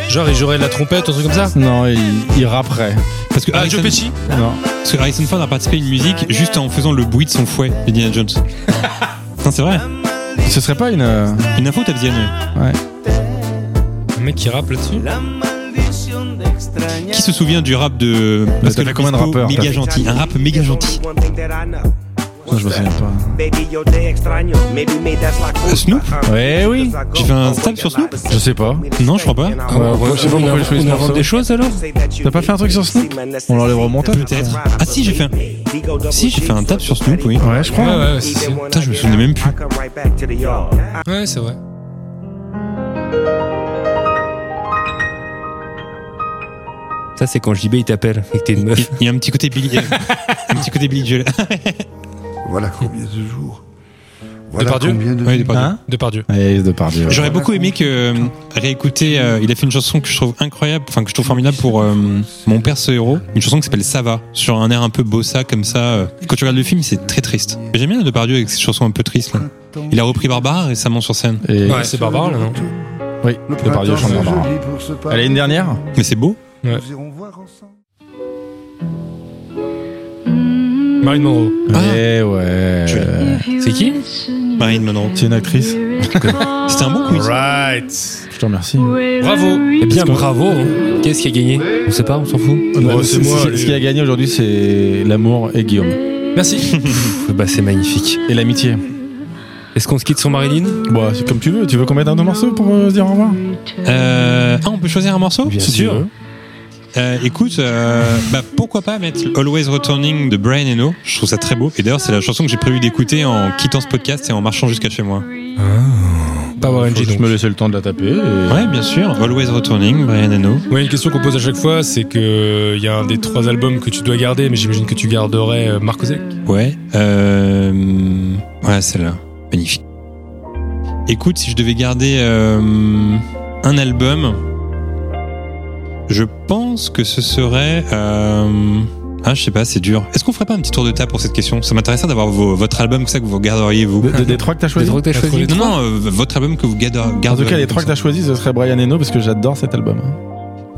Speaker 5: Genre, il jouerait de la trompette, un truc comme ça
Speaker 3: Non, il, il rapperait.
Speaker 4: Parce que,
Speaker 5: Ah,
Speaker 4: Harrison,
Speaker 5: Joe Pesci
Speaker 3: Non.
Speaker 4: parce que Harrison Ford a participé à une
Speaker 3: Ah,
Speaker 4: musique juste en faisant le bruit de son fouet, Indiana Jones. Putain, c'est vrai.
Speaker 3: Ce serait pas une. euh,
Speaker 4: Une info, t'as dit Anne
Speaker 3: Ouais.
Speaker 5: Un mec qui rappe là-dessus
Speaker 4: Qui se souvient du rap de. Parce
Speaker 3: t'as fait combien de rappeurs,
Speaker 4: Méga
Speaker 3: t'as
Speaker 4: gentil. Un rap méga gentil.
Speaker 3: Non, je me souviens pas.
Speaker 4: Snoop
Speaker 8: Ah,
Speaker 3: Ouais, Eh oui.
Speaker 4: J'ai fait un stab sur Snoop
Speaker 3: Je sais pas.
Speaker 4: Non, je crois pas.
Speaker 3: Ouais, je sais pas pourquoi j'ai choisi ce morceau.
Speaker 2: des choses alors
Speaker 3: T'as pas fait un truc sur Snoop On l'enlèvera au montage
Speaker 4: Peut-être. Ah si, j'ai fait un. Si, j'ai fait un tap sur Snoop, oui.
Speaker 3: Ouais, je crois.
Speaker 5: Ouais, ouais, c'est- c'est-
Speaker 4: Putain, je me souvenais même plus.
Speaker 5: ouais, c'est vrai.
Speaker 2: Ça, c'est quand JB il t'appelle et que t'es une
Speaker 4: Il
Speaker 2: meuf.
Speaker 4: il y a un petit côté Billy. euh, un petit côté Billy Joel.
Speaker 1: Voilà combien de jours. Voilà
Speaker 5: Depardieu
Speaker 1: combien de
Speaker 4: Ouais, il est pas bien.
Speaker 3: Hein
Speaker 5: Depardieu.
Speaker 3: Ouais, de par
Speaker 4: J'aurais beaucoup aimé que euh, réécouter. euh, il a fait une chanson que je trouve incroyable, enfin que je trouve formidable pour euh, Mon père ce héros. Une chanson qui s'appelle Ça va, sur un air un peu bossa comme ça. euh. Quand tu regardes le film, c'est très triste. Mais J'aime bien Depardieu avec ses chansons un peu tristes. là. Il a repris Barbara récemment sur scène.
Speaker 3: Et
Speaker 5: Ouais, c'est barbare là, non
Speaker 3: oui,
Speaker 1: Le
Speaker 3: de par
Speaker 1: printemps,
Speaker 3: chante
Speaker 1: c'est
Speaker 3: Barbara.
Speaker 1: joli pour ce pas.
Speaker 3: Allez, une dernière
Speaker 4: Mais c'est beau.
Speaker 1: Nous irons voir ensemble.
Speaker 5: Marine Monroe.
Speaker 4: Ah.
Speaker 3: Eh ouais.
Speaker 2: C'est qui
Speaker 4: Marine Monroe.
Speaker 3: C'est une actrice.
Speaker 4: C'était un bon quiz.
Speaker 5: Right
Speaker 3: Je te remercie.
Speaker 5: Bravo
Speaker 2: Eh bien, bravo hein. Qu'est-ce qui a gagné On sait pas, on s'en fout.
Speaker 3: Bah,
Speaker 5: c'est moi,
Speaker 3: ce
Speaker 5: allez.
Speaker 3: qui a gagné aujourd'hui, c'est l'amour et Guillaume.
Speaker 5: Merci
Speaker 2: Bah, c'est magnifique.
Speaker 3: Et l'amitié.
Speaker 2: Est-ce qu'on se quitte sur Marilyn
Speaker 3: Bon, c'est comme tu veux. Tu veux qu'on mette un autre morceau pour euh, se dire au revoir
Speaker 4: Euh, ah, on peut choisir un morceau
Speaker 2: C'est sûr.
Speaker 4: Euh, écoute, euh, bah, pourquoi pas mettre Always Returning de Brian Eno Je trouve ça très beau. Et d'ailleurs, c'est la chanson que j'ai prévu d'écouter en quittant ce podcast et en marchant jusqu'à chez moi.
Speaker 5: Pas Warren
Speaker 3: Faut
Speaker 5: G,
Speaker 3: que
Speaker 5: donc.
Speaker 3: Je me laisse le temps de la taper. et-
Speaker 4: Ouais, bien sûr. Always Returning, Brian Eno.
Speaker 5: Ouais, une question qu'on pose à chaque fois, c'est que euh, il y a un des trois albums que tu dois garder, mais j'imagine que tu garderais euh, Marc Ozek.
Speaker 4: Ouais. Euh... Ouais, celle-là. Magnifique. Écoute, si je devais garder euh, un album, je pense que ce serait... euh, Ah, je sais pas, c'est dur. Est-ce qu'on ferait pas un petit tour de table pour cette question Ça m'intéresserait d'avoir vos- votre album, comme ça que vous garderiez vous.
Speaker 3: De- de- des trois que t'as
Speaker 2: Les
Speaker 3: choisi
Speaker 2: trois que t'as
Speaker 5: Entre
Speaker 2: choisi
Speaker 5: les
Speaker 4: Non, non, euh, votre album que vous garder-
Speaker 3: En
Speaker 4: garderiez.
Speaker 3: tout cas, les
Speaker 4: comme
Speaker 3: trois que
Speaker 4: ça.
Speaker 3: t'as choisi, ce serait Brian Eno parce que j'adore cet album.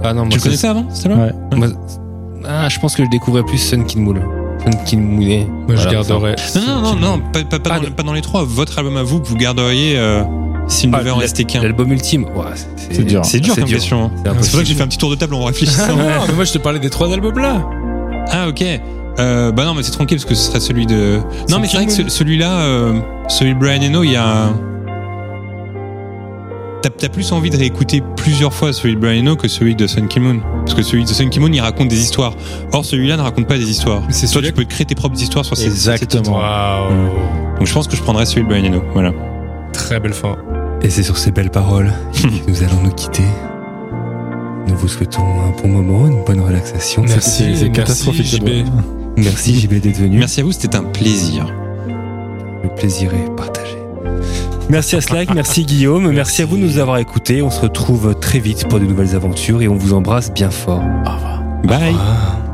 Speaker 2: Ah non, moi,
Speaker 4: Tu le
Speaker 2: ça,
Speaker 4: connaissais avant, cet album
Speaker 3: Ouais.
Speaker 2: c'est- moi, Ah, je pense que je découvrais plus Sun Kid Moon. Sun Kid Moon est-
Speaker 5: Moi, je
Speaker 2: Voilà,
Speaker 5: garderais.
Speaker 4: Non, non, non, non, pas, pas- pas
Speaker 2: Ah,
Speaker 4: dans,
Speaker 2: le-
Speaker 4: pas dans les trois. Votre album à vous que vous garderiez euh, s'il ne
Speaker 2: Ah,
Speaker 4: devait en
Speaker 2: la-
Speaker 4: rester qu'un.
Speaker 2: L'album ultime. Ouais, c'est
Speaker 3: C'est dur.
Speaker 4: C'est dur
Speaker 2: C'est
Speaker 4: comme
Speaker 2: dur.
Speaker 4: question. hein.
Speaker 2: C'est
Speaker 4: C'est pour ça que j'ai
Speaker 2: impossible.
Speaker 4: fait un petit tour de table en réfléchissant.
Speaker 5: Non, mais moi, je te parlais des trois albums là.
Speaker 4: Ah ok. Euh, bah non mais c'est tranquille parce que ce serait celui de.
Speaker 5: C'est
Speaker 4: Non mais c'est vrai que
Speaker 5: Kidman.
Speaker 4: ce- celui-là, euh, celui de Brian Eno, il y a. T'as t'as plus envie de réécouter plusieurs fois celui de Brian Eno que celui de Sun Ki Moon. Parce que celui de Sun Ki Moon, il raconte des histoires. Or celui-là ne raconte pas des histoires.
Speaker 5: Mais c'est
Speaker 4: Toi,
Speaker 5: celui-là
Speaker 4: tu peux te créer tes propres histoires sur ces
Speaker 3: Exactement.
Speaker 4: sur ces titres. Donc je pense que je prendrais celui de Brian Eno. Voilà.
Speaker 5: Très belle fin.
Speaker 2: Et c'est sur ces belles paroles que nous allons nous quitter. Nous vous souhaitons un bon moment, une bonne relaxation.
Speaker 5: Merci,
Speaker 2: C'était-
Speaker 5: merci,
Speaker 2: catastrophique,
Speaker 5: JB.
Speaker 2: c'est bon. Merci JB d'être venu.
Speaker 4: Merci à vous, c'était un plaisir.
Speaker 2: Le plaisir est partagé. Merci à Slack, merci Guillaume, merci. à vous de nous avoir écoutés. On se retrouve très vite pour de nouvelles aventures et on vous embrasse bien fort.
Speaker 4: Bye.
Speaker 2: Ah.